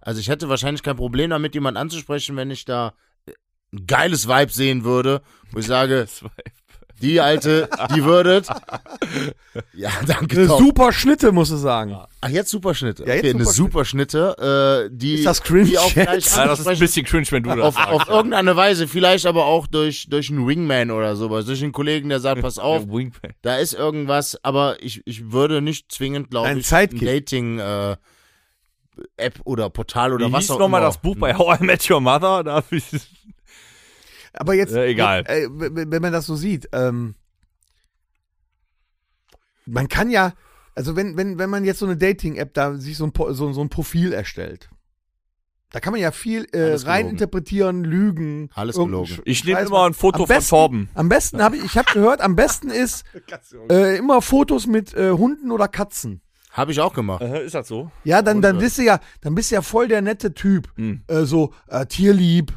D: Also ich hätte wahrscheinlich kein Problem damit, jemanden anzusprechen, wenn ich da äh, ein geiles Vibe sehen würde, wo ich sage, die alte,
B: (laughs)
D: die würdet. Ja, danke.
B: Eine
D: Tom.
B: super Schnitte, muss ich sagen.
D: Ach, jetzt Superschnitte.
B: Ja, jetzt
D: okay, eine Superschnitte, äh, die,
B: Ist das cringe
D: die auch
B: jetzt?
D: gleich
C: Ja, das ist ein
D: ansprechen
C: bisschen cringe, wenn du das
D: auf,
C: sagst.
D: auf
C: ja.
D: irgendeine Weise, vielleicht aber auch durch, durch einen Wingman oder sowas, durch einen Kollegen, der sagt, pass auf,
C: Ja, Wingman.
D: da ist irgendwas, aber ich, ich würde nicht zwingend, glaube
B: Ein
D: ich,
B: Sidekick.
D: Dating äh, App oder Portal oder
C: Wie
D: was
C: hieß
D: auch
C: nochmal
D: immer.
C: das Buch bei How I Met Your Mother? Da hab ich,
B: Aber jetzt,
C: Ja, egal.
B: Jetzt, äh, w- w- wenn man das so sieht, ähm, man kann ja, also wenn, wenn, wenn man jetzt so eine Dating-App da sich so ein, Po- so, so ein Profil erstellt, da kann man ja viel äh,
D: Alles gelogen.
B: reininterpretieren, lügen.
D: Alles
B: irgendein
D: gelogen.
B: Sch-
C: ich nehme
B: Scheiß
C: immer ein Foto
B: am
C: von
B: besten-
C: Torben.
B: Am besten habe ich, ich habe gehört, am besten
D: (laughs)
B: ist äh, immer Fotos mit äh, Hunden oder Katzen.
D: Habe ich auch gemacht.
C: Ist das so?
B: Ja, dann, dann
D: Hunde.
B: bist du ja, dann bist du ja voll der nette Typ.
C: Mhm.
B: Äh, so äh, tierlieb,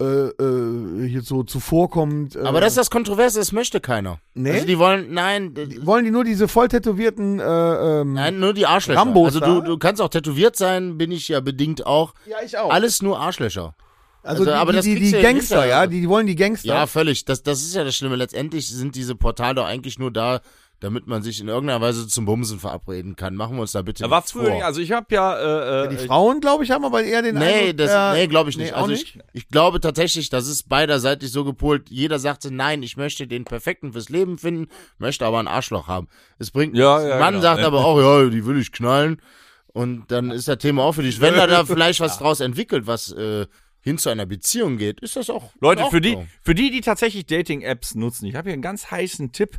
B: äh, äh, hier so zuvorkommend. Äh,
D: Aber das ist das Kontroverse, das möchte keiner.
B: Nee?
D: Also die wollen, nein, d-
B: wollen die nur diese voll tätowierten äh, ähm,
D: nein, nur die Arschlöcher.
B: Rambos
D: also
B: da?
D: du, du kannst auch tätowiert sein, bin ich ja bedingt auch.
B: Ja, ich auch.
D: Alles nur Arschlöcher.
B: also,
D: also,
B: die,
D: aber
B: die,
D: das
B: die, die
D: kriegst du ja
B: Gangster,
D: hinterher.
B: ja, die, die wollen die Gangster.
D: Ja, völlig. Das, das ist ja das Schlimme. Letztendlich sind diese Portale doch eigentlich nur da, damit man sich in irgendeiner Weise zum Bumsen verabreden kann. Machen wir uns da bitte
C: Da war
D: nichts
C: früher,
D: vor.
C: also ich habe ja, äh,
B: die
C: äh,
B: Frauen, glaube ich, haben aber eher den
D: Nee,
C: Also,
B: Eindruck,
D: das,
B: äh,
D: nee glaube ich nicht.
B: nee, auch
D: also ich, ich glaube tatsächlich, das ist beiderseitig so gepolt. Jeder sagte, nein, ich möchte den Perfekten fürs Leben finden, möchte aber ein Arschloch haben. Es bringt
C: Ja,
D: nichts.
C: ja,
D: Mann
C: genau.
D: sagt aber auch, ja, die will ich knallen. Und dann ist das Thema auch für dich. Wenn
C: (laughs)
D: da, da vielleicht was draus entwickelt, was äh, hin zu einer Beziehung geht, ist das auch.
C: Leute,
D: auch
C: für die,
D: so.
C: für die, die tatsächlich Dating-Apps nutzen, ich habe hier einen ganz heißen Tipp.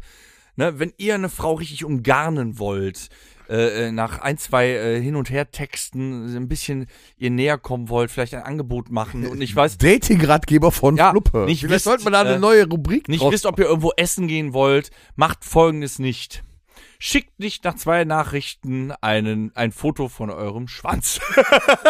C: Ne, wenn ihr eine Frau richtig umgarnen wollt, äh, äh, nach ein, zwei äh, Hin- und Her-Texten ein bisschen ihr näher kommen wollt, vielleicht ein Angebot machen und
B: (laughs)
C: ich weiß,
B: Dating-Ratgeber von
C: Ja,
B: Fluppe.
C: nicht
B: Vielleicht
C: wisst,
B: sollte man da eine
C: äh,
B: neue Rubrik
C: nicht
B: draus
C: wisst, ob ihr irgendwo essen gehen wollt, macht folgendes nicht. Schickt nicht nach zwei Nachrichten einen, ein Foto von eurem Schwanz. (laughs)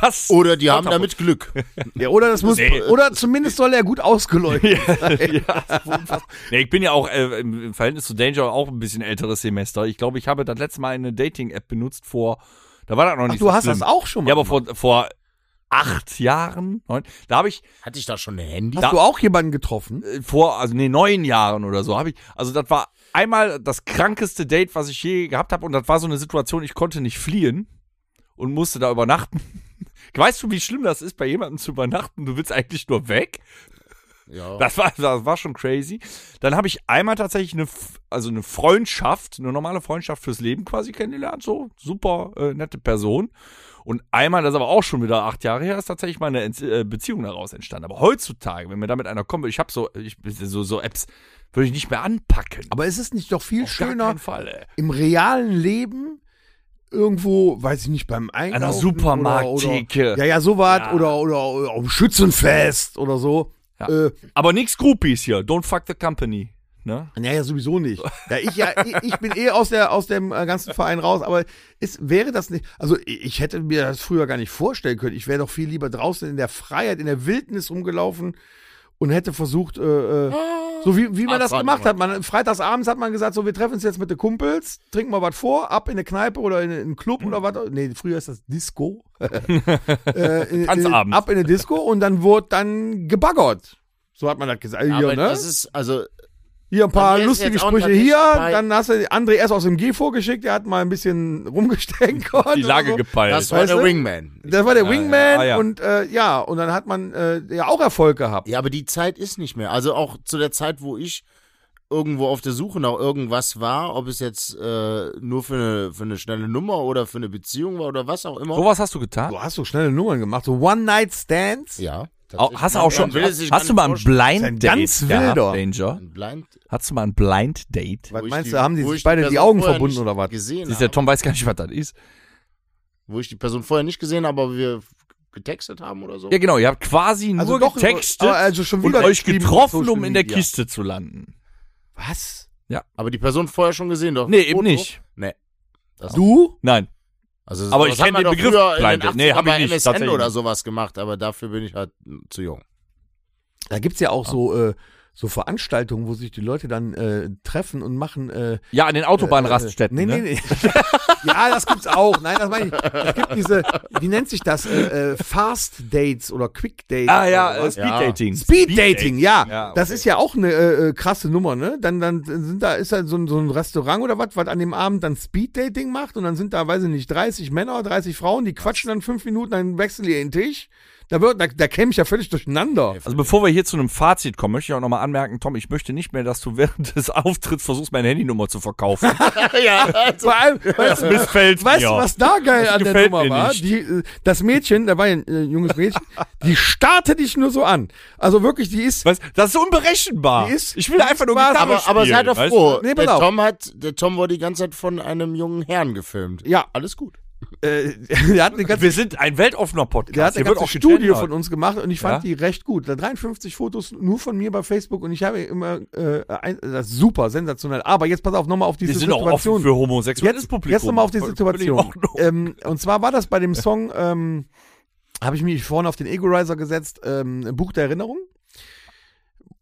C: das
D: Oder die haben damit Glück.
B: ja, oder das muss
C: Nee.
B: oder zumindest soll er gut ausgeleuchtet
C: (laughs) ja,
B: (laughs)
C: das ist unfassbar. nee, ich bin ja auch äh, im im Verhältnis zu Danger auch ein bisschen älteres Semester. Ich glaube, ich habe das letzte Mal eine Dating-App benutzt vor, da war das noch
B: Ach,
C: nicht
B: du
C: so
B: hast
C: schlimm.
B: das auch schon mal
C: Ja, aber vor, vor acht Jahren, neun, da habe ich
D: Hatte ich da schon ein Handy?
B: Hast du auch jemanden getroffen?
C: äh, vor, also nee, neun Jahren oder so, habe ich, also das war einmal das krankeste Date, was ich je gehabt habe und das war so eine Situation, ich konnte nicht fliehen und musste da übernachten. (laughs) Weißt du, wie schlimm das ist, bei jemandem zu übernachten? Du willst eigentlich nur weg.
D: Ja.
C: Das war, das war schon crazy. Dann habe ich einmal tatsächlich eine, F- also eine Freundschaft, eine normale Freundschaft fürs Leben quasi kennengelernt. So, super äh, nette Person. Und einmal, das ist aber auch schon wieder acht Jahre her, ist tatsächlich meine Ent äh, Beziehung daraus entstanden. Aber heutzutage, wenn mir damit einer kommt, ich habe so, ich, so, so Apps, würde ich nicht mehr anpacken.
B: Aber ist es nicht doch viel
C: Auf gar
B: schöner
C: keinen Fall, ey.
B: im realen Leben irgendwo, weiß ich nicht, beim Einkaufen oder-
C: Einer Supermarkttheke.
B: oder- Ja, ja, sowas
C: Ja.
B: oder oder oder auf dem Schützenfest oder so.
C: Ja.
B: Äh,
C: Aber nichts Groupies hier. Don't fuck the company. Ne?
B: Naja, sowieso nicht. Ja, ich, ja, ich, ich bin eh aus, der, aus dem äh, ganzen Verein raus, aber ist, wäre das nicht. Also, ich ich hätte mir das früher gar nicht vorstellen können. Ich wäre doch viel lieber draußen in der Freiheit, in der Wildnis rumgelaufen und hätte versucht, äh, äh, so wie, wie man das
D: Abfahren
B: gemacht hat. Man, freitagsabends hat man gesagt, so, wir treffen uns jetzt mit den Kumpels, trinken mal was vor, ab in eine Kneipe oder in, in einen Club oder was. Nee, früher ist das Disco. (laughs) äh, in,
C: Tanzabend.
B: Ab in eine Disco und dann wurde dann gebaggert. So hat man das gesagt.
D: Aber
B: Hier, ne?
D: das ist, also,
B: Hier ein paar
D: mir ist
B: lustige
D: jetzt auch
B: Sprüche
D: tatsächlich
B: hier,
D: bei-
B: dann hast du André S. aus dem G vorgeschickt, der hat mal ein bisschen rumgestenkt.
C: Die Lage
B: so.
C: gepeilt.
D: das war
B: Weißt
D: der
B: du?
D: Wingman.
B: Das war der
C: Ja,
B: Wingman
C: ja, ah, ja.
B: und äh, ja, und dann hat man äh, ja auch Erfolg gehabt.
D: Ja, aber die Zeit ist nicht mehr. Also auch zu der Zeit, wo ich irgendwo auf der Suche nach irgendwas war, ob es jetzt äh, nur für eine, für eine schnelle Nummer oder für eine Beziehung war oder was auch immer.
C: Sowas hast du getan?
B: Du hast so scelle Nummern gemacht, so One-Night-Stands.
D: Ja.
C: Au- Hast du auch schon,
D: Man will es sich
C: hast,
D: gar
C: du
D: nicht
C: mal ein
D: vorstellen.
C: Blind Date
B: ganz
C: gehabt,
B: wilder.
C: Danger?
D: Ein Blind,
C: Hast du mal ein Blind Date?
B: Was
D: wo ich
B: meinst du, haben die
D: wo
B: sich
D: ich
B: beide die,
D: Person
B: Augen
D: vorher
B: verbunden
D: nicht
B: oder was?
D: Gesehen
C: Siehst du, der
D: habe,
C: Tom weiß gar nicht, was das ist.
D: wo ich die Person vorher nicht gesehen habe, aber wir getextet haben oder so.
C: Ja, genau, ihr habt quasi
B: Also
C: nur
B: doch,
C: getextet
B: aber also schon
C: und
B: wieder
C: euch
B: geschrieben auf
C: getroffen,
B: Social
C: um in der
B: Media.
C: Kiste zu landen.
B: Was?
D: Aber die Person vorher schon gesehen, doch.
C: Nee, eben
D: Foto.
C: nicht.
D: Nee. Das-
C: Du? Nein.
D: Also,
C: Aber
D: sowas
C: ich
D: hat
C: kenn
D: man
C: den
D: doch
C: Begriff
D: früher in den
C: Blind Date. Nee,
D: 80ern
C: hab ich
D: bei
C: nicht,
D: MSN
C: tatsächlich
D: oder
C: nicht. (laughs)
D: sowas gemacht, aber dafür bin ich halt zu jung.
B: Da gibt es ja auch so, äh, so Veranstaltungen, wo sich die Leute dann äh, treffen und machen. Äh,
C: Ja, an den Autobahnraststätten.
B: nee, nee,
C: ne?
B: nee. (laughs) ja, das gibt's auch. Nein, das meine ich. Es gibt diese, wie nennt sich das? Äh, äh, Fast Dates oder Quick Dates.
C: Ah ja,
B: oder
C: äh,
B: sowas.
C: Speeddating.
B: Speed Dating, ja.
C: Ja,
B: Das
C: okay.
B: ist ja auch eine äh, äh, krasse Nummer, ne? Dann, dann sind da, ist da so ein, so ein Restaurant oder was, was an dem Abend dann Speed Dating macht und dann sind da, weiß ich nicht, 30 Männer, 30 Frauen, die quatschen dann fünf Minuten, dann wechseln die den Tisch. Da, wird, da, da käme ich ja völlig durcheinander.
C: Also bevor wir hier zu einem Fazit kommen, möchte ich auch nochmal anmerken, Tom, ich möchte nicht mehr, dass du während des Auftritts versuchst, meine Handynummer
B: (laughs)
C: zu verkaufen. (laughs)
D: ja,
B: Vor allem, weißt du,
C: missfällt
B: weißt du, was da geil
C: Das
B: an der
C: Also gefällt
B: Nummer
C: mir
B: war?
C: nicht.
B: Die, äh, das Mädchen, da war ja ein äh, junges Mädchen, die starrte dich nur so an. Also wirklich, die ist.
C: Weißt, das ist unberechenbar.
B: Die ist-
C: ich will einfach nur
B: was-
C: Gitarre
D: aber,
C: spielen.
D: aber seid doch
C: weißt
D: froh.
C: du?
B: Nee, pass
D: der,
B: auf.
D: Tom hat, der Tom wurde die ganze Zeit von einem jungen Herrn gefilmt.
B: Ja,
D: Alles gut.
B: äh, der hat eine ganze
C: Wir sind ein weltoffener Podcast.
B: Der hat
C: Hier
B: eine ganze Studie
C: gegendert.
B: von uns gemacht und ich fand
C: Ja?
B: die recht gut. Da 53 Fotos nur von mir bei Facebook und ich habe immer äh, ein, das ist super, sensationell. Aber jetzt pass auf nochmal auf diese
C: Wir sind auch offen
B: Situation.
C: für homosexuelles
B: jetzt
C: Publikum.
B: jetzt nochmal auf die
C: Voll-
B: Situation.
C: völlig in Ordnung.
B: Ähm, und zwar war das bei
C: (laughs)
B: dem Song, ähm, habe ich mich vorne auf den Egorizer gesetzt, ähm, Buch der Erinnerung.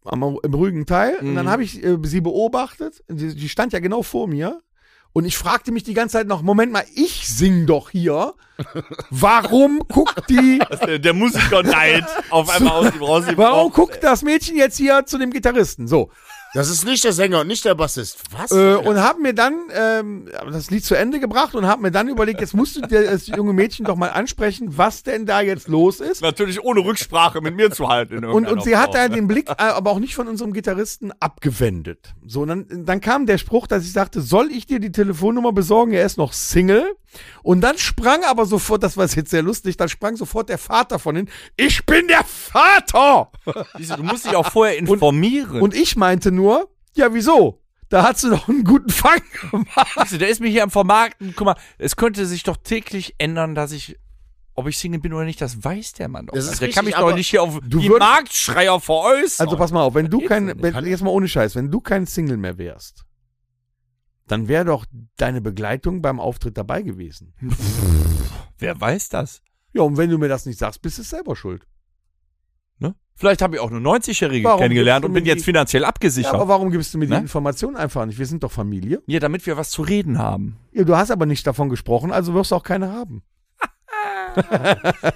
B: Am, Im ruhigen Teil. Und dann
C: Mhm.
B: habe ich äh, sie beobachtet. Die, die stand ja genau vor mir. Und ich fragte mich die ganze Zeit noch, Moment mal, ich sing doch
C: (laughs)
B: hier. Warum guckt die
C: Der- Der (laughs) Musiker neigt auf einmal aus dem raus.
B: Warum guckt das Mädchen jetzt hier zu dem Gitarristen? So.
D: Das ist nicht der Sänger und nicht der Bassist. Was?
B: Äh, und haben mir dann ähm, das Lied zu Ende gebracht und haben mir dann überlegt, jetzt musst du dir das junge Mädchen doch mal ansprechen, was denn da jetzt los ist.
C: (laughs) Natürlich ohne Rücksprache mit mir zu halten. in
B: Und, und
C: irgendeiner
B: sie hat
C: Form.
B: da den Blick äh, aber auch nicht von unserem Gitarristen abgewendet. So, und dann, dann kam der Spruch, dass ich sagte, soll ich dir die Telefonnummer besorgen? Er ist noch Single. Und dann sprang aber sofort, das war jetzt sehr lustig, dann sprang sofort der Vater von hin, ich bin der Vater!
C: Siehst Du du musst dich auch vorher informieren.
B: Und ich meinte nur, ja, wieso? Da hat sie doch einen guten Fang gemacht.
C: Siehst du, der ist mir hier am Vermarkten. Guck mal, es könnte sich doch täglich ändern, dass ich, ob ich Single bin oder nicht, das weiß der Mann doch. Also
D: Das ist
C: der kann
D: richtig,
C: mich doch
D: aber
C: nicht hier auf die
B: würdest-
C: Marktschreier veräußern.
B: Also pass mal auf, wenn du
C: Geht's
B: kein,
C: denn?
B: wenn, jetzt mal ohne Scheiß, wenn du kein Single mehr wärst, dann wäre doch deine Begleitung beim Auftritt dabei gewesen.
C: Hm. Wer weiß das?
B: Ja, und wenn du mir das nicht sagst, bist du selber schuld.
C: Ne? Vielleicht habe ich auch eine 90-Jährige
B: Warum gibst
C: kennengelernt
B: du
C: und bin
B: mir die-
C: jetzt finanziell
B: Ja,
C: abgesichert.
B: aber warum gibst du mir die
C: Ne?
B: Information einfach nicht? Wir sind doch Familie.
C: Ja, damit wir was zu reden haben.
B: Ja, du hast aber nicht davon gesprochen, also wirst du auch keine haben.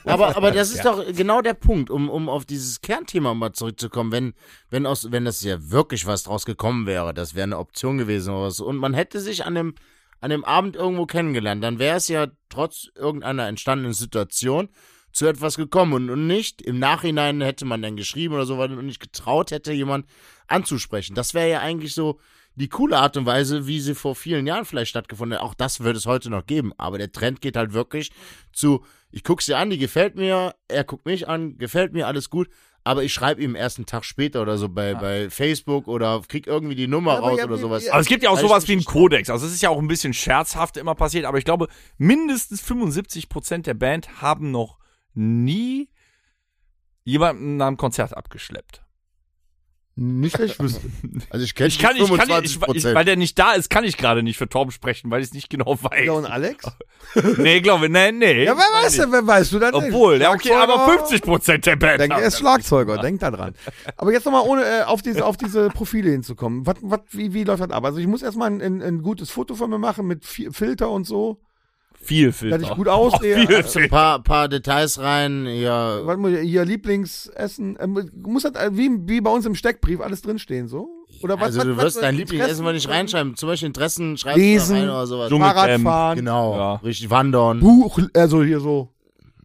D: aber, aber das ist doch genau der Punkt, um, um auf dieses Kernthema mal zurückzukommen. Wenn, wenn, aus, wenn das ja wirklich was draus gekommen wäre, das wäre eine Option gewesen oder so. Und man hätte sich an dem, an dem Abend irgendwo kennengelernt, dann wäre es ja trotz irgendeiner entstandenen Situation zu etwas gekommen und, und nicht im Nachhinein hätte man dann geschrieben oder so, weil man nicht getraut hätte, jemand anzusprechen. Das wäre ja eigentlich so die coole Art und Weise, wie sie vor vielen Jahren vielleicht stattgefunden hat. Auch das würde es heute noch geben. Aber der Trend geht halt wirklich zu, ich guck's dir an, die gefällt mir, er guckt mich an, gefällt mir, alles gut. Aber ich schreibe ihm erst einen Tag später oder so
C: Ah.
D: bei, bei Facebook oder krieg irgendwie die Nummer
B: Aber
D: raus
B: ja,
D: oder
B: wie-
D: sowas.
B: wie-
C: Aber es gibt ja auch
D: Weiß
C: sowas
D: nicht,
C: wie einen
D: ich-
C: Kodex. Also es ist ja auch ein bisschen scherzhaft immer passiert, aber ich glaube, mindestens 75% der Band haben noch nie jemanden nach einem Konzert abgeschleppt.
B: Nicht, dass ich (laughs) wüsste.
D: Also ich kenne
C: Ich kann, ich kann, ich,
D: 25
C: ich, weil der nicht da ist, kann ich gerade nicht für Torben sprechen, weil ich es nicht genau
B: Ja, und
C: weiß.
B: Alex?
C: nee, glaube ich, nee, nee.
B: Ja, wer weiß denn, wer weißt du dann nicht?
C: Obwohl, ja, okay, aber 50% der Band.
D: Genau,
B: Denk,
C: haben
B: er ist Schlagzeuger, denk da dran. Aber jetzt nochmal, ohne äh, auf, diese, auf diese Profile hinzukommen. Was, was, wie, wie läuft das ab? Also ich muss erstmal ein, ein, ein gutes Foto von mir machen mit viel Filter und so,
C: viel Filter.
B: dass ich gut aussehe. Also,
C: viel
D: ein
C: Filter.
D: paar, paar Details rein, ja.
B: Was muss ich, hier Lieblingsessen, ähm, muss das äh, wie, wie bei uns im Steckbrief alles drinstehen, so? Oder was,
D: also
B: was,
D: du
B: was-
D: wirst
B: was-
D: dein Lieblingsessen mal nicht
B: Interessen-
D: reinschreiben. Zum Beispiel Interessen schreibst du
B: Lesen.
D: da rein oder sowas.
C: Dschungel-
B: Fahrradfahren,
D: Genau,
C: Ja.
D: richtig wandern.
B: Buch, also hier so.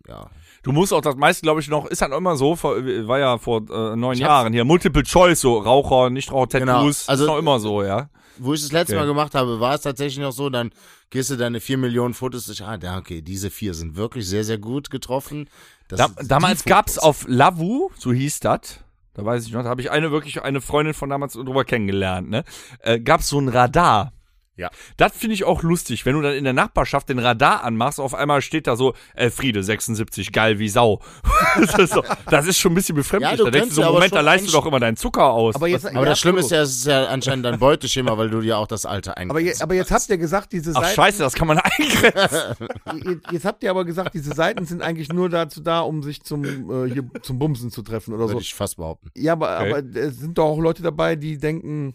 D: Ja.
C: Du musst auch das meiste, glaube ich, noch, ist halt immer so, vor, war ja vor äh, neun Jahren hier, Multiple Choice, so Raucher, Nichtraucher,
D: Genau,
C: Tattoos,
D: also-
C: ist noch immer so, ja.
D: Wo ich das letzte
C: Okay.
D: Mal gemacht habe, war es tatsächlich noch so, dann gehst du deine vier Millionen Fotos durch. Ah, da, okay, diese vier sind wirklich sehr, sehr gut getroffen. Das
C: Da,
D: sind die
C: damals
D: Fotos.
C: gab's auf Lavu, so hieß das, da weiß ich noch, da habe ich eine wirklich eine Freundin von damals drüber kennengelernt, ne? Äh, gab's so ein Radar.
D: Ja.
C: Das finde ich auch lustig, wenn du dann in der Nachbarschaft den Radar anmachst, auf einmal steht da so, Elfriede, 76, geil wie Sau. (laughs) das, ist so, das ist schon ein bisschen befremdlich.
D: Ja, du
C: da denkst du
D: kennst
C: so,
D: ja aber
C: Moment, da
D: schon
C: leist du
D: Menschen-
C: doch immer deinen Zucker aus.
B: Aber jetzt,
D: Aber das Schlimme ist
B: ja.
D: ja, es ist ja anscheinend dein Beuteschema, weil du dir auch das Alter
B: Aber
D: eingrenzt.
B: jetzt, aber jetzt habt ihr gesagt, diese
C: Ach
B: Seiten,
C: scheiße, das kann man (laughs) eingrenzen.
B: jetzt, jetzt habt ihr aber gesagt, diese Seiten sind eigentlich nur dazu da, um sich zum äh, hier zum Bumsen zu treffen oder so.
D: Würde ich fast behaupten.
B: Ja, aber,
C: Okay.
B: aber es sind doch auch Leute dabei, die denken,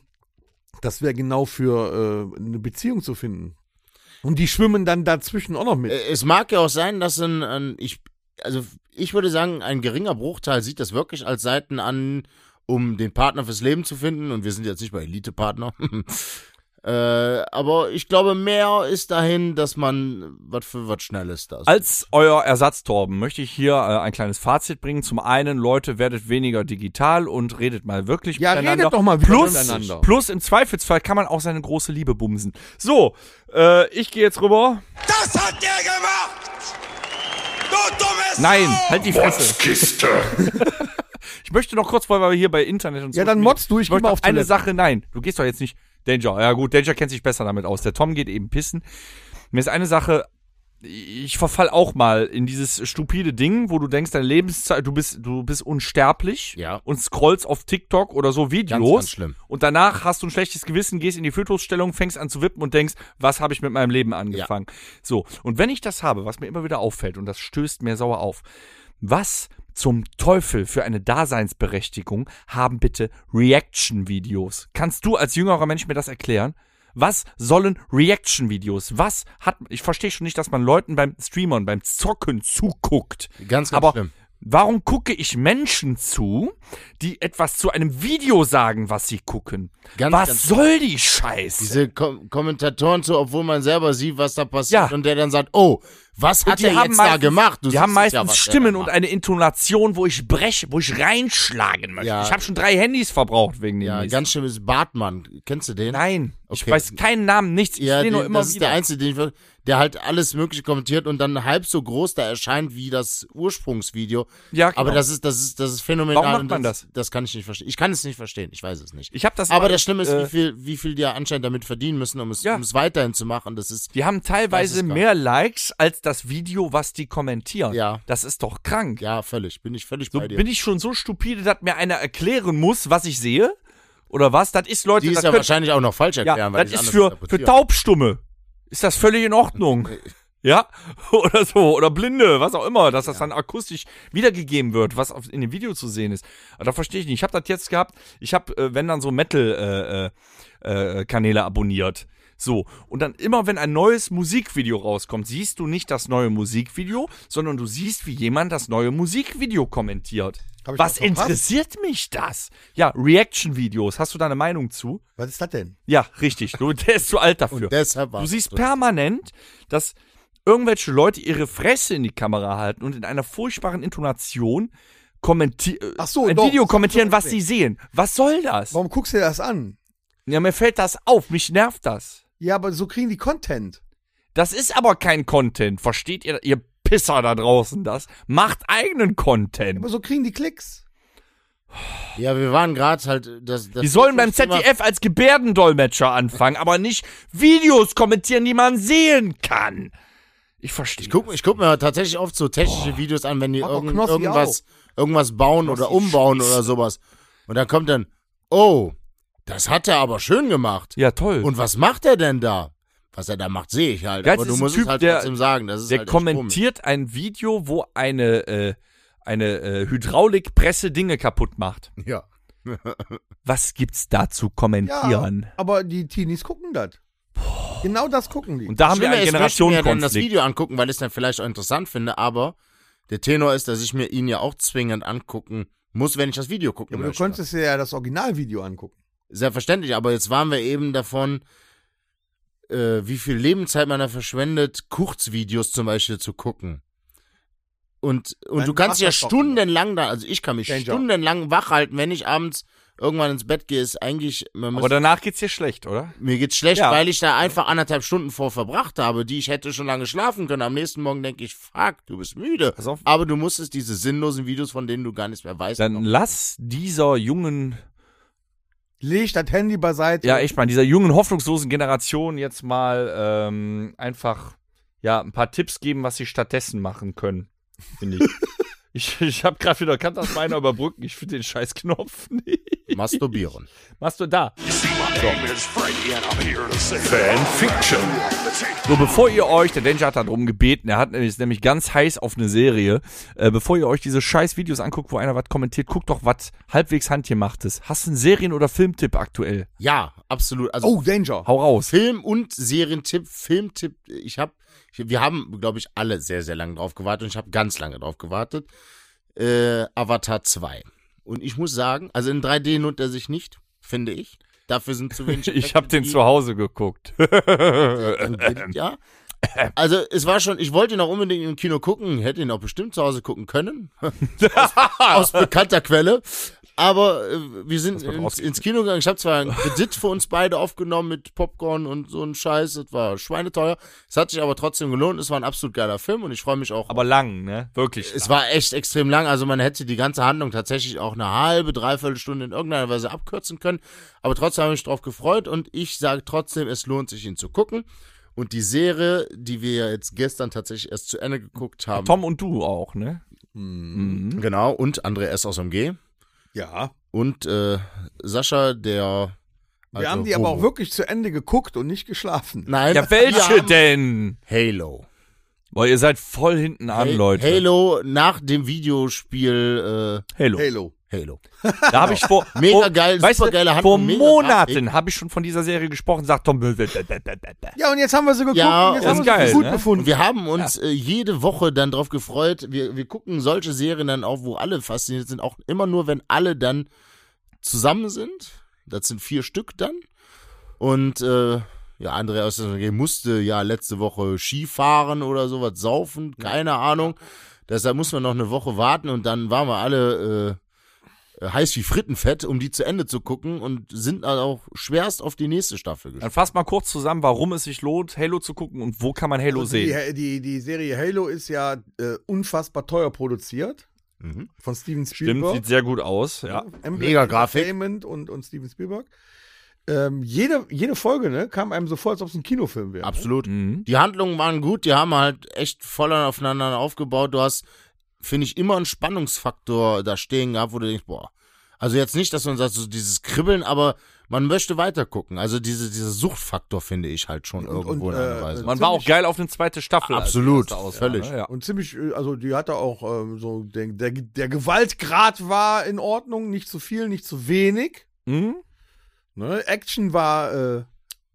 B: das wäre genau für äh, eine Beziehung zu finden. Und die schwimmen dann dazwischen auch noch mit.
D: Äh, Es mag ja auch sein, dass ein, ein ich, also ich würde sagen, ein geringer Bruchteil sieht das wirklich als Seiten an, um den Partner fürs Leben zu finden. Und wir sind jetzt nicht bei Elite-Partner. (laughs) äh, aber ich glaube, mehr ist dahin, dass man was für was Schnelles da ist.
C: Als euer Ersatztorben möchte ich hier äh, ein kleines Fazit bringen. Zum einen, Leute, werdet weniger digital und redet mal wirklich
B: Ja,
C: miteinander.
B: redet doch mal wieder
C: plus,
B: miteinander.
C: Plus im Zweifelsfall kann man auch seine große Liebe bumsen. So, äh, ich gehe jetzt rüber.
E: Das hat der gemacht! Du dummes
C: Nein, halt die Fresse.
A: Botzkiste.
C: Ich möchte noch kurz, weil wir hier bei Internet und so
B: Ja, dann
C: sind,
B: motzt du, ich geh
C: möchte
B: mal
C: noch
B: auf
C: eine
B: Toilette.
C: Sache, nein, du gehst doch jetzt nicht Danger. Ja gut, Danger kennt sich besser damit aus. Der Tom geht eben pissen. Mir ist eine Sache, ich verfall auch mal in dieses stupide Ding, wo du denkst, deine Lebenszeit, du bist du bist unsterblich
D: Ja.
C: und scrollst auf TikTok oder so Videos
D: Ganz, ganz schlimm.
C: und danach hast du ein schlechtes Gewissen, gehst in die Fötusstellung, fängst an zu wippen und denkst, was habe ich mit meinem Leben angefangen? So, und wenn ich das habe, was mir immer wieder auffällt und das stößt mir sauer auf, was zum Teufel für eine Daseinsberechtigung haben bitte Reaction-Videos? Kannst du als jüngerer Mensch mir das erklären? Was sollen Reaction-Videos? Was hat. Ich verstehe schon nicht, dass man Leuten beim Streamern, beim Zocken zuguckt.
D: Ganz, ganz
C: Aber
D: schlimm.
C: warum gucke ich Menschen zu, die etwas zu einem Video sagen, was sie gucken?
D: Ganz,
C: was
D: ganz
C: soll die Scheiße?
D: Diese Kom Kommentatoren so, obwohl man selber sieht, was da passiert.
C: Ja.
D: Und der dann sagt, oh, was hat
C: die
D: er
C: haben
D: jetzt da
C: meistens,
D: gemacht? Du
C: die haben
D: siehst es
C: meistens
D: ja, was der da
C: Stimmen und
D: macht.
C: eine Intonation, wo ich breche, wo ich reinschlagen möchte.
D: Ja.
C: Ich habe schon drei Handys verbraucht wegen dem.
D: Ja,
C: Mist.
D: ganz schlimm ist Bartmann. Kennst du den?
C: Nein, ich
D: Okay.
C: weiß keinen Namen, nichts. Ich
D: Ja,
C: sehe
D: den,
C: nur immer
D: das ist
C: wieder.
D: der Einzige, den ich, ver- der halt alles mögliche kommentiert und dann halb so groß da erscheint wie das Ursprungsvideo.
C: Ja, genau.
D: Aber das ist, das ist, das ist phänomenal.
C: Warum macht
D: und
C: man
D: das? kann ich nicht verstehen. Ich kann es nicht verstehen. Ich weiß es nicht.
C: Ich hab das
D: Aber
C: mal,
D: das Schlimme ist,
C: äh,
D: wie viel, wie viel die ja anscheinend damit verdienen müssen, um es,
C: Ja.
D: um es weiterhin zu machen. Das ist,
C: die haben teilweise
D: gar nicht.
C: mehr Likes als das Video, was die kommentieren.
D: Ja.
C: Das ist doch krank.
D: ja, völlig. Bin ich völlig
C: So
D: bei dir.
C: bin ich schon so stupide, dass mir einer erklären muss, was ich sehe? Oder was? Das ist, Leute,
D: die ist
C: das
D: ja
C: könnt-
D: wahrscheinlich auch noch falsch erklären,
C: ja,
D: weil
C: das
D: die
C: ist
D: anders
C: für, für
D: interpretieren.
C: Taubstumme. Ist das völlig in Ordnung? ja? (laughs) Oder so. Oder Blinde, was auch immer, dass das dann akustisch wiedergegeben wird, was auf, in dem Video zu sehen ist. Aber da verstehe ich nicht. Ich habe das jetzt gehabt, ich habe, äh, wenn dann so Metal-Kanäle äh, äh, Kanäle abonniert. So, und dann immer, wenn ein neues Musikvideo rauskommt, siehst du nicht das neue Musikvideo, sondern du siehst, wie jemand das neue Musikvideo kommentiert.
B: Hab ich
C: Was
B: was verpasst?
C: interessiert mich das? Ja, Reaction-Videos. Hast du da eine Meinung zu?
B: Was ist das denn?
C: Ja, richtig. Du, der ist zu alt dafür.
D: Deshalb war
C: du siehst
D: es-
C: permanent, dass irgendwelche Leute ihre Fresse in die Kamera halten und in einer furchtbaren Intonation kommenti
B: Ach so,
C: ein
B: doch.
C: Video kommentieren, was
B: Nee.
C: sie sehen. Was soll das?
B: Warum guckst du dir das an?
C: Ja, mir fällt das auf, mich nervt das.
B: Ja, aber so kriegen die Content.
C: Das ist aber kein Content, versteht ihr, ihr Pisser da draußen das? Macht eigenen Content.
B: Aber so kriegen die Klicks.
D: Ja, wir waren gerade halt, das, das
C: Die sollen beim
D: Thema-
C: ZDF als Gebärdendolmetscher anfangen, aber nicht Videos kommentieren, die man sehen kann. Ich verstehe.
D: Ich guck, ich guck mir tatsächlich oft so technische Videos an, wenn die
B: Mach doch
D: irgend,
B: Knossi
D: irgendwas, irgendwas bauen oder umbauen oder sowas. Und dann kommt dann, oh, das hat er aber schön gemacht.
C: ja, toll.
D: Und was macht er denn da? Was er da macht, sehe ich halt.
C: Ja,
D: aber
C: es
D: du
C: ist ein
D: musst
C: Typ,
D: es halt
C: der-
D: trotzdem sagen. Das ist
C: Der
D: halt echt
C: kommentiert ein Video, wo eine, äh, eine äh, Hydraulikpresse Dinge kaputt macht.
D: komisch. Ja.
C: Was gibt's da zu kommentieren?
B: aber die Teenies gucken das. Genau das gucken die.
C: Und da haben wir
D: Schlimmer
C: einen
D: ist, möchte ich mir dann das
C: Generationenkonflikt.
D: Video angucken, weil ich es dann vielleicht auch interessant finde, aber der Tenor ist, dass ich mir ihn ja auch zwingend angucken muss, wenn ich das Video gucken
B: ja, aber du
D: möchte.
B: könntest dir ja das Originalvideo angucken.
D: Selbstverständlich, aber jetzt waren wir eben davon, äh, wie viel Lebenszeit man da verschwendet, Kurzvideos zum Beispiel zu gucken. Und, und
B: Dann
D: du kannst
B: mach
D: ja
B: das doch.
D: stundenlang da, also ich kann mich
B: ne? Danger.
D: stundenlang wach halten, wenn ich abends irgendwann ins Bett gehe, ist eigentlich, man muss,
C: Aber danach geht's dir schlecht, oder?
D: mir geht's schlecht,
C: Ja.
D: weil ich da einfach anderthalb Stunden vor verbracht habe, die ich hätte schon lange schlafen können. Am nächsten Morgen denke ich, fuck, du bist müde.
C: Pass auf.
D: Aber du musstest
C: (laughs)
D: diese sinnlosen Videos, von denen du gar nichts mehr weißt.
C: Dann lass dieser jungen
B: Leg das Handy beiseite.
C: Ja, echt mal, dieser jungen, hoffnungslosen Generation jetzt mal ähm, einfach ja, ein paar Tipps geben, was sie stattdessen machen können, finde (laughs) ich. ich ich habe gerade wieder, kann das meiner überbrücken? Ich finde den Scheißknopf (laughs) nicht.
D: Masturbieren.
C: Machst du da?
A: Fanfiction.
C: So, bevor ihr euch, der Danger hat darum gebeten, er hat nämlich, ist nämlich ganz heiß auf eine Serie, äh, bevor ihr euch diese scheiß Videos anguckt, wo einer was kommentiert, guckt doch, was halbwegs handgemachtes. Hast du einen Serien- oder Filmtipp aktuell?
D: Ja, absolut. Also
B: Oh, Danger.
C: Hau raus.
D: Film- und Serientipp, Filmtipp, ich habe, wir haben, glaube ich, alle sehr, sehr lange drauf gewartet und ich habe ganz lange drauf gewartet. Äh, Avatar 2. Und ich muss sagen, also in 3D lohnt er sich nicht, finde ich. Dafür sind zu wenig.
C: (laughs) Ich habe den
D: Effekte, die-
C: zu Hause (laughs) geguckt.
D: (laughs) ja. Also es war schon, ich wollte ihn auch unbedingt im Kino gucken, hätte ihn auch bestimmt zu Hause gucken können. aus, aus bekannter Quelle. Aber äh, wir sind ins, ins Kino gegangen. Ich habe zwar einen Kredit für uns beide aufgenommen mit Popcorn und so ein Scheiß. Das war schweineteuer. Es hat sich aber trotzdem gelohnt. Es war ein absolut geiler Film und ich freue mich auch.
C: Aber lang, ne? Wirklich.
D: es war echt extrem lang. Also man hätte die ganze Handlung tatsächlich auch eine halbe, dreiviertel Stunde in irgendeiner Weise abkürzen können. Aber trotzdem habe ich mich drauf gefreut und ich sage trotzdem, es lohnt sich, ihn zu gucken. Und die Serie, die wir jetzt gestern tatsächlich erst zu Ende geguckt haben,
C: Tom und du auch, ne?
D: genau, und André S. aus MG
B: Mhm. Ja.
D: und äh, Sascha, der
B: Wir
D: also
B: haben die aber
D: Homo.
B: auch wirklich zu Ende geguckt und nicht geschlafen.
D: Nein,
C: Ja,
D: wir
C: welche
D: haben
C: denn?
D: Halo.
C: Boah, ihr seid voll hinten an,
D: Ha-
C: Leute.
D: Halo nach dem Videospiel
C: Halo.
B: Halo.
D: äh, Halo.
C: Da habe ich vor
D: Mega
C: vor-
D: geil,
C: weißt du,
D: supergeile Handlung,
C: Vor
D: mega
C: Monaten habe ich schon von dieser Serie gesprochen, sagt Tom. bäh, bäh, bäh, bäh, bäh, bäh.
B: Ja, und jetzt haben wir sie geguckt.
D: Ja,
B: und jetzt
D: und
B: haben wir sie
C: geil,
B: für gut
C: ne?
D: Und
B: befunden.
D: wir haben uns äh, jede Woche dann drauf gefreut. Wir, wir gucken solche Serien dann auch, wo alle fasziniert sind, auch immer nur, wenn alle dann zusammen sind. Das sind vier Stück dann. Und äh, ja, André aus der SG musste ja letzte Woche Skifahren oder sowas, saufen, keine Ahnung. Deshalb mussten wir noch eine Woche warten und dann waren wir alle äh, heiß wie Frittenfett, um die zu Ende zu gucken und sind dann auch schwerst auf die nächste Staffel gespannt.
C: Dann fass mal kurz zusammen, warum es sich lohnt, Halo zu gucken und wo kann man Halo
B: Also
C: sehen.
B: Die, die, die Serie Halo ist ja äh, unfassbar teuer produziert. Von Steven
C: Mhm. Stimmt,
B: Spielberg.
C: sieht sehr gut aus. Ja.
B: Emblem
D: Mega Grafik.
B: Entertainment und, und Steven Spielberg. Ähm, jede, jede Folge ne, kam einem so vor, als ob es ein Kinofilm wäre.
D: Absolut.
C: Mhm.
D: Die Handlungen waren gut, die haben halt echt voll aufeinander aufgebaut. Du hast, finde ich, immer einen Spannungsfaktor da stehen gehabt, wo du denkst, boah. Also jetzt nicht, dass man sagt, so dieses Kribbeln, aber man möchte weitergucken. Also diese, dieser Suchtfaktor finde ich halt schon
B: Und-
D: irgendwo
B: und,
D: in einer
B: äh,
D: Weise.
C: Man war auch geil auf eine zweite Staffel. als
D: Absolut,
C: die erste auskam,
D: völlig.
C: ne? Ja.
B: Und ziemlich, äh, also die hatte auch ähm, so, der, der, der Gewaltgrad war in Ordnung, nicht zu viel, nicht zu wenig.
C: Mhm.
B: Ne? Action war äh,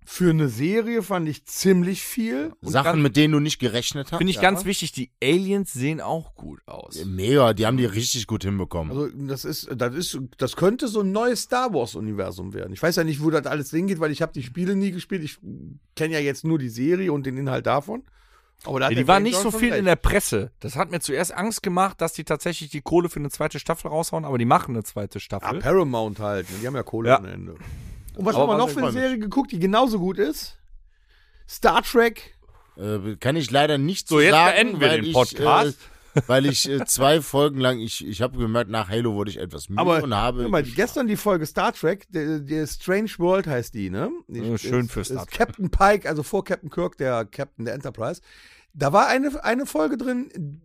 B: für eine Serie, fand ich ziemlich viel.
D: Sachen, mit denen du nicht gerechnet hast.
C: Finde ich ganz wichtig, die Aliens sehen auch gut aus.
D: Mega, die haben die richtig gut hinbekommen.
B: Also das ist, das ist, das könnte so ein neues Star Wars Universum werden. Ich weiß ja nicht, wo das alles hingeht, weil ich habe die Spiele nie gespielt. Ich kenne ja jetzt nur die Serie und den Inhalt davon. Aber da hat
C: Ja,
B: der
C: die
B: Dave
C: waren nicht so
B: Johnson
C: viel in
B: recht.
C: der Presse. Das hat mir zuerst Angst gemacht, dass die tatsächlich die Kohle für eine zweite Staffel raushauen, aber die machen eine zweite
B: ja,
C: Staffel.
B: Paramount halt. ne? Die haben ja Kohle
C: Ja.
B: am Ende. Und was
C: Aber
B: haben wir
C: was
B: noch
C: ich
B: für eine
C: freu mich.
B: Serie geguckt, die genauso gut ist? Star Trek.
D: Äh, kann ich leider nicht
C: So, jetzt
D: sagen,
C: beenden wir
D: weil
C: den
D: ich,
C: Podcast.
D: Äh, weil ich äh, zwei Folgen lang, ich, ich habe gemerkt, nach Halo wurde ich etwas müde
B: Aber
D: und habe
B: guck mal, gestern die Folge Star Trek, der, der Strange World heißt die, ne? Die
C: Ja,
B: ist-
C: schön für Star
B: ist
C: Trek.
B: Captain Pike, also vor Captain Kirk, der Captain der Enterprise. Da war eine, eine Folge drin,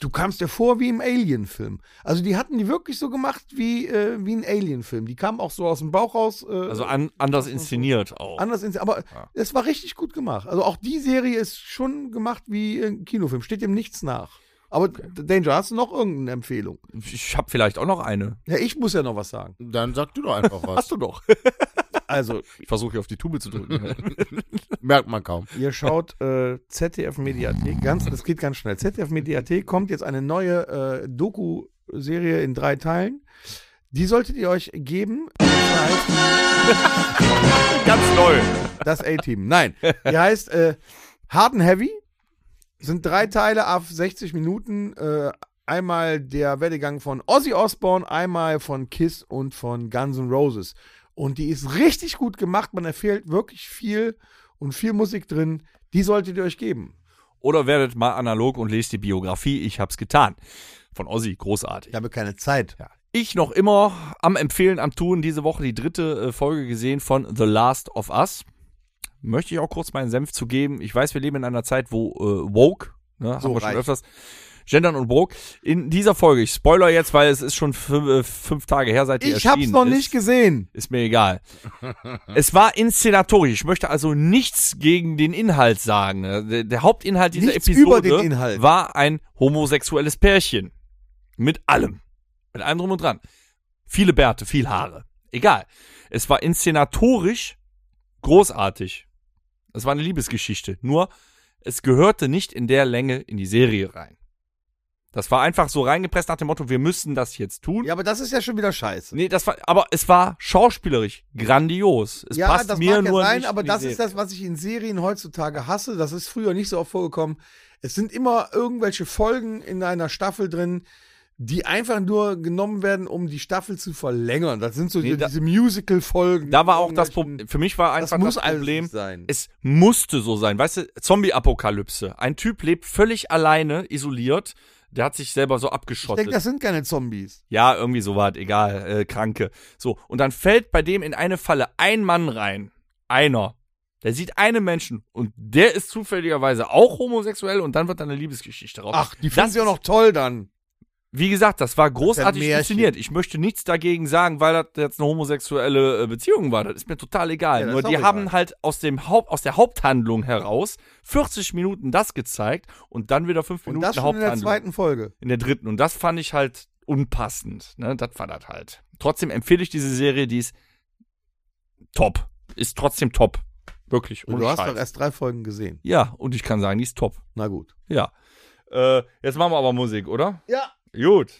B: du kamst dir vor wie im Alien-Film. Also die hatten die wirklich so gemacht wie, äh, wie ein Alien-Film. Die kamen auch so aus dem Bauch raus. Äh,
C: Also an, anders inszeniert auch.
B: anders ins, aber
C: Ja.
B: es war richtig gut gemacht. Also auch die Serie ist schon gemacht wie äh, ein Kinofilm, steht dem nichts nach. Aber Danger, hast du noch irgendeine Empfehlung?
C: ich habe vielleicht auch noch eine.
B: Ja, ich muss ja noch was sagen.
D: dann sag du doch einfach was.
C: Hast du doch.
B: Also,
C: Ich versuche hier auf die Tube
B: (laughs)
C: zu drücken.
D: Merkt man kaum.
B: Ihr schaut äh, ZDF Mediathek, ganz, das geht ganz schnell. ZDF Mediathek kommt jetzt eine neue äh, Doku-Serie in drei Teilen. Die solltet ihr euch geben. Die heißt
C: Ganz neu.
B: Das A-Team. Nein,
C: (laughs)
B: die heißt äh, Hard and Heavy. Sind drei Teile auf 60 Minuten. Äh, einmal der Werdegang von Ozzy Osbourne, einmal von Kiss und von Guns N' Roses. Und die ist richtig gut gemacht. Man erfährt wirklich viel und viel Musik drin. Die solltet ihr euch geben.
C: Oder werdet mal analog und lest die Biografie. Ich hab's getan. Von Ossi, großartig.
B: Ich habe keine Zeit.
C: Ja. Ich noch immer am Empfehlen, am Tun, diese Woche die dritte äh, Folge gesehen von The Last of Us. Möchte ich auch kurz meinen Senf zu geben. Ich weiß, wir leben in einer Zeit, wo äh, woke, ne, haben wir schon
B: reicht.
C: öfters, Gendern und woke. In dieser Folge, ich spoiler jetzt, weil es ist schon fün- äh, fünf Tage her, seit die
B: Ich hab's
C: erschienen
B: noch
C: ist.
B: nicht gesehen.
C: Ist mir egal. es war inszenatorisch. Ich möchte also nichts gegen den Inhalt sagen. Der, der Hauptinhalt dieser
B: Nichts
C: Episode
B: über den Inhalt.
C: war ein homosexuelles Pärchen. Mit allem. Mit allem drum und dran. Viele Bärte, viel Haare. Egal. Es war inszenatorisch großartig. Es war eine Liebesgeschichte. Nur, es gehörte nicht in der Länge in die Serie rein. Das war einfach so reingepresst nach dem Motto, wir müssen das jetzt tun.
B: Ja, aber das ist ja schon wieder scheiße.
C: Nee, das war, aber es war schauspielerisch grandios. Es
B: ja,
C: passt
B: das
C: mir
B: mag ja
C: nur
B: sein,
C: nicht
B: aber
C: in die
B: das
C: Serie.
B: ist das, was ich in Serien heutzutage hasse. Das ist früher nicht so oft vorgekommen. Es sind immer irgendwelche Folgen in einer Staffel drin, die einfach nur genommen werden, um die Staffel zu verlängern. Das sind so
C: Nee,
B: die-
C: da-
B: diese Musical-Folgen.
C: Da war auch das
B: Irgendwelchen-
C: Problem. Für mich war
B: Das
C: einfach das,
B: muss alles
C: Problem.
B: nicht sein.
C: Es musste so sein. Weißt du, Zombie-Apokalypse. Ein Typ lebt völlig alleine, isoliert. Der hat sich selber so
B: Ich
C: abgeschottet.
B: denke, das sind keine Zombies.
C: ja, irgendwie so was, egal, äh, Kranke. So, und dann fällt bei dem in eine Falle ein Mann rein. Einer. Der sieht einen Menschen und der ist zufälligerweise auch homosexuell und dann wird da eine Liebesgeschichte raus.
B: Ach, die
C: Das
B: finden sie auch noch toll dann.
C: Wie gesagt, das war großartig
B: Märchen.
C: inszeniert. Ich möchte nichts dagegen sagen, weil das jetzt eine homosexuelle äh, Beziehung war. Das ist mir total egal.
B: Ja, das
C: Nur
B: ist
C: die
B: auch
C: haben
B: egal.
C: halt aus, dem Haupt, aus der Haupthandlung heraus 40 Minuten das gezeigt und dann wieder 5
B: Und
C: Minuten
B: das schon in
C: Haupthandlung.
B: der zweiten Folge.
C: in der dritten. Und das fand ich halt unpassend. Ne? Das war das halt. Trotzdem empfehle ich diese Serie, die ist top. Ist trotzdem top. Wirklich.
B: Und
C: ohne
B: du hast
C: Scheiß.
B: doch erst drei Folgen gesehen.
C: ja, und ich kann sagen, die ist top.
B: Na gut.
C: Ja. Äh, jetzt machen wir aber Musik, oder?
B: Ja.
C: Gut.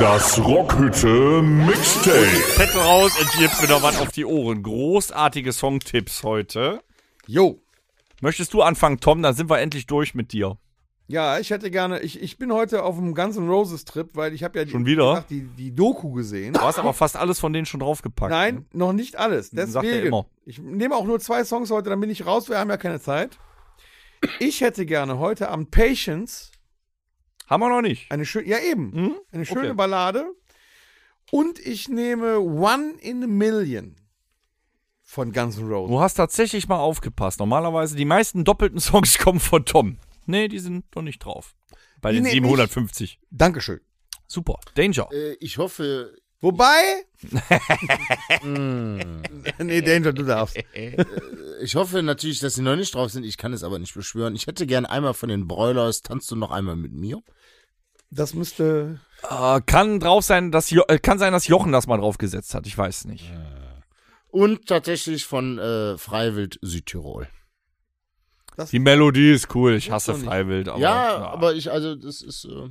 A: Das Rockhütte Mixtape.
C: Zettel raus und gibt mir noch was auf die Ohren. Großartige Songtipps heute.
B: Jo.
C: Möchtest du anfangen, Tom? Dann sind wir endlich durch mit dir.
B: Ja, ich hätte gerne, ich, ich bin heute auf einem ganzen Roses-Trip, weil ich habe ja die-
C: Schon wieder? Oh,
B: wie gesagt, die, die Doku gesehen.
C: Du hast aber fast alles von denen schon draufgepackt. ne?
B: Nein, noch nicht alles.
C: Sagt er
B: Deswegen,
C: immer.
B: ich nehme auch nur zwei Songs heute, dann bin ich raus, wir haben ja keine Zeit. Ich hätte gerne heute am Patience
C: Haben wir noch nicht.
B: eine schöne, ja eben,
C: Hm?
B: eine schöne
C: Okay.
B: Ballade. Und ich nehme One in a Million von Guns N' Roses.
C: Du hast tatsächlich mal aufgepasst. Normalerweise die meisten doppelten (laughs) Songs kommen von Tom. Nee, die sind noch nicht drauf. Bei
B: Die
C: den
B: nehm ich.
C: 750.
B: Dankeschön.
C: Super. Danger.
D: Äh, ich hoffe,
C: (laughs)
B: Wobei. (laughs) nee, Danger, du darfst.
D: ich hoffe natürlich, dass sie noch nicht drauf sind. Ich kann es aber nicht beschwören. Ich hätte gern einmal von den Broilers. Tanzt du noch einmal mit mir?
B: Das müsste.
C: Äh, kann drauf sein, dass jo äh, kann sein, dass Jochen das mal draufgesetzt hat. Ich weiß nicht.
D: Und tatsächlich von äh, Freiwild Südtirol.
C: Die Melodie ist cool. Ich hasse
B: noch nicht.
C: Freiwild. Aber,
D: ja, aber ich, also das ist. Äh,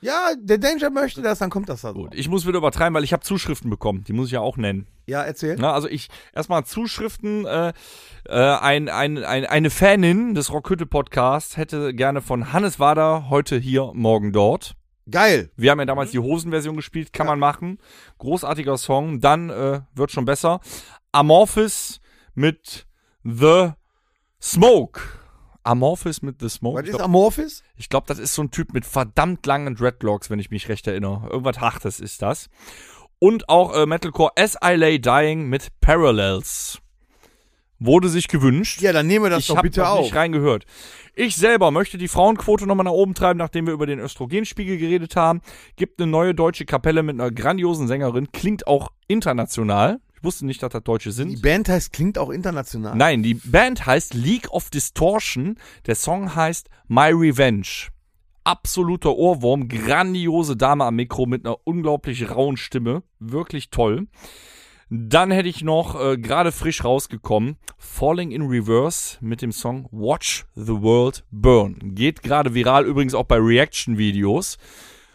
B: Ja, der Danger möchte das, dann kommt das da
C: Gut,
B: gut.
C: ich muss wieder übertreiben, weil ich habe Zuschriften bekommen. Die muss ich ja auch nennen.
B: Ja, erzähl.
C: Na, also ich erstmal Zuschriften. Äh, äh, ein, ein, ein, eine Fanin des Rockhütte Podcasts hätte gerne von Hannes Wader heute hier, morgen dort.
B: Geil.
C: Wir haben ja
B: Mhm.
C: damals die Hosenversion gespielt, kann man machen. Großartiger Song. Dann äh, wird schon besser. Amorphis mit The Smoke. Amorphis mit The Smoke.
B: Was
C: Ich
B: ist
C: glaub-
B: Amorphis?
C: ich glaube, das ist so ein Typ mit verdammt langen Dreadlocks, wenn ich mich recht erinnere. Irgendwas Hartes ist das. Und auch äh, Metalcore As I Lay Dying mit Parallels. Wurde sich gewünscht.
B: Ja, dann nehmen wir das
C: ich
B: doch
C: habe
B: bitte
C: noch
B: auf.
C: nicht reingehört. Ich selber möchte die Frauenquote nochmal nach oben treiben, nachdem wir über den Östrogenspiegel geredet haben. Gibt eine neue deutsche Kapelle mit einer grandiosen Sängerin. Klingt auch international. Ich wusste nicht, dass das Deutsche sind.
B: Die Band heißt klingt auch international.
C: Nein, die Band heißt League of Distortion. Der Song heißt My Revenge. Absoluter Ohrwurm, grandiose Dame am Mikro mit einer unglaublich rauen Stimme. Wirklich toll. Dann hätte ich noch äh, gerade frisch rausgekommen Falling in Reverse mit dem Song Watch the World Burn. Geht gerade viral übrigens auch bei Reaction-Videos,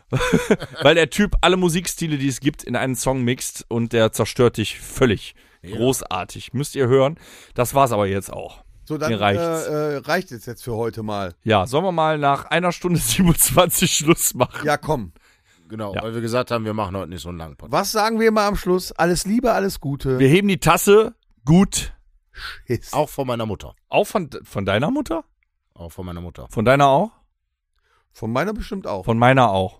C: (laughs) weil der Typ alle Musikstile, die es gibt, in einen Song mixt und der zerstört dich völlig. Großartig. Müsst ihr hören. Das war's aber jetzt auch.
B: so, dann
C: mir reicht's.
B: Äh, äh, reicht es jetzt für heute mal.
C: Ja, sollen wir mal nach einer Stunde (laughs) 27 Schluss machen?
B: Ja, komm.
D: Genau,
C: Ja.
D: weil wir gesagt haben, wir machen heute nicht so einen langen Podcast.
B: Was sagen wir immer am Schluss? Alles Liebe, alles Gute.
C: Wir heben die Tasse gut.
B: Hiss.
D: Auch von meiner Mutter.
C: Auch von, von deiner Mutter?
D: Auch von meiner Mutter.
C: Von deiner auch?
B: Von meiner bestimmt auch.
C: Von meiner auch.